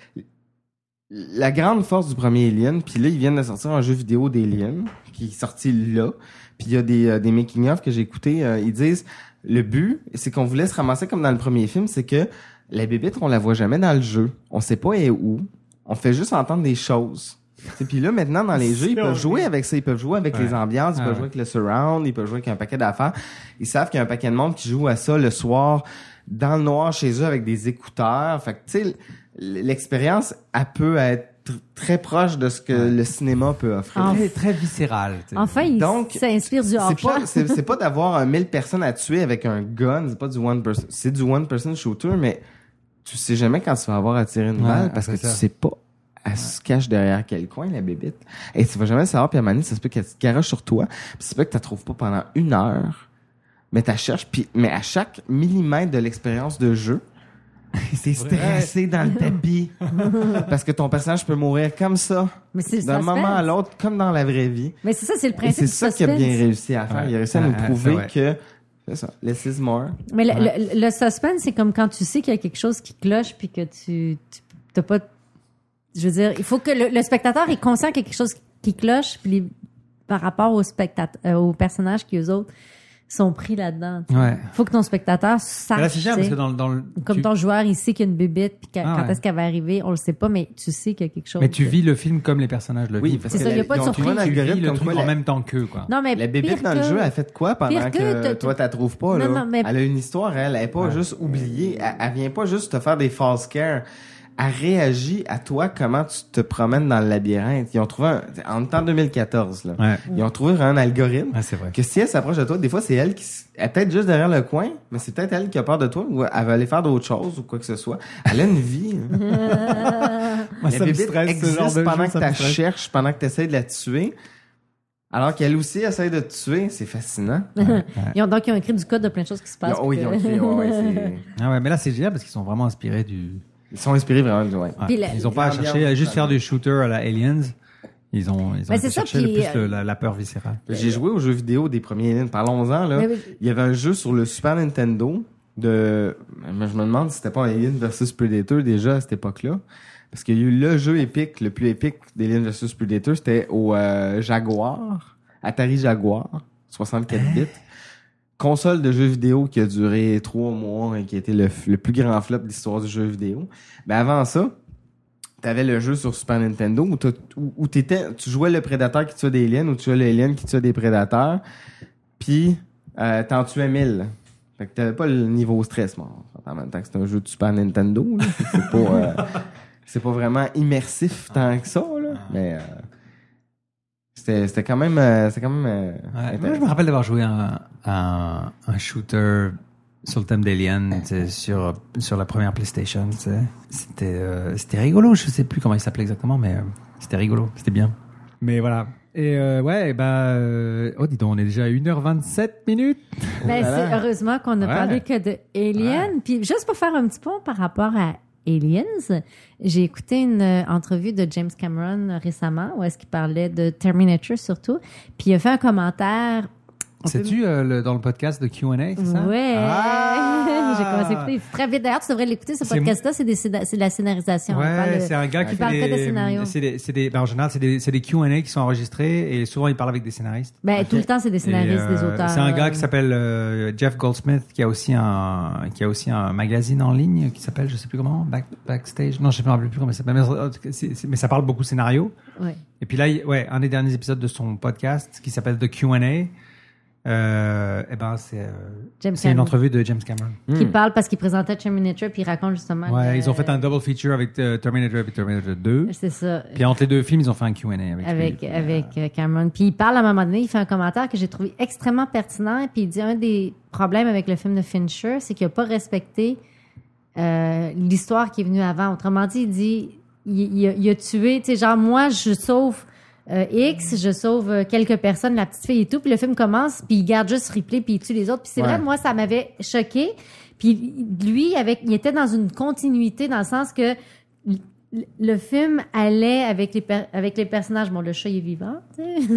la grande force du premier Alien, puis là, ils viennent de sortir un jeu vidéo d'Alien, qui est sorti là. Puis il y a des, euh, des making-of que j'ai écoutés, euh, ils disent, le but, c'est qu'on vous laisse ramasser comme dans le premier film, c'est que la bébête, on la voit jamais dans le jeu. On sait pas elle est où. On fait juste entendre des choses. Et puis là, maintenant, dans les jeux, ils peuvent jouer avec ça. Ils peuvent jouer avec Ouais. les ambiances, ils Ah peuvent ouais. jouer avec le surround, ils peuvent jouer avec un paquet d'affaires. Ils savent qu'il y a un paquet de monde qui joue à ça le soir, dans le noir, chez eux, avec des écouteurs. Fait que, tu sais, l'expérience, elle peut être tr- très proche de ce que le cinéma peut offrir. Très, très viscéral. tu sais. Enfin, il Donc, s'inspire du C'est hors-champ. pas, c'est, c'est pas d'avoir euh, 1000 personnes à tuer avec un gun, c'est pas du one person, c'est du one person shooter, mais tu sais jamais quand tu vas avoir à tirer une Ouais, balle parce c'est que ça. tu sais pas elle se cache derrière quel coin, la bébite. Et tu vas jamais savoir, puis à un moment donné, ça se peut qu'elle se garoche sur toi, puis ça se peut que tu la trouves pas pendant une heure, mais tu cherches, puis, mais à chaque millimètre de l'expérience de jeu, c'est stressé dans le tapis. parce que ton personnage peut mourir comme ça. Mais c'est le D'un moment à suspense. l'autre, comme dans la vraie vie. Mais c'est ça, c'est le Et principe c'est du ça qu'il a bien suspense. réussi à faire. Ouais. Il a réussi à nous Ah, ah, prouver c'est vrai. que c'est ça, less is more. Mais le, Ouais. le- le suspense, c'est comme quand tu sais qu'il y a quelque chose qui cloche puis que tu tu- t'as pas. Je veux dire, il faut que le, le spectateur est conscient qu'il y a quelque chose qui cloche puis les- par rapport aux spectateurs, aux personnages qui eux autres sont pris là-dedans. tu sais. Ouais. Faut que ton spectateur Mais sache. là, c'est cher tu parce sais. que dans, le- dans le. comme tu- ton joueur, il sait qu'il y a une bébite puis qu'à- Ah quand ouais. est-ce qu'elle va arriver, on le sait pas, mais tu sais qu'il y a quelque chose. Mais tu vis le film comme les personnages le Oui, vivent. parce C'est que ça, la- y a pas de ils ont trouvé surprise. un Tu vis algorithme le comme truc quoi en la- même temps qu'eux, quoi. Non, mais La bébite pire dans le que- jeu, elle fait de quoi pendant pire que, que t'as- toi, t'as trouves pas? Là? Non, non, mais- Elle a une histoire, elle. Elle est pas juste oubliée. Elle, elle vient pas juste te faire des false care. Elle réagit à toi comment tu te promènes dans le labyrinthe. Ils ont trouvé un, en temps 2014, là. Ouais. Ils ont trouvé un algorithme Ah, c'est vrai. que si elle s'approche de toi, des fois, c'est elle qui s- elle est peut-être juste derrière le coin, mais c'est peut-être elle qui a peur de toi ou elle va aller faire d'autres choses ou quoi que ce soit. Elle a une vie. hein. Moi, la ça me bébite stresse, ce existe genre de jeu, pendant ça que me tu stresse. cherches, pendant que tu essaies de la tuer. Alors qu'elle aussi essaie de te tuer, c'est fascinant. Ils ont, donc, ils ont écrit du code de plein de choses qui se Ils passent. ont- oh, puis ils que- ont écrit, ouais, ouais, c'est- Ah ouais, mais là, c'est génial parce qu'ils sont vraiment inspirés du. Ils sont inspirés vraiment du. Ouais. Ouais. Puis la- Ils ont pas à L'ambiance. chercher à juste faire du shooter à la Aliens. Ils ont, ils ont Mais été c'est ça, chercher le puis, plus le- euh, la, la peur viscérale. J'ai joué aux jeux vidéo des premiers Alien. Parlons-en, là. Mais Ben oui. Il y avait un jeu sur le Super Nintendo de. mais Je me demande si c'était pas un Alien versus Predator déjà à cette époque-là. Parce qu'il y a eu le jeu épique, le plus épique d'Alien versus Predator, c'était au euh, Jaguar, Atari Jaguar, 64 Hein? bits. Console de jeux vidéo qui a duré trois mois et qui a été le, f- le plus grand flop de l'histoire du jeu vidéo. Mais avant ça, T'avais le jeu sur Super Nintendo où, t'as- où- où t'étais- tu jouais le prédateur qui tue des aliens ou tu jouais le alien qui tue des prédateurs, puis euh, t'en tuais 1000. Fait que t'avais pas le niveau stress, moi. En même temps que c'est un jeu de Super Nintendo, là. c'est pas, euh, c'est pas vraiment immersif tant que ça, Ah. là. mais euh, c'était c'était quand même, euh, c'était quand même euh, Ouais, moi, je me intéressant. rappelle d'avoir joué un, un, un shooter sur le thème d'Alien, tu sais, sur, sur la première PlayStation. tu sais. C'était euh, c'était rigolo, je sais plus comment il s'appelait exactement, mais euh, c'était rigolo, c'était bien. Mais voilà. Et euh, ouais, bah, euh, oh, dis donc, on est déjà à 1h27 minutes. Ben, Voilà. c'est heureusement qu'on n'a Ouais. parlé que de Alien. Puis juste pour faire un petit pont par rapport à Aliens, j'ai écouté une euh, entrevue de James Cameron euh, récemment où est-ce qu'il parlait de Terminator surtout. Puis il a fait un commentaire C'est-tu euh, le- dans le podcast de Q&A, c'est ça? Ouais. Ah! J'ai commencé à écouter très vite. D'ailleurs, tu devrais l'écouter, ce C'est podcast-là. C'est des scéna- c'est de la scénarisation. On parle Ouais, de- c'est un gars il qui parle fait que de des, scénarios. c'est des, c'est des- ben, en général, c'est des, c'est des Q&A qui sont enregistrés et souvent il parle avec des scénaristes. Ben, tout le temps, c'est des scénaristes, Et, euh, des auteurs. C'est un gars euh, qui s'appelle euh, Jeff Goldsmith qui a aussi un qui a aussi un magazine en ligne qui s'appelle je sais plus comment Back- backstage non je ne me rappelle plus comment ça s'appelle mais, c'est- c'est- mais ça parle beaucoup scénario. Ouais. Et puis là il- ouais un des derniers épisodes de son podcast qui s'appelle The Q&A euh, eh ben c'est euh, James c'est une Cameron. entrevue de James Cameron. Qui parle parce qu'il présentait Terminator puis il raconte justement. Ouais, le- ils ont fait un double feature avec euh, Terminator et Terminator 2. C'est ça. Puis entre les deux films, ils ont fait un Q&A avec, avec, lui. avec euh, Cameron. Puis il parle à un moment donné, il fait un commentaire que j'ai trouvé extrêmement pertinent. Et puis il dit un des problèmes avec le film de Fincher, c'est qu'il n'a pas respecté euh, l'histoire qui est venue avant. Autrement dit, il dit il, il a, il a tué, tu sais, genre moi je sauve. euh, X, je sauve euh, quelques personnes, la petite fille et tout, puis le film commence, puis il garde juste Ripley, puis il tue les autres. Puis c'est Ouais. vrai, moi, ça m'avait choqué. Puis lui, avec, il était dans une continuité dans le sens que le- le film allait avec les, per- avec les personnages. Bon, le chat, il est vivant, tu sais.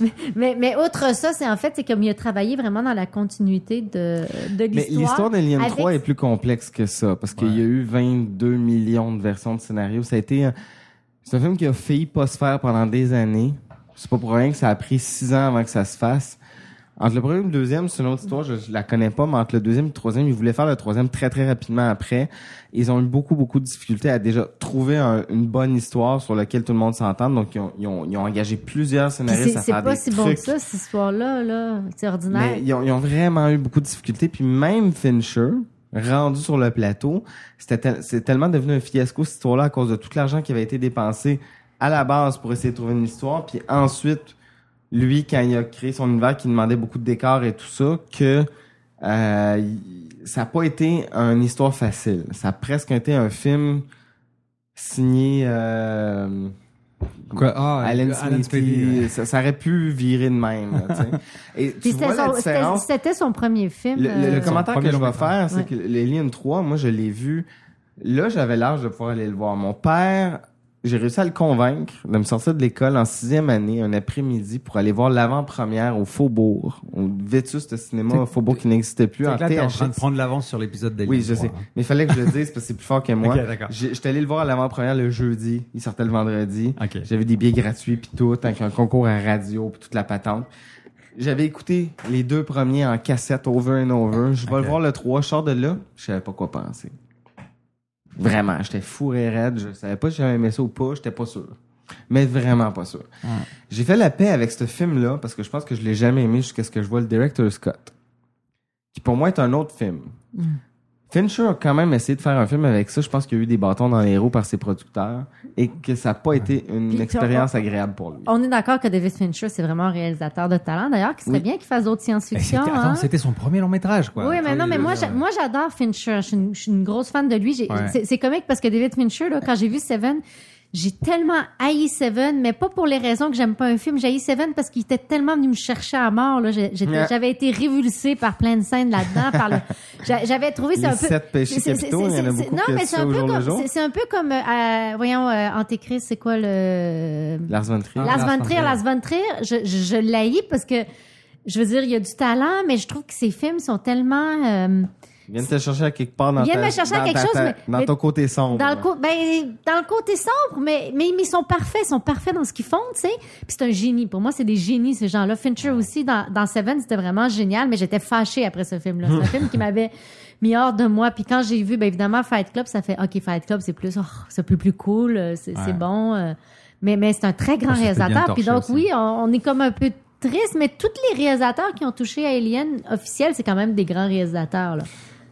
mais, mais, mais autre ça, c'est en fait, c'est comme il a travaillé vraiment dans la continuité de, de l'histoire. Mais l'histoire d'Alien avec- 3 est plus complexe que ça, parce qu'il y a eu 22 millions de versions de scénario. Ça a été, un- c'est un film qui a failli pas se faire pendant des années. C'est pas pour rien que ça a pris six ans avant que ça se fasse. Entre le premier et le deuxième, c'est une autre histoire, je, je la connais pas, mais entre le deuxième et le troisième, ils voulaient faire le troisième très très rapidement après. Ils ont eu beaucoup beaucoup de difficultés à déjà trouver un- une bonne histoire sur laquelle tout le monde s'entende. Donc ils ont, ils ont- ils ont engagé plusieurs Puis scénaristes C'est à c'est faire pas des si trucs bon que ça, cette histoire-là, là. C'est ordinaire. mais ils ont, ils ont vraiment eu beaucoup de difficultés. Puis même Fincher, rendu sur le plateau, c'était tel- c'est tellement devenu un fiasco cette histoire-là à cause de tout l'argent qui avait été dépensé à la base pour essayer de trouver une histoire. Puis ensuite, lui, quand il a créé son univers, qui demandait beaucoup de décors et tout ça, que euh, il- ça n'a pas été une histoire facile. Ça a presque été un film signé... Euh, Quoi? Ah, Alan Alan Smithy. Smithy, ouais. ça, ça aurait pu virer de même. là, tu sais. Et tu Puis vois c'était la son- c'était différence c'était son premier film. le, le- euh, le commentaire que je vais faire, c'est Ouais. que l'Alien 3, moi, je l'ai vu. Là, j'avais l'âge de pouvoir aller le voir. Mon père, j'ai réussi à le convaincre de me sortir de l'école en sixième année, un après-midi, pour aller voir l'avant-première au Faubourg, au Vétuste Cinéma, au Faubourg qui n'existait plus, en Donc là, t'es en train de THX. prendre l'avance sur l'épisode d'Alien Oui, je 3, sais. hein. Mais il fallait que je le dise parce que c'est plus fort que moi. Ok, d'accord. J'ai- J'étais allé le voir à l'avant-première le jeudi. Il sortait le vendredi. J'avais des billets gratuits puis tout, avec un concours à radio puis toute la patente. J'avais écouté les deux premiers en cassette over and over. Je vais le voir le 3, je sors de là, je savais pas quoi penser. Vraiment, j'étais fourré raide, je savais pas si j'avais aimé ça ou pas, j'étais pas sûr. Mais vraiment pas sûr. J'ai fait la paix avec ce film-là parce que je pense que je l'ai jamais aimé jusqu'à ce que je vois le director Scott, qui pour moi est un autre film. Mm. Fincher a quand même essayé de faire un film avec ça. Je pense qu'il y a eu des bâtons dans les roues par ses producteurs et que ça n'a pas été une Puis, expérience on- agréable pour lui. On est d'accord que David Fincher, c'est vraiment un réalisateur de talent. D'ailleurs, qui serait Oui. bien qu'il fasse d'autres science-fiction. C'était- hein. Attends, c'était son premier long métrage, quoi. Ah Oui, mais non, mais moi, euh, j'ai j'a- moi j'adore Fincher. Je suis, une, je suis une grosse fan de lui. J'ai- Ouais. C'est c'est comique parce que David Fincher, là, quand j'ai vu Seven, j'ai tellement haï Seven, mais pas pour les raisons que j'aime pas un film. J'ai haï Seven parce qu'il était tellement venu me chercher à mort. là. J'ai- j'étais- Ouais. J'avais été révulsée par plein de scènes là-dedans. par le- j'a- J'avais trouvé c'est Les un peu. sept péchés c'est- c'est- capitaux, il y en a c'est- c'est- beaucoup Non, que mais tu c'est fais un au peu jour le comme, jour. c'est- c'est un peu comme, euh, euh, voyons, euh, Antéchrist, c'est quoi le. Lars von Trier. Lars von Trier, Lars von Trier, je, je, je l'haïs parce que, je veux dire, il y a du talent, mais je trouve que ses films sont tellement... euh, Il vient de te chercher à quelque part dans, Il vient de ta- me chercher à dans quelque ta- chose, ta- mais- dans mais- ton côté sombre. dans, le co- ben, dans le côté sombre, mais, mais, mais ils sont parfaits, ils sont parfaits dans ce qu'ils font, tu sais. Puis c'est un génie. Pour moi, c'est des génies, ces gens-là. Fincher aussi, dans, dans Seven, c'était vraiment génial, mais j'étais fâchée après ce film-là. C'est un film qui m'avait mis hors de moi. Puis quand j'ai vu, ben, évidemment, Fight Club, ça fait, OK, Fight Club, c'est plus, oh, c'est plus, plus cool, euh, c'est Ouais. Ah, c'est bon. euh, Mais, mais c'est un très grand Ça, c'était bien réalisateur. Puis torché donc, aussi. oui, on, on est comme un peu triste, mais tous les réalisateurs qui ont touché à Alien officiel, c'est quand même des grands réalisateurs, là.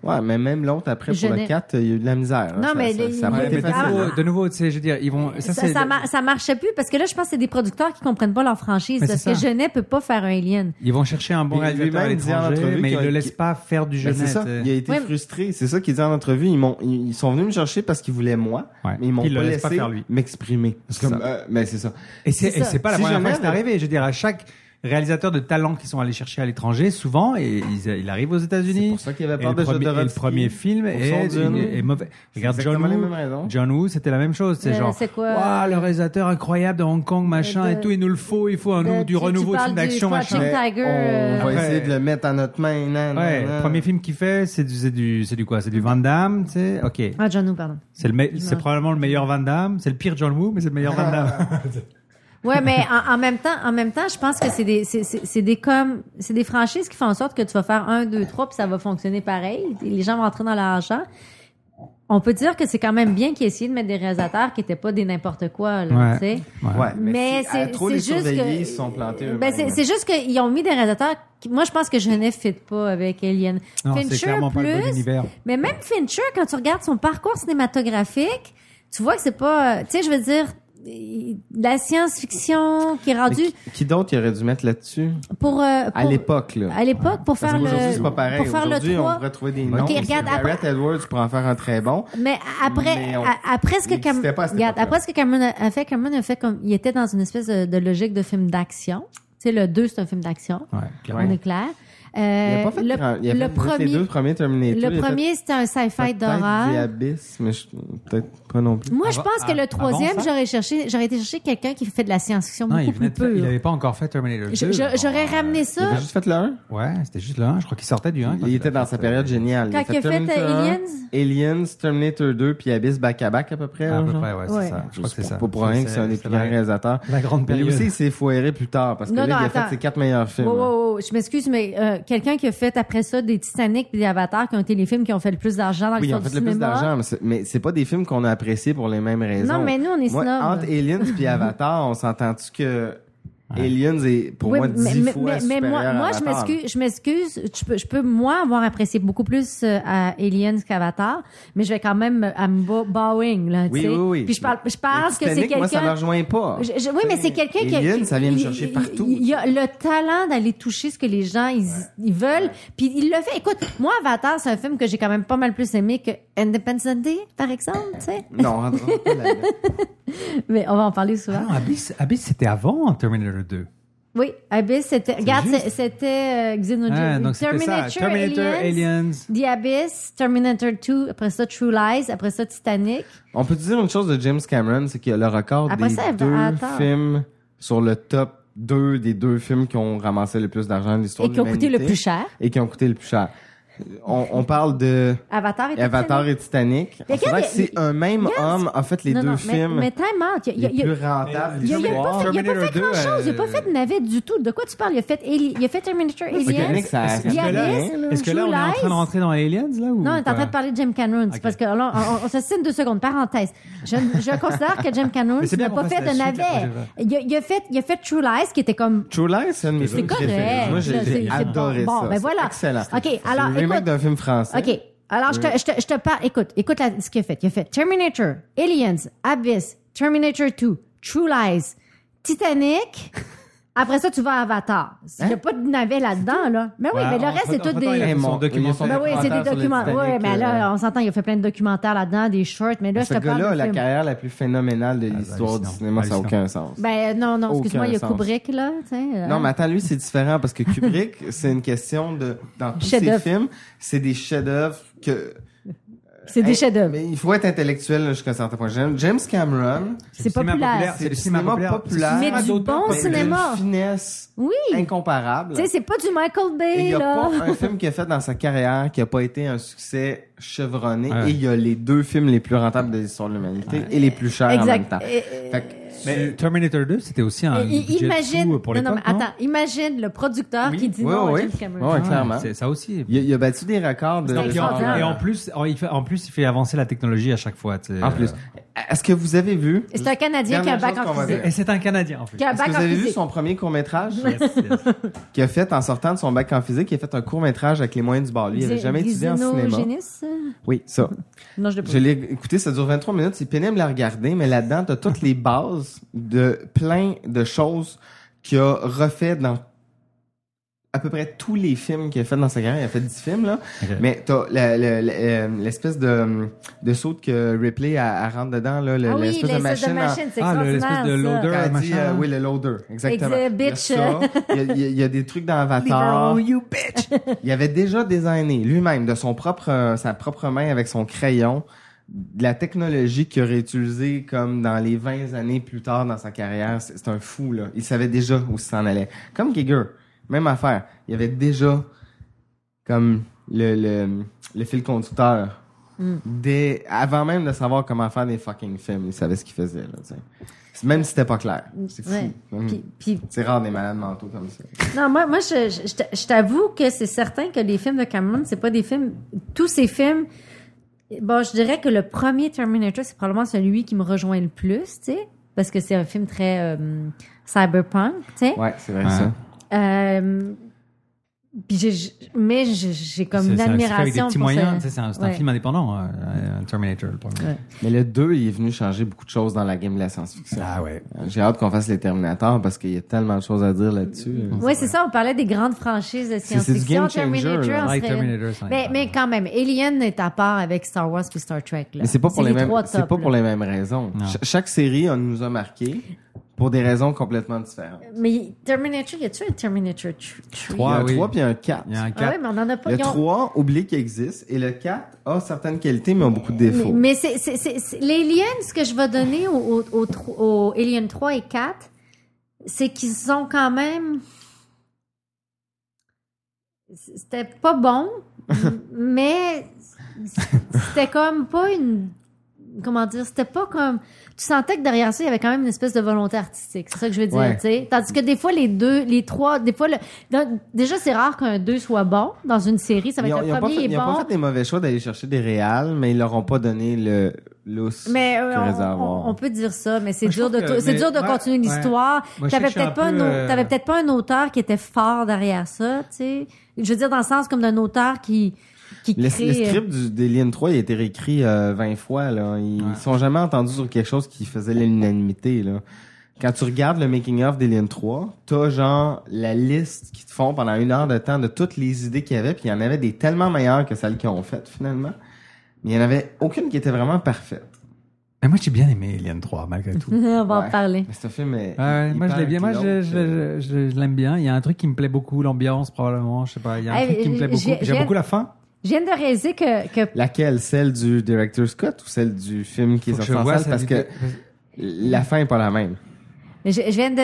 Ouais, mais même l'autre, après, pour Je le n'ai- 4, il y a eu de la misère. hein. Non, Ça- mais ça- les- ça a pas les- été les- facile. Ah. Oh, de nouveau, tu sais, je veux dire, ils vont. Ça, ça, c'est- ça mar- ça marchait plus parce que là, je pense que c'est des producteurs qui comprennent pas leur franchise. Mais Parce c'est que ça. Genet peut pas faire un Alien. Ils vont chercher un bon Et réalisateur à lui-même dit en l'étranger, entrevue mais qu'il ils a- ne le laissent qu'il- pas faire du euh. Ben, c'est jeune. ça. Il a été Oui, mais- frustré. C'est ça qu'il dit en entrevue. Ils, m'ont, ils, ils sont venus me chercher parce qu'ils voulaient moi, mais ils m'ont Puis ils pas le laissent pas laissé faire lui. m'exprimer. C'est ça. comme, euh, mais c'est ça. Et ben, c'est Si et c'est pas la jamais première fois que c'est elle- arrivé. Je veux dire, à chaque réalisateurs de talent qui sont allés chercher à l'étranger, souvent, et ils, ils arrivent aux États-Unis. C'est pour ça qu'il y avait Et peur le de premier- et le Jodorowsky. premier film Pour est, Sandune. est- est mauvais. C'est Regarde John exactement les Woo. mêmes raisons. John Woo, c'était la même chose. C'est Euh, genre, c'est quoi, Ouah, le réalisateur incroyable de Hong Kong, machin de- et tout, il nous le faut, il faut un, de- du tu- tu renouveau de parles film du d'action, machin. Crouching Tiger, euh, On va essayer de le mettre à notre main. nan, ouais, nan, nan. le premier film qu'il fait, c'est du, c'est du, c'est du quoi? C'est du Van Damme, tu sais? Ok. Ah, John Woo, pardon. C'est le me- Je me- c'est probablement le meilleur Van Damme. C'est le pire John Woo, mais c'est le meilleur Van Damme. Ouais, mais en, en même temps, en même temps, je pense que c'est des, c'est, c'est, c'est des comme, c'est des franchises qui font en sorte que tu vas faire un, deux, trois, puis ça va fonctionner pareil. Les gens vont entrer dans l'argent. On peut dire que c'est quand même bien qu'ils aient essayé de mettre des réalisateurs qui n'étaient pas des n'importe quoi, là, Ouais. tu sais. Ouais, mais Mais si- à c'est, trop c'est les juste surveiller, que, ils se sont plantés ben eux-mêmes. c'est, c'est juste qu'ils ont mis des réalisateurs. Qui, moi, je pense que je ne fit pas avec Alien. Non, c'est Fincher clairement pas le bon plus, univers. mais même Fincher, quand tu regardes son parcours cinématographique, tu vois que c'est pas, euh, tu sais, je veux dire, il- la science-fiction qui est Mais rendue qui- Qui d'autre il aurait dû mettre là-dessus? pour, euh, À pour- l'époque, là. à l'époque pour Parce faire le, qu'aujourd'hui, c'est pas pareil. pour faire le Aujourd'hui, on 3. pourrait trouver des Ok, noms. regarde, après- Gareth Edwards pourrait en faire un très bon. Mais après, Mais on- a- après ce que il Cam- existait pas à cette regarde, époque-là. après ce que Cameron a a fait, Cameron a fait comme, il était dans une espèce de, de logique de film d'action. Tu sais, le 2, c'est un film d'action. clairement. On est clair. Euh, il a pas fait le, grand- il a le fait juste premier, les deux premiers Terminator. le premier, c'était un sci-fi d'horreur. d'horreur. mais je- peut-être pas non plus. Moi, je pense ah, que le troisième, j'aurais cherché, j'aurais été chercher quelqu'un qui fait de la science-fiction Non, beaucoup il plus venait de faire- pure. il avait pas encore fait Terminator 2. Je- je- J'aurais ramené il ça avait juste fait le 1? Ouais, c'était juste le 1. Je crois qu'il sortait du 1. Il était dans sa période géniale. Quand il a fait, euh, Terminator un, Aliens, Terminator 2, puis Abyss back-à-back à peu près. À là, peu genre. près, ouais, c'est Ouais. ça. Je crois que c'est ça. Pas pour rien C'est- que c'est un des c'est plus grands la- réalisateurs. la grande période. Mais lui aussi, il s'est foiré plus tard, parce que Non, là, non, il a attends. fait ses quatre meilleurs films. Wow, wow, wow. Je m'excuse, mais euh, quelqu'un qui a fait après ça des Titanic et des Avatars qui ont été les films qui ont fait le plus d'argent dans Oui, ils l'histoire ont fait du le plus cinéma. d'argent, mais c'est- mais c'est pas des films qu'on a appréciés pour les mêmes raisons. Non, mais nous, on est Moi, snobs. Entre Aliens puis Avatar, on s'entend-tu que Aliens est pour Oui, moi dix mais, fois mais- mais moi, supérieur à moi, je Avatar. m'excuse, je m'excuse, je peux, je peux, moi, avoir apprécié beaucoup plus euh, à Aliens qu'Avatar, mais je vais quand même me- à me bo- bowing, là, Oui, tu sais. oui, oui. Puis je parle, je pense que c'est Titanic, quelqu'un. moi, ça me rejoint pas. Je- je- oui, mais c'est quelqu'un qui a- Alien, qui- ça vient me il- chercher il- partout. Il, il a le talent d'aller toucher ce que les gens, ils, ils veulent, puis il le fait. Écoute, moi, Avatar, c'est un film que j'ai quand même pas mal plus aimé que Independence Day, par exemple, tu sais. Non, on rentrera pas là-dedans. Mais on va en parler souvent. Ah. Non, Abyss, Abyss, c'était avant Terminator 2. Oui, Abyss, c'était. Regarde, c'est- c'était euh, Xenogears. Ah, Oui. donc c'était ça. Terminator, Aliens. The Abyss, Terminator 2, après ça True Lies, après ça Titanic. On peut dire une chose de James Cameron, c'est qu'il a le record Après des ça, elle va- deux attends. films sur le top 2 des deux films qui ont ramassé le plus d'argent de l'histoire Et qui ont de coûté l'humanité. le plus cher. Et qui ont coûté le plus cher. On, on parle de Avatar et Avatar et Titanic. Mais On se regarde, dirait que il- c'est un même homme a fait les Non, deux non, mais- films. Mais, time out. Il y a- les il y a- plus rentables Il y a, il y a d'histoire. pas fait, il y a pas fait Terminator grand 2, chose. Il a pas euh, fait de navette du tout. De quoi tu parles? Il a fait, Ali- il a fait Terminator Aliens. Titanic, ça- The Est-ce que là, hein? Abyss, est-ce que là, on True est en Lies. train de rentrer dans Aliens, là? Ou Non, on est en pas? train de parler de Jim Cameron. C'est parce que là, on, on, on se signe deux secondes. Parenthèse. Je, je considère que Jim Cameron Mais c'est bien n'a qu'on pas fasse fait la de suite, la navet. prochaine fois. Il a, il a fait, il a fait True Lies qui était comme True Lies, c'est un de mes C'est films correct. préférés. Moi, Là, j'ai- c'est- j'ai c'est adoré bon. ça. Bon, ben C'est voilà. Excellent. OK, C'est alors, le remake écoute- d'un film français. OK. Alors, je, te, je, te, je te parle. Écoute, écoute la- ce qu'il a fait. Il a fait Terminator, Aliens, Abyss, Terminator 2, True Lies, Titanic. Après ça, tu vas à Avatar. Il n'y a pas de navet là-dedans, là. Hein? Mais oui, Ouais, mais le entre- reste, c'est tout entre-temps, des. il a fait son Mon- documentaire. Ben oui, c'est des documentaire sur le documents. Titanic, Oui, mais là, euh, on s'entend, il a fait plein de documentaires là-dedans, des shorts, mais là, je ce te parle. gars-là de a la film. carrière la plus phénoménale de l'histoire du cinéma, ça n'a aucun sens. Ben non, non, Aucun excuse-moi, il y a sens. Kubrick, là. tu sais, Non, hein. mais attends, lui, c'est différent parce que Kubrick, c'est une question de. Dans tous ses Chef-d'œuvre. films, c'est des chefs-d'œuvre que. C'est des Hey, chefs-d'œuvre. Mais il faut être intellectuel jusqu'à un certain point. J'aime- James Cameron. C'est populaire. populaire, C'est du cinéma populaire. Mais du bon Mais cinéma. Une finesse Oui. incomparable. Tu sais, c'est pas du Michael Et il Bay, n'y a là. pas un film qu'il a fait dans sa carrière qui n'a pas été un succès chevronné. Ouais. Et il y a les deux films les plus rentables de l'histoire de l'humanité et les plus chers en Exact. même temps. Et- Fait que Mais Terminator 2, c'était aussi un I- budget imagine, fou pour non, l'époque, non, non, mais attends, imagine le producteur qui dit Oui, non à oui, James oui. Cameron. Ouais, Ouais, clairement. Ah, c'est- ça aussi. Il, il a battu des records de. Et en, de- et en plus, en, il fait, en plus, il fait avancer la technologie à chaque fois. tu sais. euh, En plus. Est-ce que vous avez vu? C'est un Canadien qui a un bac en physique. Et c'est un Canadien, en plus. Qui a un Est-ce que bac vous en avez vu physique. son premier court-métrage? Qui a fait, en sortant de son bac en physique, il a fait un court-métrage avec les moyens du bord. Lui, il n'avait Xé- jamais étudié en cinéma. xénogéniste? Oui, ça. Non, je l'ai pas Je vu. l'ai écouté, ça dure 23 minutes, c'est pénible à regarder, mais là-dedans, t'as toutes les bases de plein de choses qu'il a refait dans à peu peu près tous les films qu'il a fait dans sa carrière. Il a fait 10 films, là. Okay. Mais t'as la- la- la- euh, l'espèce de, de saute que Ripley, elle, elle rentre dedans, là. le- Ah oui, l'espèce de l'espèce de machine. en- machine, c'est Ah, le- l'espèce extraordinaire, de loader, ça. Quand elle dit, machin. euh, oui, le loader. Exactement. Exa- Il y a bitch. ça. Il y a- il y a- il y a des trucs dans Avatar. Leave her alone, you bitch. Il avait déjà designé lui-même de son propre euh, sa propre main avec son crayon de la technologie qu'il aurait utilisée comme dans les 20 années plus tard dans sa carrière. C'est c'est un fou là. Il savait déjà où s'en allait. Comme Giger, même affaire. Il avait déjà comme le le, le fil conducteur. Mm. Dès, avant même de savoir comment faire des fucking films, il savait ce qu'il faisait. Là, tu sais. même si c'était pas clair. C'est fou. Ouais. Mm. Puis- puis- C'est rare des malades mentaux comme ça. Non, moi, moi je, je- je t'a- je t'avoue que c'est certain que les films de Cameron, c'est pas des films. Tous ces films. Bon, je dirais que le premier Terminator, c'est probablement celui qui me rejoint le plus, tu sais, parce que c'est un film très euh, cyberpunk, tu sais. Ouais, c'est vrai ça. Euh, puis j'ai- mais j'ai- j'ai comme C'est- une c'est un- c'est fait avec des admiration. petits pour ce- moyens, tu sais, c'est un, c'est un Ouais. film indépendant, euh, euh, Terminator. le premier. Mais le 2, il est venu changer beaucoup de choses dans la game de la science-fiction. Ah ouais. J'ai hâte qu'on fasse les Terminators parce qu'il y a tellement de choses à dire là-dessus. Oui, c'est ça, on parlait des grandes franchises de c'est du science-fiction. game changer, en là. Ouais, serait Terminator, une. c'en est mais, pas mais quand même, Alien est à part avec Star Wars puis Star Trek. là. Mais c'est pas pour les mêmes, trois c'est tops, pas pour là. les mêmes raisons. Cha- chaque série, on nous a marqué pour des raisons complètement différentes. Mais Terminator, y a-tu un Terminator 3? il y a un 3 puis un 4. Il y a un Ah ouais, mais on en a pas. Le ils ont- 3, oublie qu'il existe, et le 4 a certaines qualités, mais a beaucoup de Mais, défauts. mais c'est, c'est, c'est, c'est- l'Alien, ce que je vais donner aux au, au, tro- au Alien 3 et 4, c'est qu'ils ont quand même. C'était pas bon, m- mais c'était comme pas une. Comment dire, c'était pas comme. Tu sentais que derrière ça, il y avait quand même une espèce de volonté artistique. C'est ça que je veux dire, Ouais. tu sais. Tandis que des fois, les deux, les trois, des fois, le- dans- déjà, c'est rare qu'un deux soit bon dans une série. Ça va ils être n'ont le pas, premier fait- est ils ont bon. pas fait des mauvais choix d'aller chercher des réals, mais ils leur ont pas donné le lousse Mais euh, qu'ils on, réservaient à avoir. on- on peut dire ça, mais c'est Moi, je dur de trouve que- c'est mais- dur de ouais, continuer ouais. l'histoire. Moi, je sais T'avais que je suis peut-être pas un peu, un au- euh, t'avais peut-être pas un auteur qui était fort derrière ça, tu sais. Je veux dire dans le sens comme d'un auteur qui qui Le, crée. le script du, des Liens 3 il a été réécrit euh, 20 fois. Là. Ils ils sont jamais entendus sur quelque chose qui faisait l'unanimité. là. Quand tu regardes le making-of des Liens 3, t'as genre la liste qu'ils te font pendant une heure de temps de toutes les idées qu'il y avait, puis il y en avait des tellement meilleures que celles qu'ils ont faites finalement. Mais il n'y en avait aucune qui était vraiment parfaite. Mais moi, j'ai bien aimé Alien 3, malgré tout. euh, On va en Ouais. parler. Mais ce film est. Ah Ouais, il- moi, il je l'aime bien. Moi, parle je, avec je, je- je l'aime bien. Il y a un truc qui me plaît beaucoup, l'ambiance, probablement. Je sais pas. Il y a un Ah, truc qui me j'ai- plaît beaucoup. j'ai- J'aime beaucoup la fin. Je viens de réaliser que que Laquelle Celle du director Scott ou celle du film qui est Faut que sorti je en vois, salle? ça Parce dit- que la fin est pas la même. je, je viens de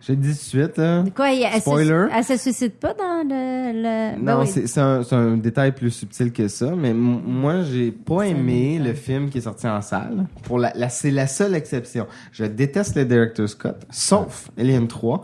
Je le dis tout de suite. là. quoi elle, se- Spoiler. elle se suicide pas dans le le ben Non, oui. c'est c'est un, c'est un détail plus subtil que ça, mais m- moi, j'ai pas aimé le film qui est sorti en salle. Pour la, la- c'est la seule exception. Je déteste le director Scott, sauf Alien 3.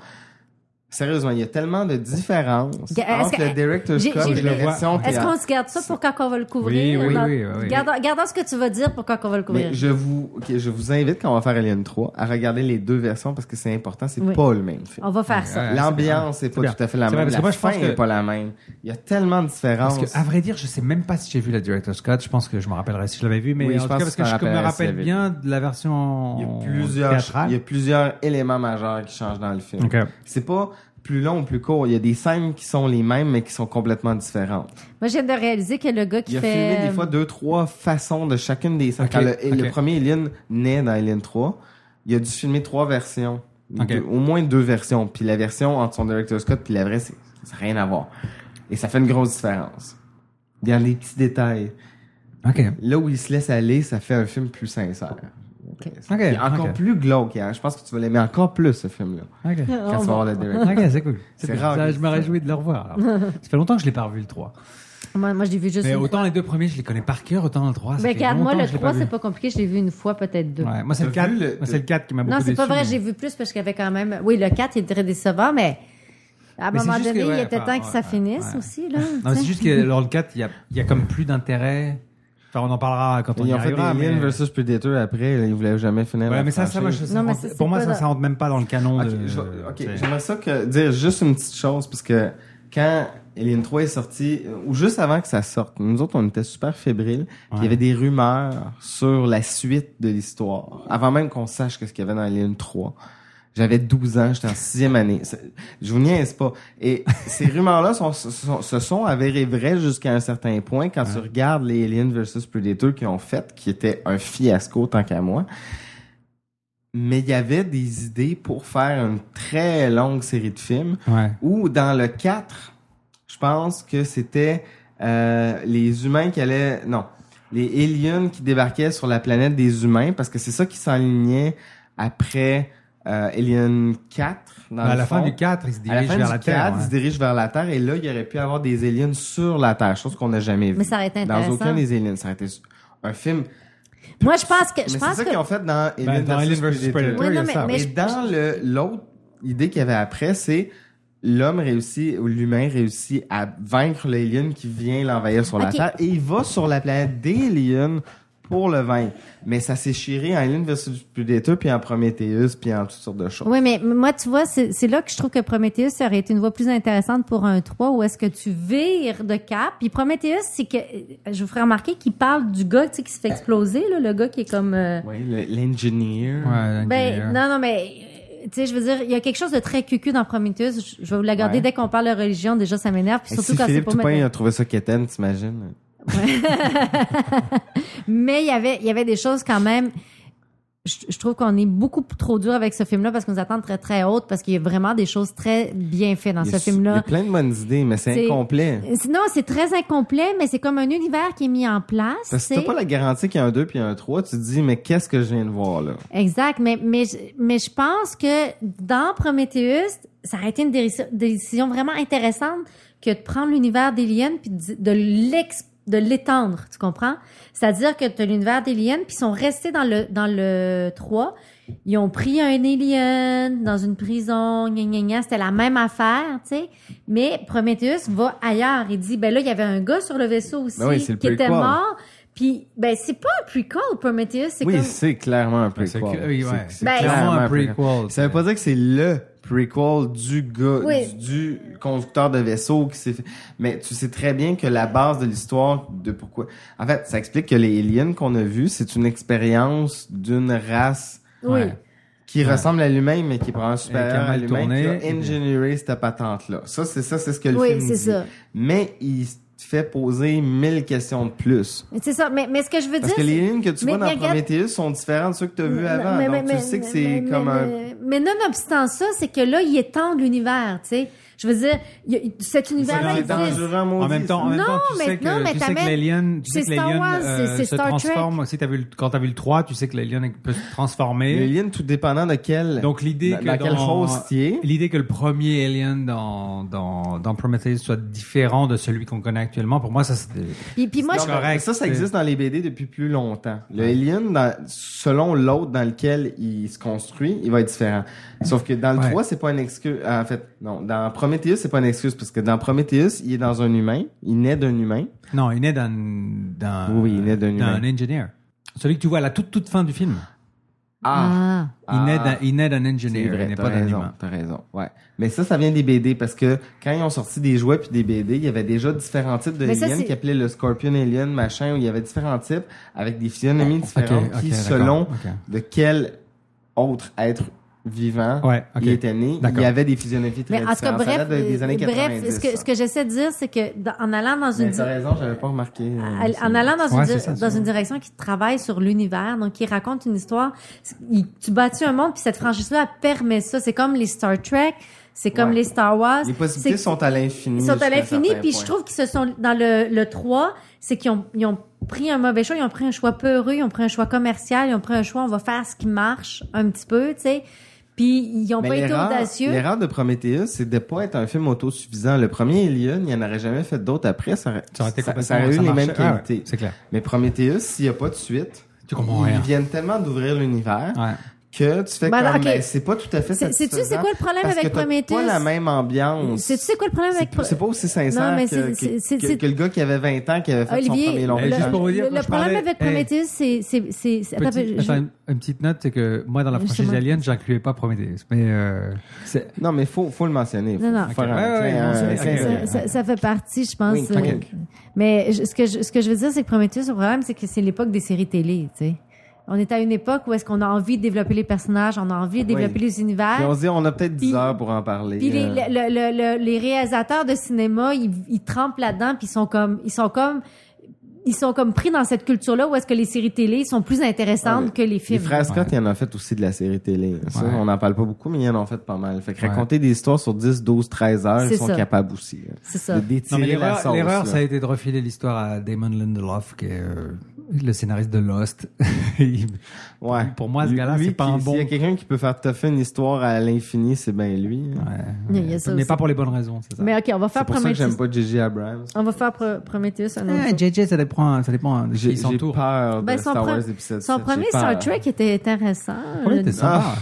Sérieusement, il y a tellement de différences Est-ce entre que- le director j'ai- Scott j'ai- et la version Est-ce théâtre. qu'on se garde ça pour quand on va le couvrir Oui, oui, Dans- oui, oui, oui. Gardons, gardons ce que tu vas dire pour quand on va le couvrir. Mais je vous, ok, je vous invite quand on va faire Alien 3 à regarder les deux versions parce que c'est important, c'est Oui. Ah, pas le même film. On va faire ça. L'ambiance n'est pas bien. tout à fait la C'est vrai, même. parce que La moi, je fin pense que- n'est pas la même. Il y a tellement de différences. Parce que, à vrai dire, je sais même pas si j'ai vu la Director Scott. Je pense que je me rappellerai si je l'avais vu, mais Oui, en je tout pense cas, parce que que tu je t'en me rappellerais si rappelle tu l'avais bien de la version. Il y a plusieurs, théâtrale. il y a plusieurs éléments majeurs qui changent dans le film. Ok. C'est pas plus long ou plus court. Il y a des scènes qui sont les mêmes, mais qui sont complètement différentes. Moi, je viens de réaliser que le gars qui Il a fait filmé des fois deux, trois façons de chacune des scènes. Ok, Quand le, et le ok. premier Alien naît dans Alien 3, il a dû filmer trois versions. Ok. Deux- au moins deux versions. Puis la version entre son director Scott puis la vraie, c'est, ça n'a rien à voir. Et ça fait une grosse différence. Dans les petits détails. Là où il se laisse aller, ça fait un film plus sincère. Ok, Puis encore ok. plus glauque. hein. Je pense que tu vas l'aimer encore plus, ce film-là. Ok. Quand tu vas voir le director. Ok, c'est cool. C'est rare. Ça, que- je me réjouis de le revoir. alors. ça fait longtemps que je l'ai pas revu le 3. euh, Moi, moi je l'ai vu juste mais une autant les deux premiers, je les connais par cœur, autant le 3. fois. Ah, ça Mais fait Ben, regarde, moi, longtemps le que je l'ai 3, vu. c'est pas compliqué. Je l'ai vu une fois, peut-être deux. Ouais, moi, c'est le 4. Moi, c'est le 4 qui m'a beaucoup non, c'est pas déçu, vrai. mais- J'ai vu plus parce qu'il y avait quand même. Oui, le 4 il était très décevant, mais à un Mais c'est moment juste donné, que, ouais, il était temps enfin, que ça ouais, finisse ouais. aussi. Là, Non, tu mais c'est sais. juste que dans le 4, il y a, il y a comme plus d'intérêt. Enfin, on en parlera quand on y Ils ont fait des arrivera. Alien mais- versus Predator après. là, Ils voulaient jamais finir Ouais, la mais ça, ça, moi, je- franchise. ça Non, mais rentre- ça, c'est pour moi, pas ça, dans- ça rentre même pas dans le canon. Ok, de- Ah, je vais- ok, euh, tu sais. j'aimerais ça que dire juste une petite chose parce que quand Alien 3 est sorti euh, ou juste avant que ça sorte, nous autres on était super fébriles. puis Il y avait des rumeurs sur la suite de l'histoire avant même qu'on sache qu'est-ce qu'il y avait dans Alien 3. J'avais 12 ans, j'étais en sixième année. C'est- Je vous niaise pas. Et ces rumeurs-là sont, sont- se sont avérées vraies jusqu'à un certain point quand tu regardes les Aliens vs Predator qu'ils ont fait, qui était un fiasco tant qu'à moi. Mais il y avait des idées pour faire une très longue série de films. Ouais. Ou dans le 4, je pense que c'était euh, les humains qui allaient... Non, les aliens qui débarquaient sur la planète des humains, parce que c'est ça qui s'enlignait après euh, Alien 4. Dans Ben, À le la fin fond. du 4, ils se À la dirigent fin vers du la Terre, 4, ouais. Ils se dirigent vers la Terre, et là, il y aurait pu avoir des aliens sur la Terre, chose qu'on n'a jamais vue. Mais ça aurait été Dans intéressant. aucun des aliens, ça aurait été un film... Moi, je pense que. Mais Je c'est pense ça que... qu'ils ont fait Ben, dans Alien Ben, dans vs. Alien versus Predator. Predator, Oui, non, il y a mais- ça. mais Et je- dans le- l'autre idée qu'il y avait après, c'est l'homme réussit ou l'humain réussit à vaincre l'alien qui vient l'envahir sur la Ok. Terre et il va sur la planète des aliens pour le vaincre. Mais ça s'est chiré en Alien vs. Predator, puis en Prometheus, puis en toutes sortes de choses. Oui, mais moi, tu vois, c'est c'est là que je trouve que Prometheus ça aurait été une voie plus intéressante pour un 3 où est-ce que tu vires de cap. Puis Prometheus, c'est que, je vous ferai remarquer qu'il parle du gars tu sais, qui se fait exploser, là, le gars qui est comme... euh, Oui, le- l'engineer. hein. ben, non, non, mais... euh, Tu sais, je veux dire, il y a quelque chose de très cucu dans Prometheus. Je- Je vais vous la garder Ouais. dès qu'on parle de religion. Déjà, ça m'énerve. Puis Et surtout si quand c'est Philippe pas... Toupin maintenant. a trouvé ça quétaine, t'imagines? Mais il y avait, il y avait des choses quand même. Je, je trouve qu'on est beaucoup trop dur avec ce film-là parce qu'on nous attend très très haute parce qu'il y a vraiment des choses très bien faites dans Il y ce a- Il y a film-là. plein de bonnes idées, mais c'est C'est- euh, incomplet. C'est- Non, c'est très incomplet, mais c'est comme un univers qui est mis en place. Parce que si c'est- t'as pas la garantie qu'il y a un 2 puis un 3, tu te dis, mais qu'est-ce que je viens de voir là? Exact, mais, mais, je- mais je pense que dans Prometheus, ça a été une déri- décision vraiment intéressante que de prendre l'univers d'Alien puis de de l'ex de l'étendre, tu comprends? C'est-à-dire que t'as l'univers d'Alien, puis ils sont restés dans le dans le 3. Ils ont pris un alien dans une prison, gna gna gna, c'était la même affaire, tu sais. Mais Prometheus va ailleurs. Il dit, ben là, il y avait un gars sur le vaisseau aussi Ben oui, c'est le qui était prequel. mort. Puis, ben c'est pas un prequel, Prometheus, c'est oui, comme... c'est clairement un prequel. c'est cl- oui, ouais. C'est- c'est Ben, c'est- Clairement un Ça veut pas dire que c'est le prequel du gars, Oui. du, du conducteur de vaisseau qui s'est fait. Mais tu sais très bien que la base de l'histoire de pourquoi. En fait, ça explique que les aliens qu'on a vus, c'est une expérience d'une race Oui. Ouais. qui ressemble à l'humain, mais qui prend un qui a supérieur à mal l'humain, qui tourné. a engineeré cette patente-là. Ça, c'est ça, c'est ce que le Oui, film dit. c'est ça. Mais il se fait poser mille questions de plus. Mais C'est ça, mais, mais ce que je veux Parce dire. que les c'est- lignes que tu mais- vois dans mais regarde- Prometheus sont différentes de ceux que tu as vus avant. mais- donc mais- tu sais que mais- c'est mais- comme mais- un... Mais, mais nonobstant ça, c'est que là, ils étendent l'univers, tu sais. Je veux dire, il y a- cet univers-là c'est existe. dangereux en maudit, En même temps, en ça. même Non, temps tu mais- sais que, non, mais tu sais que t'amènes- l'alien, tu c'est sais que Star l'alien Wars, euh, c'est- c'est se Star Trek. transforme. Si t'as vu, le- quand t'as vu le 3, tu sais que l'alien peut se transformer. L'alien, tout dépendant de quel... Donc l'idée dans- que dans quelle dans- hausse il est. l'idée que le premier Alien dans dans dans Prometheus soit différent de celui qu'on connaît actuellement, pour moi ça c'est Puis, puis moi, Non, je. mais correct, Ça, ça c'est- existe dans les BD depuis plus longtemps. Le Alien, dans- selon l'autre dans lequel il se construit, il va être différent. Sauf que dans le Ouais. 3, c'est pas une excuse. euh, En fait, non. Dans Prometheus, c'est pas une excuse parce que dans Prometheus, il est dans un humain. Il naît d'un humain. non, il est dans dans Oui, il naît d'un Ah. dans humain. un engineer. Celui que tu vois à la toute toute fin du film. Ah. Il naît Ah. d'un il naît d'un C'est engineer, vrai, il n'est t'as pas d'un raison, humain. T'as raison, ouais. Mais ça, ça vient des BD parce que quand ils ont sorti des jouets puis des BD, il y avait déjà différents types de Mais ça, aliens c'est- qui appelaient le Scorpion Alien, machin, où il y avait différents types avec des physionomies différentes ok, qui, d'accord, selon ok. de quel autre être vivant Ouais, ok, il était né, il d'accord. y avait des physionomies très Mais en tout cas, différentes. Ça bref, date de- des années 90. bref, ce que, ce que j'essaie de dire, c'est que dans- en allant dans une. Mais t'as raison, j'avais pas remarqué. euh, À- ça. en allant dans, Ouais, une, c'est di- ça, dans ça. une direction qui travaille sur l'univers, donc qui raconte une histoire. C'est- il- tu bâtis un monde, puis cette franchise-là elle permet ça. C'est comme les Star Trek, c'est comme Ouais. les Star Wars. Les possibilités C'est- sont à l'infini. Ils sont jusqu'à à un l'infini, certain puis point. je trouve qu'ils se sont, dans le, le 3, c'est qu'ils ont, ils ont pris un mauvais choix, ils ont pris un choix peureux, ils ont pris un choix commercial, ils ont pris un choix, on va faire ce qui marche un petit peu, tu sais. Puis ils ont Mais pas été l'erreur- audacieux. L'erreur de Prometheus, c'est de pas être un film autosuffisant. Le premier Alien, il n'y en aurait jamais fait d'autres après. Ça aurait, Ça aurait été complètement- ça aurait eu ça les marchait. mêmes Ah ouais, qualités. c'est clair. Mais Prometheus, s'il n'y a pas de suite, Tu comprends ils rien. viennent tellement d'ouvrir l'univers Ouais. que tu fais Ben alors, comme, ok. ben, c'est pas tout à fait C'est- sais-tu, satisfaisant. c'est quoi le problème parce avec que t'as pas Prometheus? la même ambiance. C'est tu sais quoi le problème avec C'est- C'est pas aussi sincère Non, mais que, c'est- que- c'est- que- c'est- que le gars qui avait 20 ans qui avait fait son Olivier, premier le, long métrage. juste pour vous dire, le- quand le je problème parlais- avec Hey. Prometheus, c'est, c'est, c'est, c'est- attends, Petit- je- attends, une, une petite note, c'est que moi dans la franchise Justement. Alien, j'incluais pas Prometheus, mais euh, c'est Non, mais faut, faut le mentionner. Faut Non, non. faut faire Ok. un Ouais, ouais, clin- ouais, un ouais, clin ouais. d'œil. Ça, ça- ça fait partie, je pense. Wink, euh, wink. Mais je- ce que, je, ce que je veux dire, c'est que Prometheus, le problème, c'est que c'est l'époque des séries télé, tu sais. On est à une époque où est-ce qu'on a envie de développer les personnages, on a envie de développer Oui. les univers. Puis on se dit, on a peut-être 10 Puis- heures pour en parler. Puis les, euh. le- le- le- le- les réalisateurs de cinéma, ils, ils trempent là-dedans, puis ils sont comme, ils sont comme, ils sont comme pris dans cette culture-là où est-ce que les séries télé sont plus intéressantes que les films. Les frères Scott, il en a fait aussi de la série télé. Ça, Ouais. on n'en parle pas beaucoup, mais il en a fait pas mal. Fait que raconter des histoires sur 10, 12, 13 heures, C'est ils sont ça. capables aussi. hein, C'est ça. De Non, mais détirer la l'erreur, sauce. l'erreur, là. ça a été de refiler l'histoire à Damon Lindelof, qui est euh, le scénariste de Lost. Il- Pour moi, ce Lui- gars-là, lui c'est pas un qui- bon. S'il y a quelqu'un qui peut faire toffer une histoire à l'infini, c'est bien lui. Il y a- il y a ça Euh, mais aussi. pas pour les bonnes raisons, c'est ça. Mais ok, on va faire C'est pour ça que Prometheus. j'aime pas J.J. Abrams. On va faire Pro- Prometheus un autre Ah, jour. JJ, ça dépend, ça dépend. J'ai Ils j'ai s'entourent. peur de Ben, son Star pre- Wars épisode son 7, premier j'ai peur. Star Trek était intéressant. Le premier était sympa. Ah,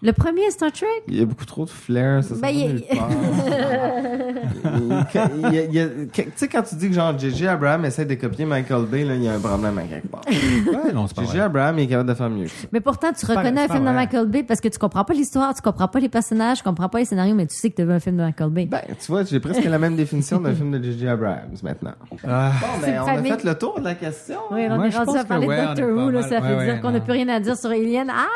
Le premier Star Trek? Il y a beaucoup trop de flair, ça. ça Ben, va il- nulle part. Il y a- il y a- que- Tu sais, quand tu dis que genre J.J. Abrams essaie de copier Michael Bay, là, il y a un problème à quelque part. Ouais, non, c'est pas J.J. Abrams est capable de faire mieux que ça. Mais pourtant, tu pas- reconnais c'est un pas film de vrai. Michael Bay parce que tu comprends pas l'histoire, tu comprends pas les personnages, tu comprends pas les scénarios, mais tu sais que tu as vu un film de Michael Bay. Ben, Ben, Tu vois, j'ai presque la même définition d'un film de J.J. Abrams maintenant. Bon, C'est ben, on famille. a fait le tour de la question. Oui, on Moi, est je rendu pense à parler que ouais, on de est Doctor pas Who, là, mal. ça fait Ouais, dire ouais, qu'on n'a non. plus rien à dire sur Alien. Ah!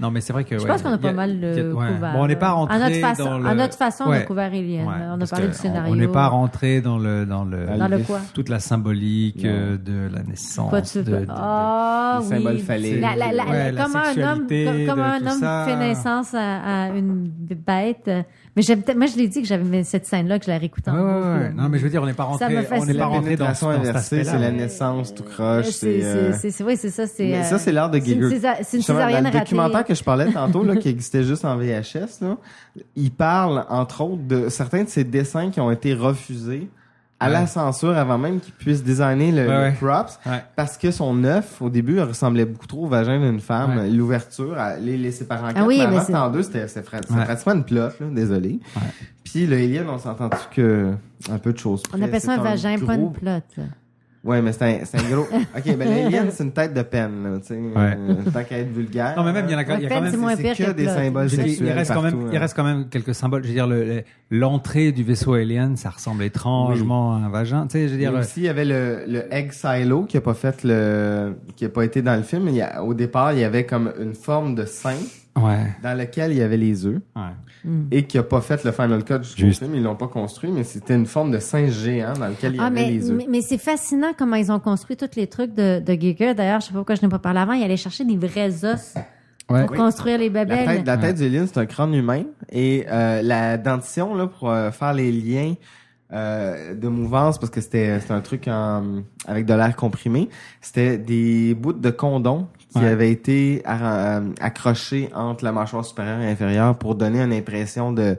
Non, mais c'est vrai que. Je ouais, pense qu'on a il y pas mal il y a- euh, ouais. couvert. Bon, on n'est pas là. rentré à notre façon, dans le- À notre façon, on a Ouais. couvert Alien. Ouais, hein. on a parce parlé que du scénario. On n'est pas rentré dans le dans le Dans le quoi? toute la symbolique euh, de la naissance. Quoi, tu- de- de- Ah, des oui. symboles phalliques. La- la- la- Ouais, la comment un homme, sexualité, comme- comme de un tout homme ça. fait naissance à, à une bête. Mais j'aime peut-être- moi, je l'ai dit que j'avais cette scène-là, que je la réécoutais en Ouais, ouais, boucle. ouais. Non, mais je veux dire, on n'est pas Ça me rentré. On n'est fascine. pas La rentré dans, dans cet pénétration inversée, aspect-là. c'est la naissance tout croche. C'est, C'est euh, c'est, c'est, oui, c'est ça, c'est. Mais euh, ça, c'est l'art de c'est une Giger. césar- C'est une Justement, dans césarienne le ratée. documentaire que je parlais tantôt, là, qui existait juste en VHS, là, il parle, entre autres, de certains de ses dessins qui ont été refusés à Ouais. la censure avant même qu'il puisse designer le, Ouais, le ouais. props parce que son œuf au début ressemblait beaucoup trop au vagin d'une femme Ouais. l'ouverture elle- les, les séparant en quatre Ah oui, mais mais avant, c'est- c'était en deux c'était c'était fra- c'était Ouais. pratiquement une plot là, désolé puis le alien on s'entend tu que un peu de choses On appelle ça un vagin, pas de une plotte. Ouais, mais c'est un, c'est un gros. OK, ben l'alien, c'est une tête de peine, là, tu sais. euh, Tant qu'à être vulgaire. Non, mais même, il y en a quand- il y a quand même- c'est moins c'est pire que que des plot. symboles Je veux dire, sexuels. il reste quand partout, même, hein. il reste quand même quelques symboles. Je veux dire, le- le- l'entrée du vaisseau alien, ça ressemble étrangement à un vagin. Tu sais, je veux dire, Mais aussi, il y avait le, le Egg Silo qui a pas fait le. qui a pas été dans le film. Il y a- au départ, il y avait comme une forme de sein ouais. dans lequel il y avait les œufs. Mm. Et qui a pas fait le final cut du Juste. film. Ils l'ont pas construit, mais c'était une forme de sein géant dans lequel il y Ah, avait mais, les œufs. mais, mais c'est fascinant comment ils ont construit tous les trucs de, de Giger. D'ailleurs, je sais pas pourquoi je n'ai pas parlé avant. Ils allaient chercher des vrais os pour Oui. construire les La babelles. tête, la tête du lion, c'est un crâne humain. Et euh, la dentition, là, pour euh, faire les liens euh, de mouvance, parce que c'était c'était un truc en- avec de l'air comprimé, c'était des bouts de condom qui Ouais. avaient été arra- euh, accrochés entre la mâchoire supérieure et inférieure pour donner une impression de,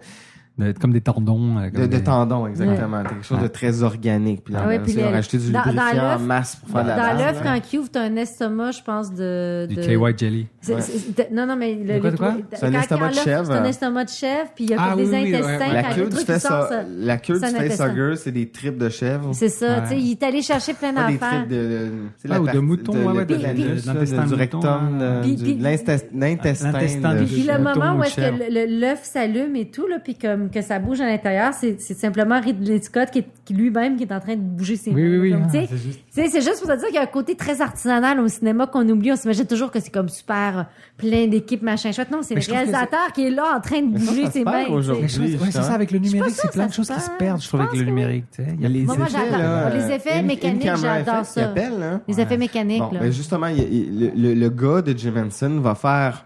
de- comme des tendons. euh, comme de, de des- tendon, exactement. Quelque chose de très organique. Puis là, Ah ouais, on a- puis on a les- rajouté du dans- dans lubrifiant en l'œuf- masse pour faire de la Dans base, l'œuf, là. quand Q, t'as un estomac, je pense, de. Du de- KY jelly. C'est- Ouais. c'est- de- non, non, mais le. De quoi, le- de quoi? quand- C'est un quand estomac de l'œuf, chèvre. C'est un estomac de chèvre, puis il y a Ah comme des oui, oui, ouais, intestins. ouais. La quand queue le du truc qui sort, facehugger, ça- la queue du ça n'intéresse pas. facehugger, c'est des tripes de chèvre. C'est ça, Ouais. tu sais, il est allé chercher plein Pas des d'affaires. tripes de, de, tu sais, Ah, la ou de partie- mouton, de, ouais, de- ouais, de de- l'anus, de- là, l'intestin du de rectum, mouton, hein. de- Puis- du- puis- de l'instes- l'intestin. L'intestin de- du Puis Le le moment tourne où est-ce que cher. le- le- l'œuf s'allume et tout, là, puis comme que ça bouge à l'intérieur, c'est c'est simplement Ridley Scott qui, est- qui lui-même qui est en train de bouger ses Oui, mains, oui, oui. comme, Ah, tu sais. c'est juste- Tu sais, c'est juste pour te dire qu'il y a un côté très artisanal au cinéma qu'on oublie. On s'imagine toujours que c'est comme super euh, plein d'équipes, machin chouette. Non, c'est le Mais je trouve que réalisateur qui est là en train de ça, bouger ça se ses perd mains. tu sais. aujourd'hui. Mais je pense- ouais, c'est Justement. ça, avec le numérique, ça c'est que plein ça de choses se qui se perd. perdent, je trouve, Je avec le numérique. tu sais. Il y a les Moi, moi, effets, j'adore. là, Les effets in- mécaniques, in-camera j'adore effects qu'ils ça. appellent, là. Les effets mécaniques, hein. Bon, là. ben justement, il- il- le, le- le gars de Jim Henson va faire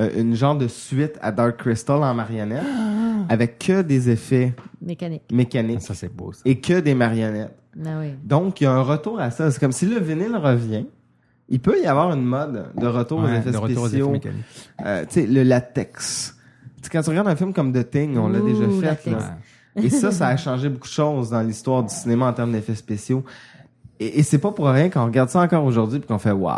euh, une genre de suite à Dark Crystal en marionnette avec que des effets Mécanique. mécaniques Ça, c'est beau, ça. et que des marionnettes. Ah oui. Donc, il y a un retour à ça. C'est comme si le vinyle revient. Il peut y avoir une mode de retour aux Ouais, effets de retour aux effets spéciaux. mécaniques. Euh, tu sais, le latex. Tu sais, quand tu regardes un film comme The Thing, on l'a Ouh, déjà fait. latex. là. Et ça, ça a changé beaucoup de choses dans l'histoire du cinéma en termes d'effets spéciaux. Et, et c'est pas pour rien qu'on regarde ça encore aujourd'hui et qu'on fait « wow ».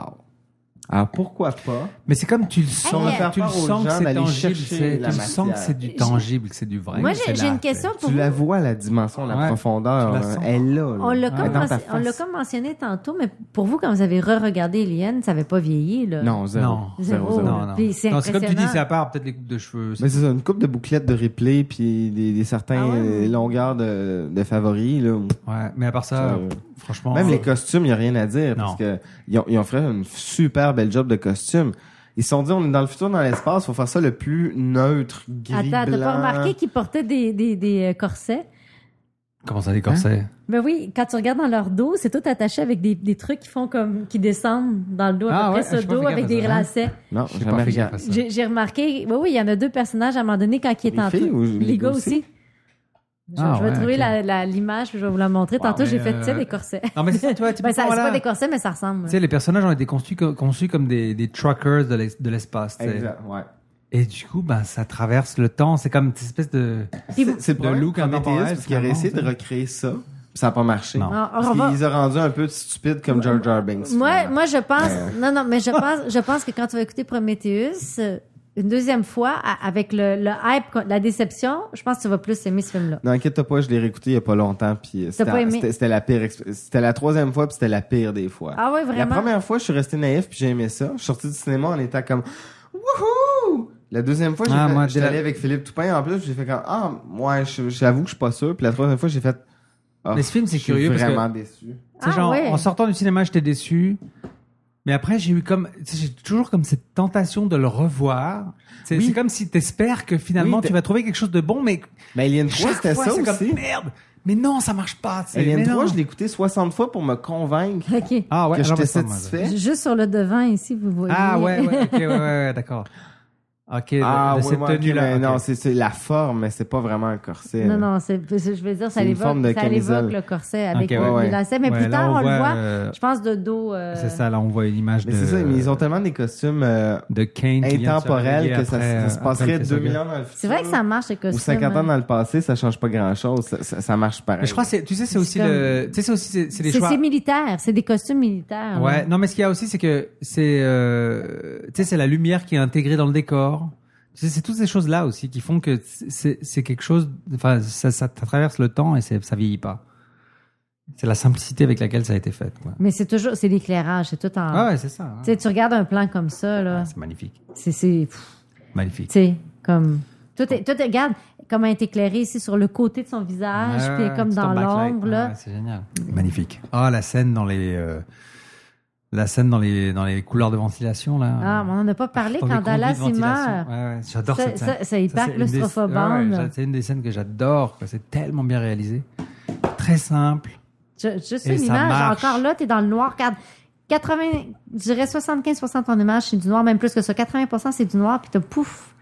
Alors, pourquoi pas? Mais c'est comme tu le on sens, va faire tu le part aux sens que gens c'est d'aller tangible, chercher c'est- tu la le matière. sens que c'est du tangible, que c'est du vrai. Moi, que j'ai c'est j'ai là, une question pour Tu vous. la vois, la dimension, la Ouais, profondeur. tu la là. sens. Elle est là. là. On l'a Elle comme, est dans ta mentionné- on l'a face. comme mentionné tantôt, mais pour vous, quand vous avez re-regardé Alien, ça n'avait pas vieilli, là. Non, zéro. Non. Zéro. Zéro, zéro. Non, non. Puis c'est Non, comme tu dis, impressionnant. c'est à part peut-être les coupes de cheveux. Mais c'est ça, une coupe de bouclettes de replay puis des, des certains Ah ouais? euh, longueurs de, de favoris. Là. Ouais, mais à part ça, Ça, franchement. Même euh, les costumes, il n'y a rien à dire. Non. Parce que ils ont, ils ont fait une super belle job de costume. Ils se sont dit, on est dans le futur, dans l'espace, faut faire ça le plus neutre, gris, Attends, t'as blanc. pas remarqué qu'ils portaient des, des, des, euh, corsets? Comment ça, des corsets? Ben oui, quand tu regardes dans leur dos, c'est tout attaché avec des, des trucs qui font comme, qui descendent dans le dos, Ah après ouais, ce j'ai pas dos fait avec gaffe des à ça. lacets. Non, J'ai jamais pas fait rien. gaffe à ça. J'ai j'ai remarqué, oui, oui, il y en a deux personnages à un moment donné quand qui est Les en filles ou les les gars gars aussi. Je, Ah je vais ouais, trouver ok. la- la- l'image, puis je vais vous la montrer. Wow, Tantôt, j'ai mais, fait, tu sais, euh, des corsets. Non, mais c'est toi, tu Ben, ça, voilà. c'est pas des corsets, mais ça ressemble. Tu sais, les personnages ont été conçus, co- conçus comme des, des truckers de l'es- de l'espace. tu sais. Exact, ouais. Et du coup, ben, ça traverse le temps. C'est comme une espèce de, C'est c'est le de problème look de Prometheus, intemporel. c'est qu'il aurait finalement, essayé tu de sais. recréer ça, puis ça n'a pas marché. Non. Ah, Parce on va- qu'ils ont rendu un peu stupide comme George Jar Binks. Moi, moi, je pense, Ouais. non, non, mais je pense, je pense que quand tu vas écouter Prometheus, euh, une deuxième fois, à- avec le, le hype, qu'on- la déception, je pense que tu vas plus aimer ce film-là. Non, inquiète-toi pas, je l'ai réécouté il y a pas longtemps, puis euh, pas c'était aimé? c'était- c'était la pire, exp- c'était la troisième fois, puis c'était la pire des fois. Ah ouais, La vraiment? première fois, je suis resté naïf, puis j'ai aimé ça. Je suis sorti du cinéma en étant comme, wouhou! La deuxième fois, j'ai Ah, fait- moi, j'étais je- allé avec Philippe Toupin en plus, puis j'ai fait comme, ah, moi, je- j'avoue que je suis pas sûr. Puis la troisième fois, j'ai fait, Ah, Mais ce film, c'est je suis curieux parce que- vraiment déçu. Tu sais, Ah, genre, ouais. en sortant du cinéma, j'étais déçu. Mais après, j'ai eu comme, tu sais, j'ai toujours comme cette tentation de le revoir. Tu sais, Oui. C'est comme si t'espères que finalement Oui, t'es- tu vas trouver quelque chose de bon, mais Mais Alien 3, chaque c'était fois, ça c'est aussi. comme merde. Mais non, ça marche pas. tu sais, Alien mais 3, non. je l'ai écouté 60 fois pour me convaincre OK. Ah ouais, que alors, j'étais c'est pas mal. satisfait. Juste sur le devant, ici, vous voyez. Ah ouais, ouais, ok, ouais, ouais, ouais, d'accord. Ok, de- Ah, de, oui, cette ouais, ok, tenue-là. mais ok. Non, c'est- c'est la forme, mais c'est pas vraiment un corset. là. Non, non, c'est, c'est- je veux dire, ça C'est une forme de l'évoque, ça camisole. l'évoque le corset avec Ok, les- ouais, ouais. les lacets, mais Ouais, plus là, tard, on on, le voit, voit, euh, je pense, de dos. euh, C'est ça, là, on voit une image Mais de. c'est ça, mais ils ont tellement des costumes euh, de Kane qui vient de se intemporels réveiller que ça, après, ça se euh, après passerait le 2 Tesla. millions dans le futur. C'est vrai que ça marche, les Ou costumes. 50 ans hein. dans le passé, ça change pas grand-chose. Ça, ça- ça marche pareil. Mais je crois, que c'est- tu sais, c'est aussi C'est comme- le, tu sais, c'est aussi, c'est c'est les c'est, choix. c'est militaire, c'est des costumes militaires. Ouais, là. non, mais ce qu'il y a aussi, c'est que c'est, euh, tu sais, c'est la lumière qui est intégrée dans le décor. Tu sais, c'est toutes ces choses-là aussi qui font que c'est, c'est quelque chose, enfin, ça, ça traverse le temps et c'est, ça vieillit pas. C'est la simplicité avec laquelle ça a été fait. Quoi. Mais c'est toujours, c'est l'éclairage, c'est tout en. Ah ouais, c'est ça. hein. Tu sais, tu regardes un plan comme ça, là. C'est magnifique, C'est, c'est, pff, magnifique. tu sais, comme. Toi, t'es- toi, t'es- regarde comment elle est éclairée ici sur le côté de son visage, Ouais, puis comme tu dans Mm. tombes backlight. Ah l'ombre, là. Ouais, c'est génial. Magnifique. Ah, la scène dans les, euh, la scène dans les, dans les couleurs de ventilation là. Ah, mais on n'en a pas parlé Dans les quand conduits de Dallas il ventilation. meurt. Ouais, ouais, j'adore Ça- cette scène. ça- c'est hyper une des- claustrophobant, ouais, ouais, là. C'est une des scènes que j'adore. quoi. C'est tellement bien réalisé. Très simple. Je, juste Et une ça image. marche. Encore là, t'es dans le noir. Regarde, 80, je dirais 75% de ton image, c'est du noir, même plus que ça. 80%, c'est du noir, puis t'as pouf.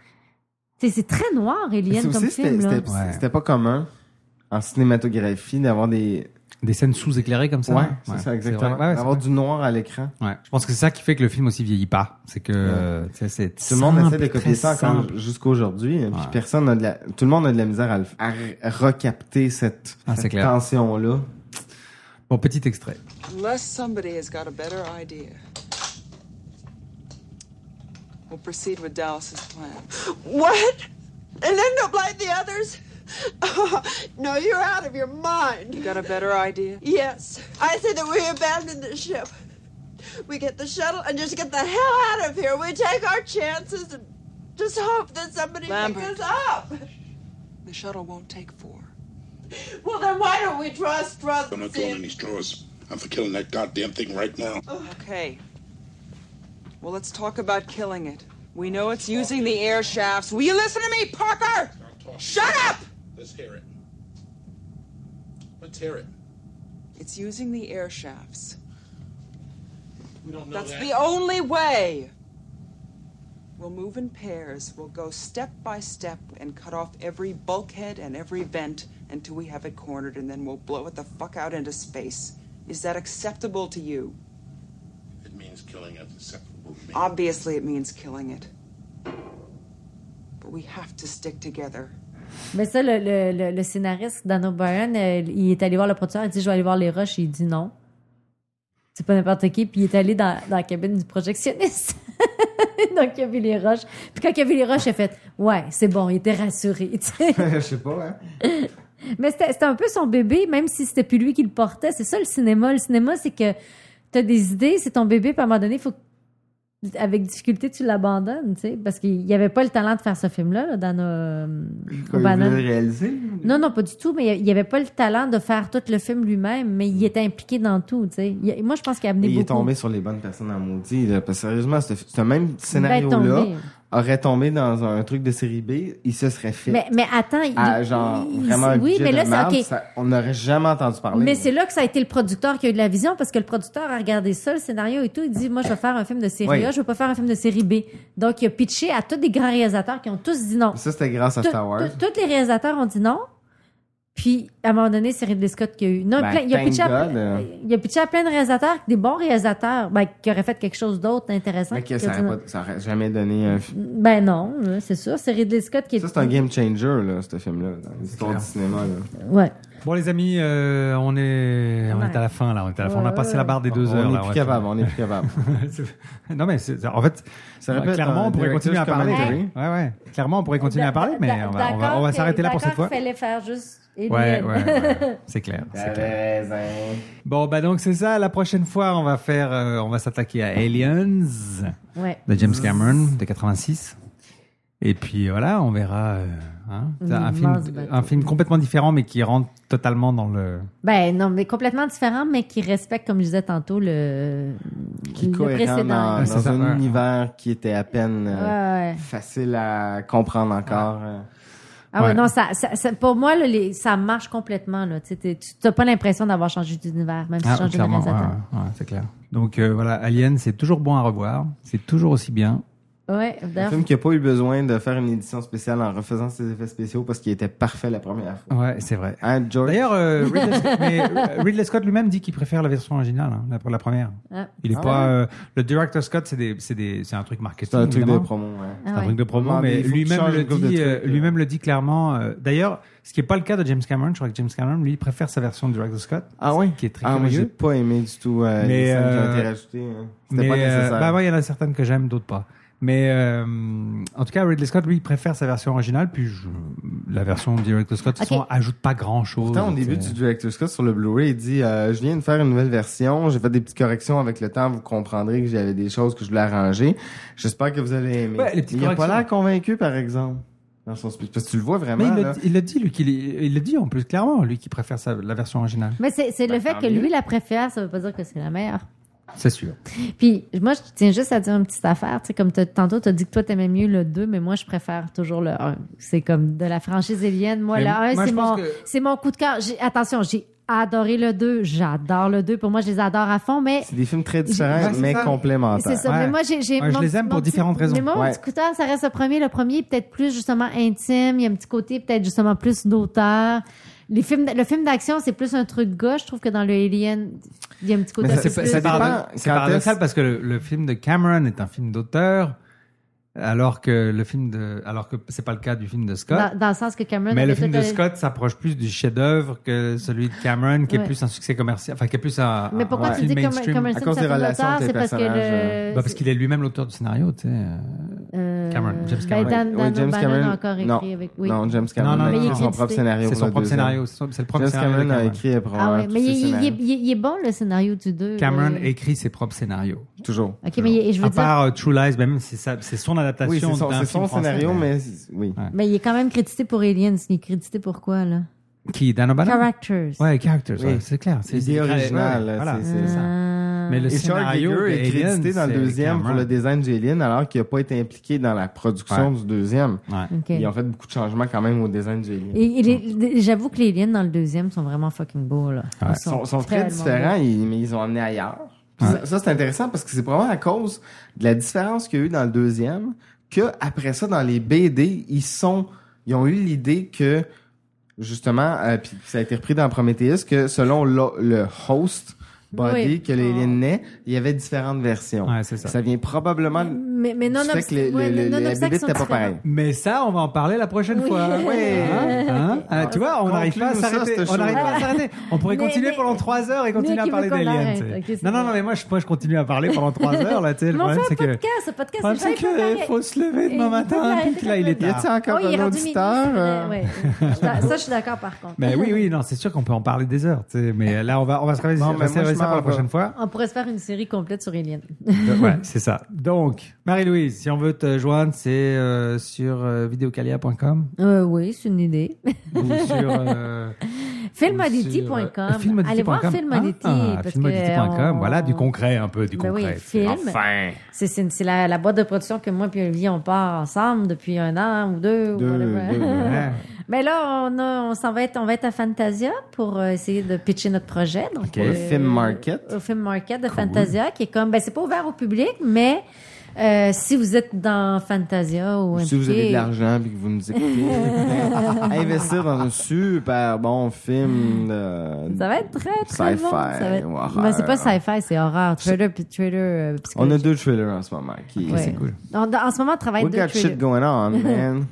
Tu sais, c'est très noir, Mais Eliane, c'est comme aussi, film, là. c'était c'était- Ouais. c'était pas commun en cinématographie d'avoir des. Des scènes sous-éclairées comme ça. Ouais, hein. c'est Ouais, ça, exactement. vrai. Ouais, d'avoir c'est du noir à l'écran. vrai. Ouais. Je pense que c'est ça qui fait que le film aussi vieillit pas. C'est que euh, tu sais, c'est Tout le monde simple, essaie de copier très ça encore simple. jusqu'à aujourd'hui. hein, puis Ouais. personne n'a de la- tout le monde a de la misère à, le- à re- recapter cette, Ah, c'est cette clair. tension-là. Bon, petit extrait. Unless somebody has got a better idea, we'll proceed with Dallas's plan. What? And end up like the others? Oh, no, you're out of your mind. You got a better idea? Yes, I say that we abandon the ship. We get the shuttle and just get the hell out of here. We take our chances and just hope that somebody Lambert. picks us up. The shuttle won't take four. Well, then why don't we trust, trust, I'm not see throwing any straws. I'm for killing that goddamn thing right now. Okay. Well, let's talk about killing it. We know it's using the air shafts. Will you listen to me, Parker? Shut up! Let's hear it. Let's hear it. It's using the air shafts. We don't know That's that. the only way. We'll move in pairs. We'll go step by step and cut off every bulkhead and every vent until we have it cornered, and then we'll blow it the fuck out into space. Is that acceptable to you? It means killing is acceptable to me. Obviously, it means killing it. But we have to stick together. Mais ça, le, le, le, le scénariste, Dan O'Brien, euh, il est allé voir le producteur, il dit Je vais aller voir les rushs. Il dit non. C'est pas n'importe qui. Puis il est allé dans, dans la cabine du projectionniste. Donc il a vu les rushs. Puis quand il a vu les rushs, il a fait Ouais, c'est bon, il était rassuré. tu sais. Je sais pas, hein. Mais c'était c'était un peu son bébé, même si c'était plus lui qui le portait. C'est ça le cinéma. Le cinéma, c'est que t'as des idées, c'est ton bébé, puis à un moment donné, il faut que avec difficulté, tu l'abandonnes, tu sais, parce qu'il n'y avait pas le talent de faire ce film-là, là, euh, dans Quand il voulait le réaliser. Non, non, pas du tout, mais il n'y avait pas le talent de faire tout le film lui-même, mais il était impliqué dans tout, tu sais. Il- Moi, je pense qu'il a amené Mm. Il beaucoup. est tombé sur les bonnes personnes en maudit. là, parce que sérieusement, ce, ce même Ben, scénario-là tombé. aurait tombé dans un truc de série B, il se serait fait. Mais, mais attends, il- à, genre, il- vraiment un oui, budget mais de là, merde, c'est ok. ça- on n'aurait jamais entendu parler. Mais c'est là que ça a été le producteur qui a eu de la vision parce que le producteur a regardé ça, le scénario et tout. Il dit Moi, je vais faire un film de série Oui. A, je veux pas faire un film de série B. Donc, il a pitché à tous des grands réalisateurs qui ont tous dit non. Ça, c'était grâce à Tout- Star Wars. tout- Tous les réalisateurs ont dit non. Puis, à un moment donné, c'est Ridley Scott qui a eu. Non, Ben, plein- il, a thank pitché à, God, euh. il a pitché à plein de réalisateurs, des bons réalisateurs, ben, qui auraient fait quelque chose d'autre d'intéressant. Mais que qui ça a dit non. n'aurait jamais donné un film. Ben non, hein, c'est sûr. C'est Ridley Scott qui Ça, c'est un game changer, là, ce film-là, dans l'histoire du Clair. cinéma. Là. Ouais. Bon, les amis, euh, on, est, on est à la fin, là. On, est à la fin. on a Ouais, passé ouais. la barre des deux On heures. est là. plus Ouais. capable, on est plus capable. C'est- non, mais c'est- en fait, Ça répète euh, clairement, un on pourrait director's continuer à parler. commentary. Ouais, ouais. Clairement, on pourrait continuer à parler, mais on va, on va- on va s'arrêter là pour cette fois. Il fallait faire juste. Ouais, ouais, Alien. ouais. C'est clair. c'est clair. raison. Bon, bah donc c'est ça. La prochaine fois, on va faire, euh, on va s'attaquer à Aliens Ouais. de James Cameron de 86. Et puis voilà, on verra euh, hein. C'est un, Immense film, bateau. un film complètement différent, mais qui rentre totalement dans le. Ben non, mais complètement différent, mais qui respecte, comme je disais tantôt, le, Qui est le cohérent dans, précédent. dans C'est ça, un ouais. univers qui était à peine euh, Ouais, ouais. facile à comprendre encore. euh. Ah ouais, Ouais. non, ça, ça- ça- pour moi, là, les- ça marche complètement. Là. Tu sais, t'es- tu n'as pas l'impression d'avoir changé d'univers, même si tu changes de Ah, hein, clairement, ouais, réalisateur. ouais, ouais, c'est clair. Donc euh, voilà, Alien, c'est toujours bon à revoir. C'est toujours aussi bien. Ouais, Un d'ailleurs. film qui n'a pas eu besoin de faire une édition spéciale en refaisant ses effets spéciaux parce qu'il était parfait la première fois. Ouais, c'est vrai. Hein, George? D'ailleurs, euh, Ridley, Scott- mais, euh, Ridley Scott lui-même dit qu'il préfère la version originale, hein, la, la première. Ah. Il est Ah pas ouais. euh, le director Scott, c'est des, c'est des, c'est un truc marketing. C'est un truc de évidemment. promo. hein. ouais. C'est Ah un ouais. truc de promo, Demandez, mais il faut qu'il lui-même change le une couple de dit, euh, trucs, là. lui-même le dit clairement. euh, D'ailleurs, ce qui n'est pas le cas de James Cameron, je crois que James Cameron, lui, il préfère sa version de director Scott, Ah oui? qui est très Ah, moi, j'ai curieux. pas aimé du tout euh, Mais, les scènes qui ont été euh, rajoutées. hein. C'était Mais pas euh, nécessaire. bah ouais, il y en a certaines que j'aime, d'autres pas. Mais euh, en tout cas, Ridley Scott, lui, il préfère sa version originale, puis je- la version de director Scott, de toute Ok. façon, ajoute pas grand-chose. euh, Pourtant, au début C'est- du Director's Cut sur le Blu-ray, il dit euh, Je viens de faire une nouvelle version, j'ai fait des petites corrections avec le temps, vous comprendrez que j'avais des choses que je voulais arranger. J'espère que vous allez aimer. Ouais, les petites il a pas corrections. l'air convaincu, par exemple. Dans son speech. Parce que tu le vois Mais vraiment. il là. le, il le dit, lui, qu'il est- il le dit en plus clairement, lui qui préfère sa- la version originale. Mais c'est c'est Bah, le Ben, fait tant que mieux. lui la préfère, ça veut pas dire que c'est la meilleure. C'est sûr. Puis moi, je tiens juste à dire une petite affaire. Tu sais, comme t'as- tantôt, tu as dit que toi, tu aimais mieux le 2, mais moi, je préfère toujours le 1. C'est comme de la franchise Alien. Moi, Mais le moi, 1, je c'est pense mon, que- c'est mon coup de cœur. J'ai- Attention, j'ai adoré le 2. J'adore le 2. Pour moi, je les adore à fond, mais C'est des films très différents, Ouais, c'est mais ça. complémentaires. c'est ça. Ouais. Mais moi, j'ai, j'ai Ouais, je mon les petit- aime mon pour petit- différentes raisons. Mais moi, mon Ouais. petit coup de cœur, ça reste le premier. Le premier, est peut-être plus justement intime. Il y a un petit côté, peut-être justement plus d'auteur. Les films, d- le film d'action, c'est plus un truc gauche. Je trouve que dans le Alien, il y a un petit côté. Mais un c'est peu pas- plus- c'est dépend parado- quand c'est paradoxal est-ce- parce que le, le film de Cameron est un film d'auteur, alors que le film de, alors que c'est pas le cas du film de Scott. dans, dans le sens que Bah, Cameron. mais avait le film tout de un- Scott s'approche plus du chef-d'œuvre que celui de Cameron, qui est Ouais. plus un succès commercial, enfin qui est plus un, Mais un- pourquoi un tu film dis comme, mainstream. comme un À film cause des ça fait relations l'auteur, entre les c'est parce que personnages, le... euh. Bah, parce qu'il est lui-même l'auteur du scénario, tu sais. euh. euh, Cameron, James ben, Cameron. Dan, Ouais, Dan James O'Bannon Cameron- a encore écrit non, avec. Oui. non, James Cameron Non, non, a non, écrit non. son Mais il propre est scénario. C'est pour son le propre deuxième. scénario, c'est son- c'est le propre James scénario de Cameron a Cameron. écrit ah hein, probablement ouais, tous mais ses il, il- scénarios. il- il- il est bon le scénario du 2. Cameron écrit ses propres scénarios. Toujours. Ok, mais il- je veux à dire, part euh, True Lies, ben même c'est sa- c'est son adaptation Oui, c'est son, d'un c'est film son français, scénario, mais- mais c'est- oui. mais il est quand même crédité pour Aliens. Il est crédité pour quoi, là qui Dan O'Bannon. Characters. Ouais, characters, Oui. ouais, c'est clair. C'est Idée c'est- originale, ouais, là, voilà, c'est- c'est- Ah. Mais le Et Charles scénario Giger de est Alien, crédité dans le c'est deuxième pour Cameron. le design d'Alien, alors qu'il n'a pas été impliqué dans la production Ouais. du deuxième. Ouais. Ok. Ils ont fait beaucoup de changements quand même au design d'Alien. Et, et les- j'avoue que les aliens dans le deuxième sont vraiment fucking beaux, là. Ouais. Ils Ils sont, sont très tellement différents, beaux. ils- mais ils ont emmené ailleurs. Puis Ça, ça, c'est intéressant parce que c'est probablement à cause de la différence qu'il y a eu dans le deuxième que après ça, dans les BD, ils sont, ils ont eu l'idée que justement, euh, puis ça a été repris dans Prometheus que selon le, le host body Oui. Oh. que les naît, il y avait différentes versions. Ouais, c'est ça. vient probablement Mais, mais non, Tu non, fais que les- ouais, les- non, les- non, les ça, bébites, sont t'as pas différents. pareil. Mais ça, on va en parler la prochaine Oui. fois. Ouais. Hein? Hein? Ah, tu vois, on n'arrive pas à Conclue-nous ça, s'arrêter. cette On n'arrive chose. pas à s'arrêter. On pourrait Mais- continuer mais- pendant trois heures et continuer mais à qui veut parler qu'on d'aliens. arrête? tu sais. Ok, c'est non, non, bon. non, mais moi, je, moi, je continue à parler pendant trois heures. Là, tu sais, Mais le on problème, fait c'est un que. podcast, ce podcast, Ah, c'est c'est que faut se lever demain matin, puis là, il est tard. Y a-t-il Oh, encore un auditeur, euh? Ça, je suis d'accord, par contre. Mais oui, oui, non, c'est sûr qu'on peut en parler des heures. tu sais, Mais là, on va, on va se réserver Bon, mais réserver moi, je ça m'en pour la vais. prochaine fois. On pourrait se faire une série complète sur Alien. ouais, c'est ça. Donc, Marie-Louise, si on veut te joindre, c'est euh, sur euh, videocalia.com Euh, oui, c'est une idée. ou sur. euh, Filmodity.com. Sur, euh, Allez voir filmodity.com. Filmodity. Ah, parce filmodity.com. que on- Voilà, du concret un peu, du Ben oui, concret. film. C'est, c'est, c'est la, la boîte de production que moi puis Olivier, on part ensemble depuis un an ou deux. ou Deux, whatever. deux, ouais. Mais là, on, a- on s'en va être, on va être à Fantasia pour euh, essayer de pitcher notre projet. Donc, euh, Le film market. Au film market de Fantasia, qui est comme, ben c'est pas ouvert au public, mais euh, si vous êtes dans Fantasia ou Si vous impliqué- avez de l'argent et que vous nous écoutez, investir dans un super bon film de- Ça va être très, très Sci-fi bon. Ça va être- ou horreur. Ben, c'est pas sci-fi, c'est horreur. Trailer, puis trailer, euh, On a psychologique. deux trailers en ce moment qui Ouais. En, en ce moment, on travaille We deux got trailers. shit going on, man.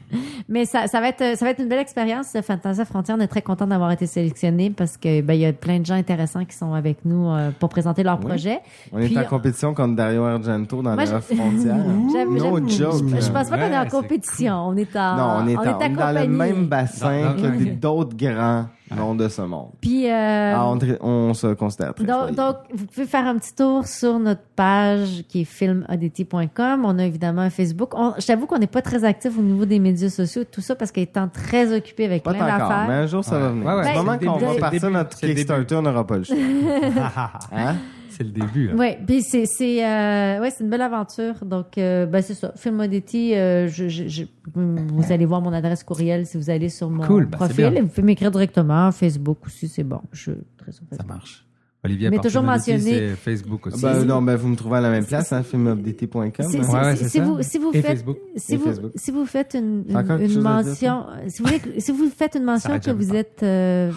Mais ça, ça va être ça va être une belle expérience. ce Fantasia Frontière, on est très content d'avoir été sélectionné parce que ben il y a plein de gens intéressants qui sont avec nous euh, pour présenter leur Oui. projet. On est Puis, en compétition contre Dario Argento dans moi, la je- frontière. j'aime- No j'aime- joke. Je, je pense pas qu'on est en Ouais, compétition. On est en Non, on est, en- on est dans le accompagné. même bassin Dans- dans- que des- d'autres grands noms de ce monde. Puis euh, Ah, on, tra- on se considère très Donc, choyés. donc, vous pouvez faire un petit tour sur notre page qui est filmodity.com. On a évidemment un Facebook. On, je t'avoue qu'on n'est pas très actif au niveau des médias sociaux, tout ça, parce qu'étant très occupé avec Pas plein encore, d'affaires. mais un jour ça va venir. Ouais, ouais, du c'est moment le qu'on début, va c'est le partir début, notre c'est le Kickstarter, on n'aura pas le choix. Hein? C'est le début. Oui, puis c'est c'est euh, ouais, c'est une belle aventure. Donc euh, ben c'est ça. Filmodity, euh, je, je, je- vous allez voir mon adresse courriel si vous allez sur mon Cool, ben, c'est profil. bien. Et vous pouvez m'écrire directement, Facebook aussi, c'est bon. Je suis très sur Facebook. Ça marche. Olivier, Mais à partir toujours de lundi, mentionné- c'est Facebook aussi. Ben, non, ben, vous me trouvez à la même place, hein, filmupdt.com. Si, hein. si- si- si vous, si vous Et faites, Facebook. si Et vous, Facebook. si vous faites une, T'as encore une, quelque une chose à dire, mention, si vous, voulez que- si vous faites une mention S'arrête que vous jamais êtes, euh,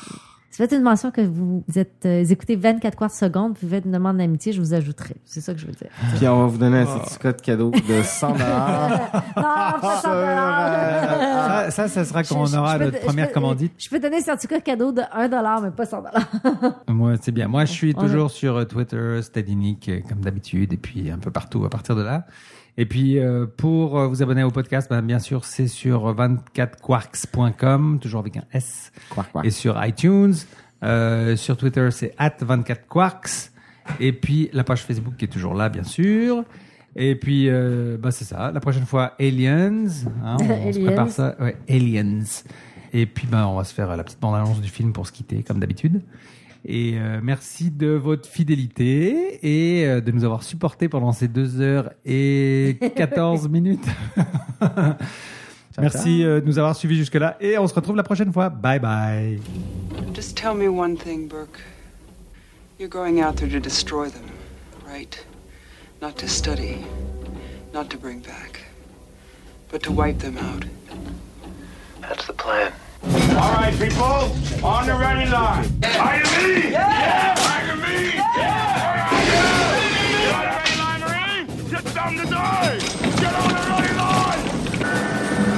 si vous faites une mention que vous êtes, euh, écoutez 24 quarts de seconde, vous faites une demande d'amitié, je vous ajouterai. C'est ça que je veux dire. Puis on va vous donner un Ah. certificat de cadeau de 100 non, pas Sur, euh, Ah, Ça, ça, ça sera Je- quand on je- aura je peux notre te- je première peux- commandite. Je peux donner un certificat cadeau de 1 mais pas 100 Moi, c'est bien. Moi, je suis On- toujours sur euh, Twitter, Steadinic, euh, comme d'habitude, et puis un peu partout à partir de là. Et puis, euh, pour euh, vous abonner au podcast, ben, bien sûr, c'est sur 24quarks.com, toujours avec un S. Et sur iTunes. Euh, sur Twitter, c'est at 24quarks. Et puis, la page Facebook qui est toujours là, bien sûr. Et puis, euh, ben, c'est ça. La prochaine fois, Aliens. hein, on, on se Aliens. prépare ça. Ouais, Aliens. Et puis, ben, on va se faire euh, la petite bande-annonce du film pour se quitter, comme d'habitude. Et euh, merci de votre fidélité et euh, de nous avoir supportés pendant ces 2 heures et 14 minutes. merci euh, de nous avoir suivis jusque-là et on se retrouve la prochaine fois. Bye bye. Just tell me one thing, Burke. You're going out there to destroy them, right? Not to study, not to bring back, but to wipe them out. That's the plan. All right, people, on the ready line. Iron me! Yeah! Iron me! Yeah! Iron me! You got the ready line ready? Get down the door! Get on the ready line!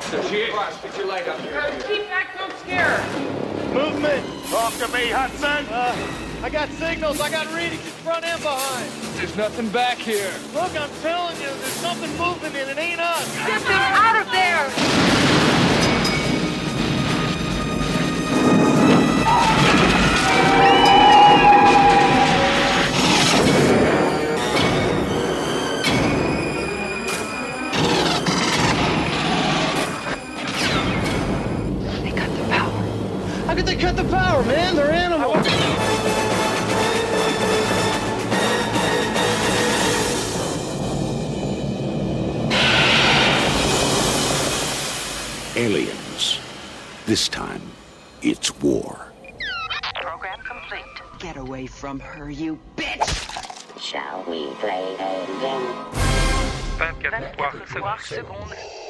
put your light up here. Keep back, don't scare! Movement! Talk to me, Hudson! I got signals, I got readings in front and behind. There's nothing back here. Look, I'm telling you, there's something moving and it ain't us. Get them out of there! How could they cut the power, man? They're animals. Aliens. This time, it's war. Program complete. Get away from her, you bitch! Shall we play a game? 24 secondes.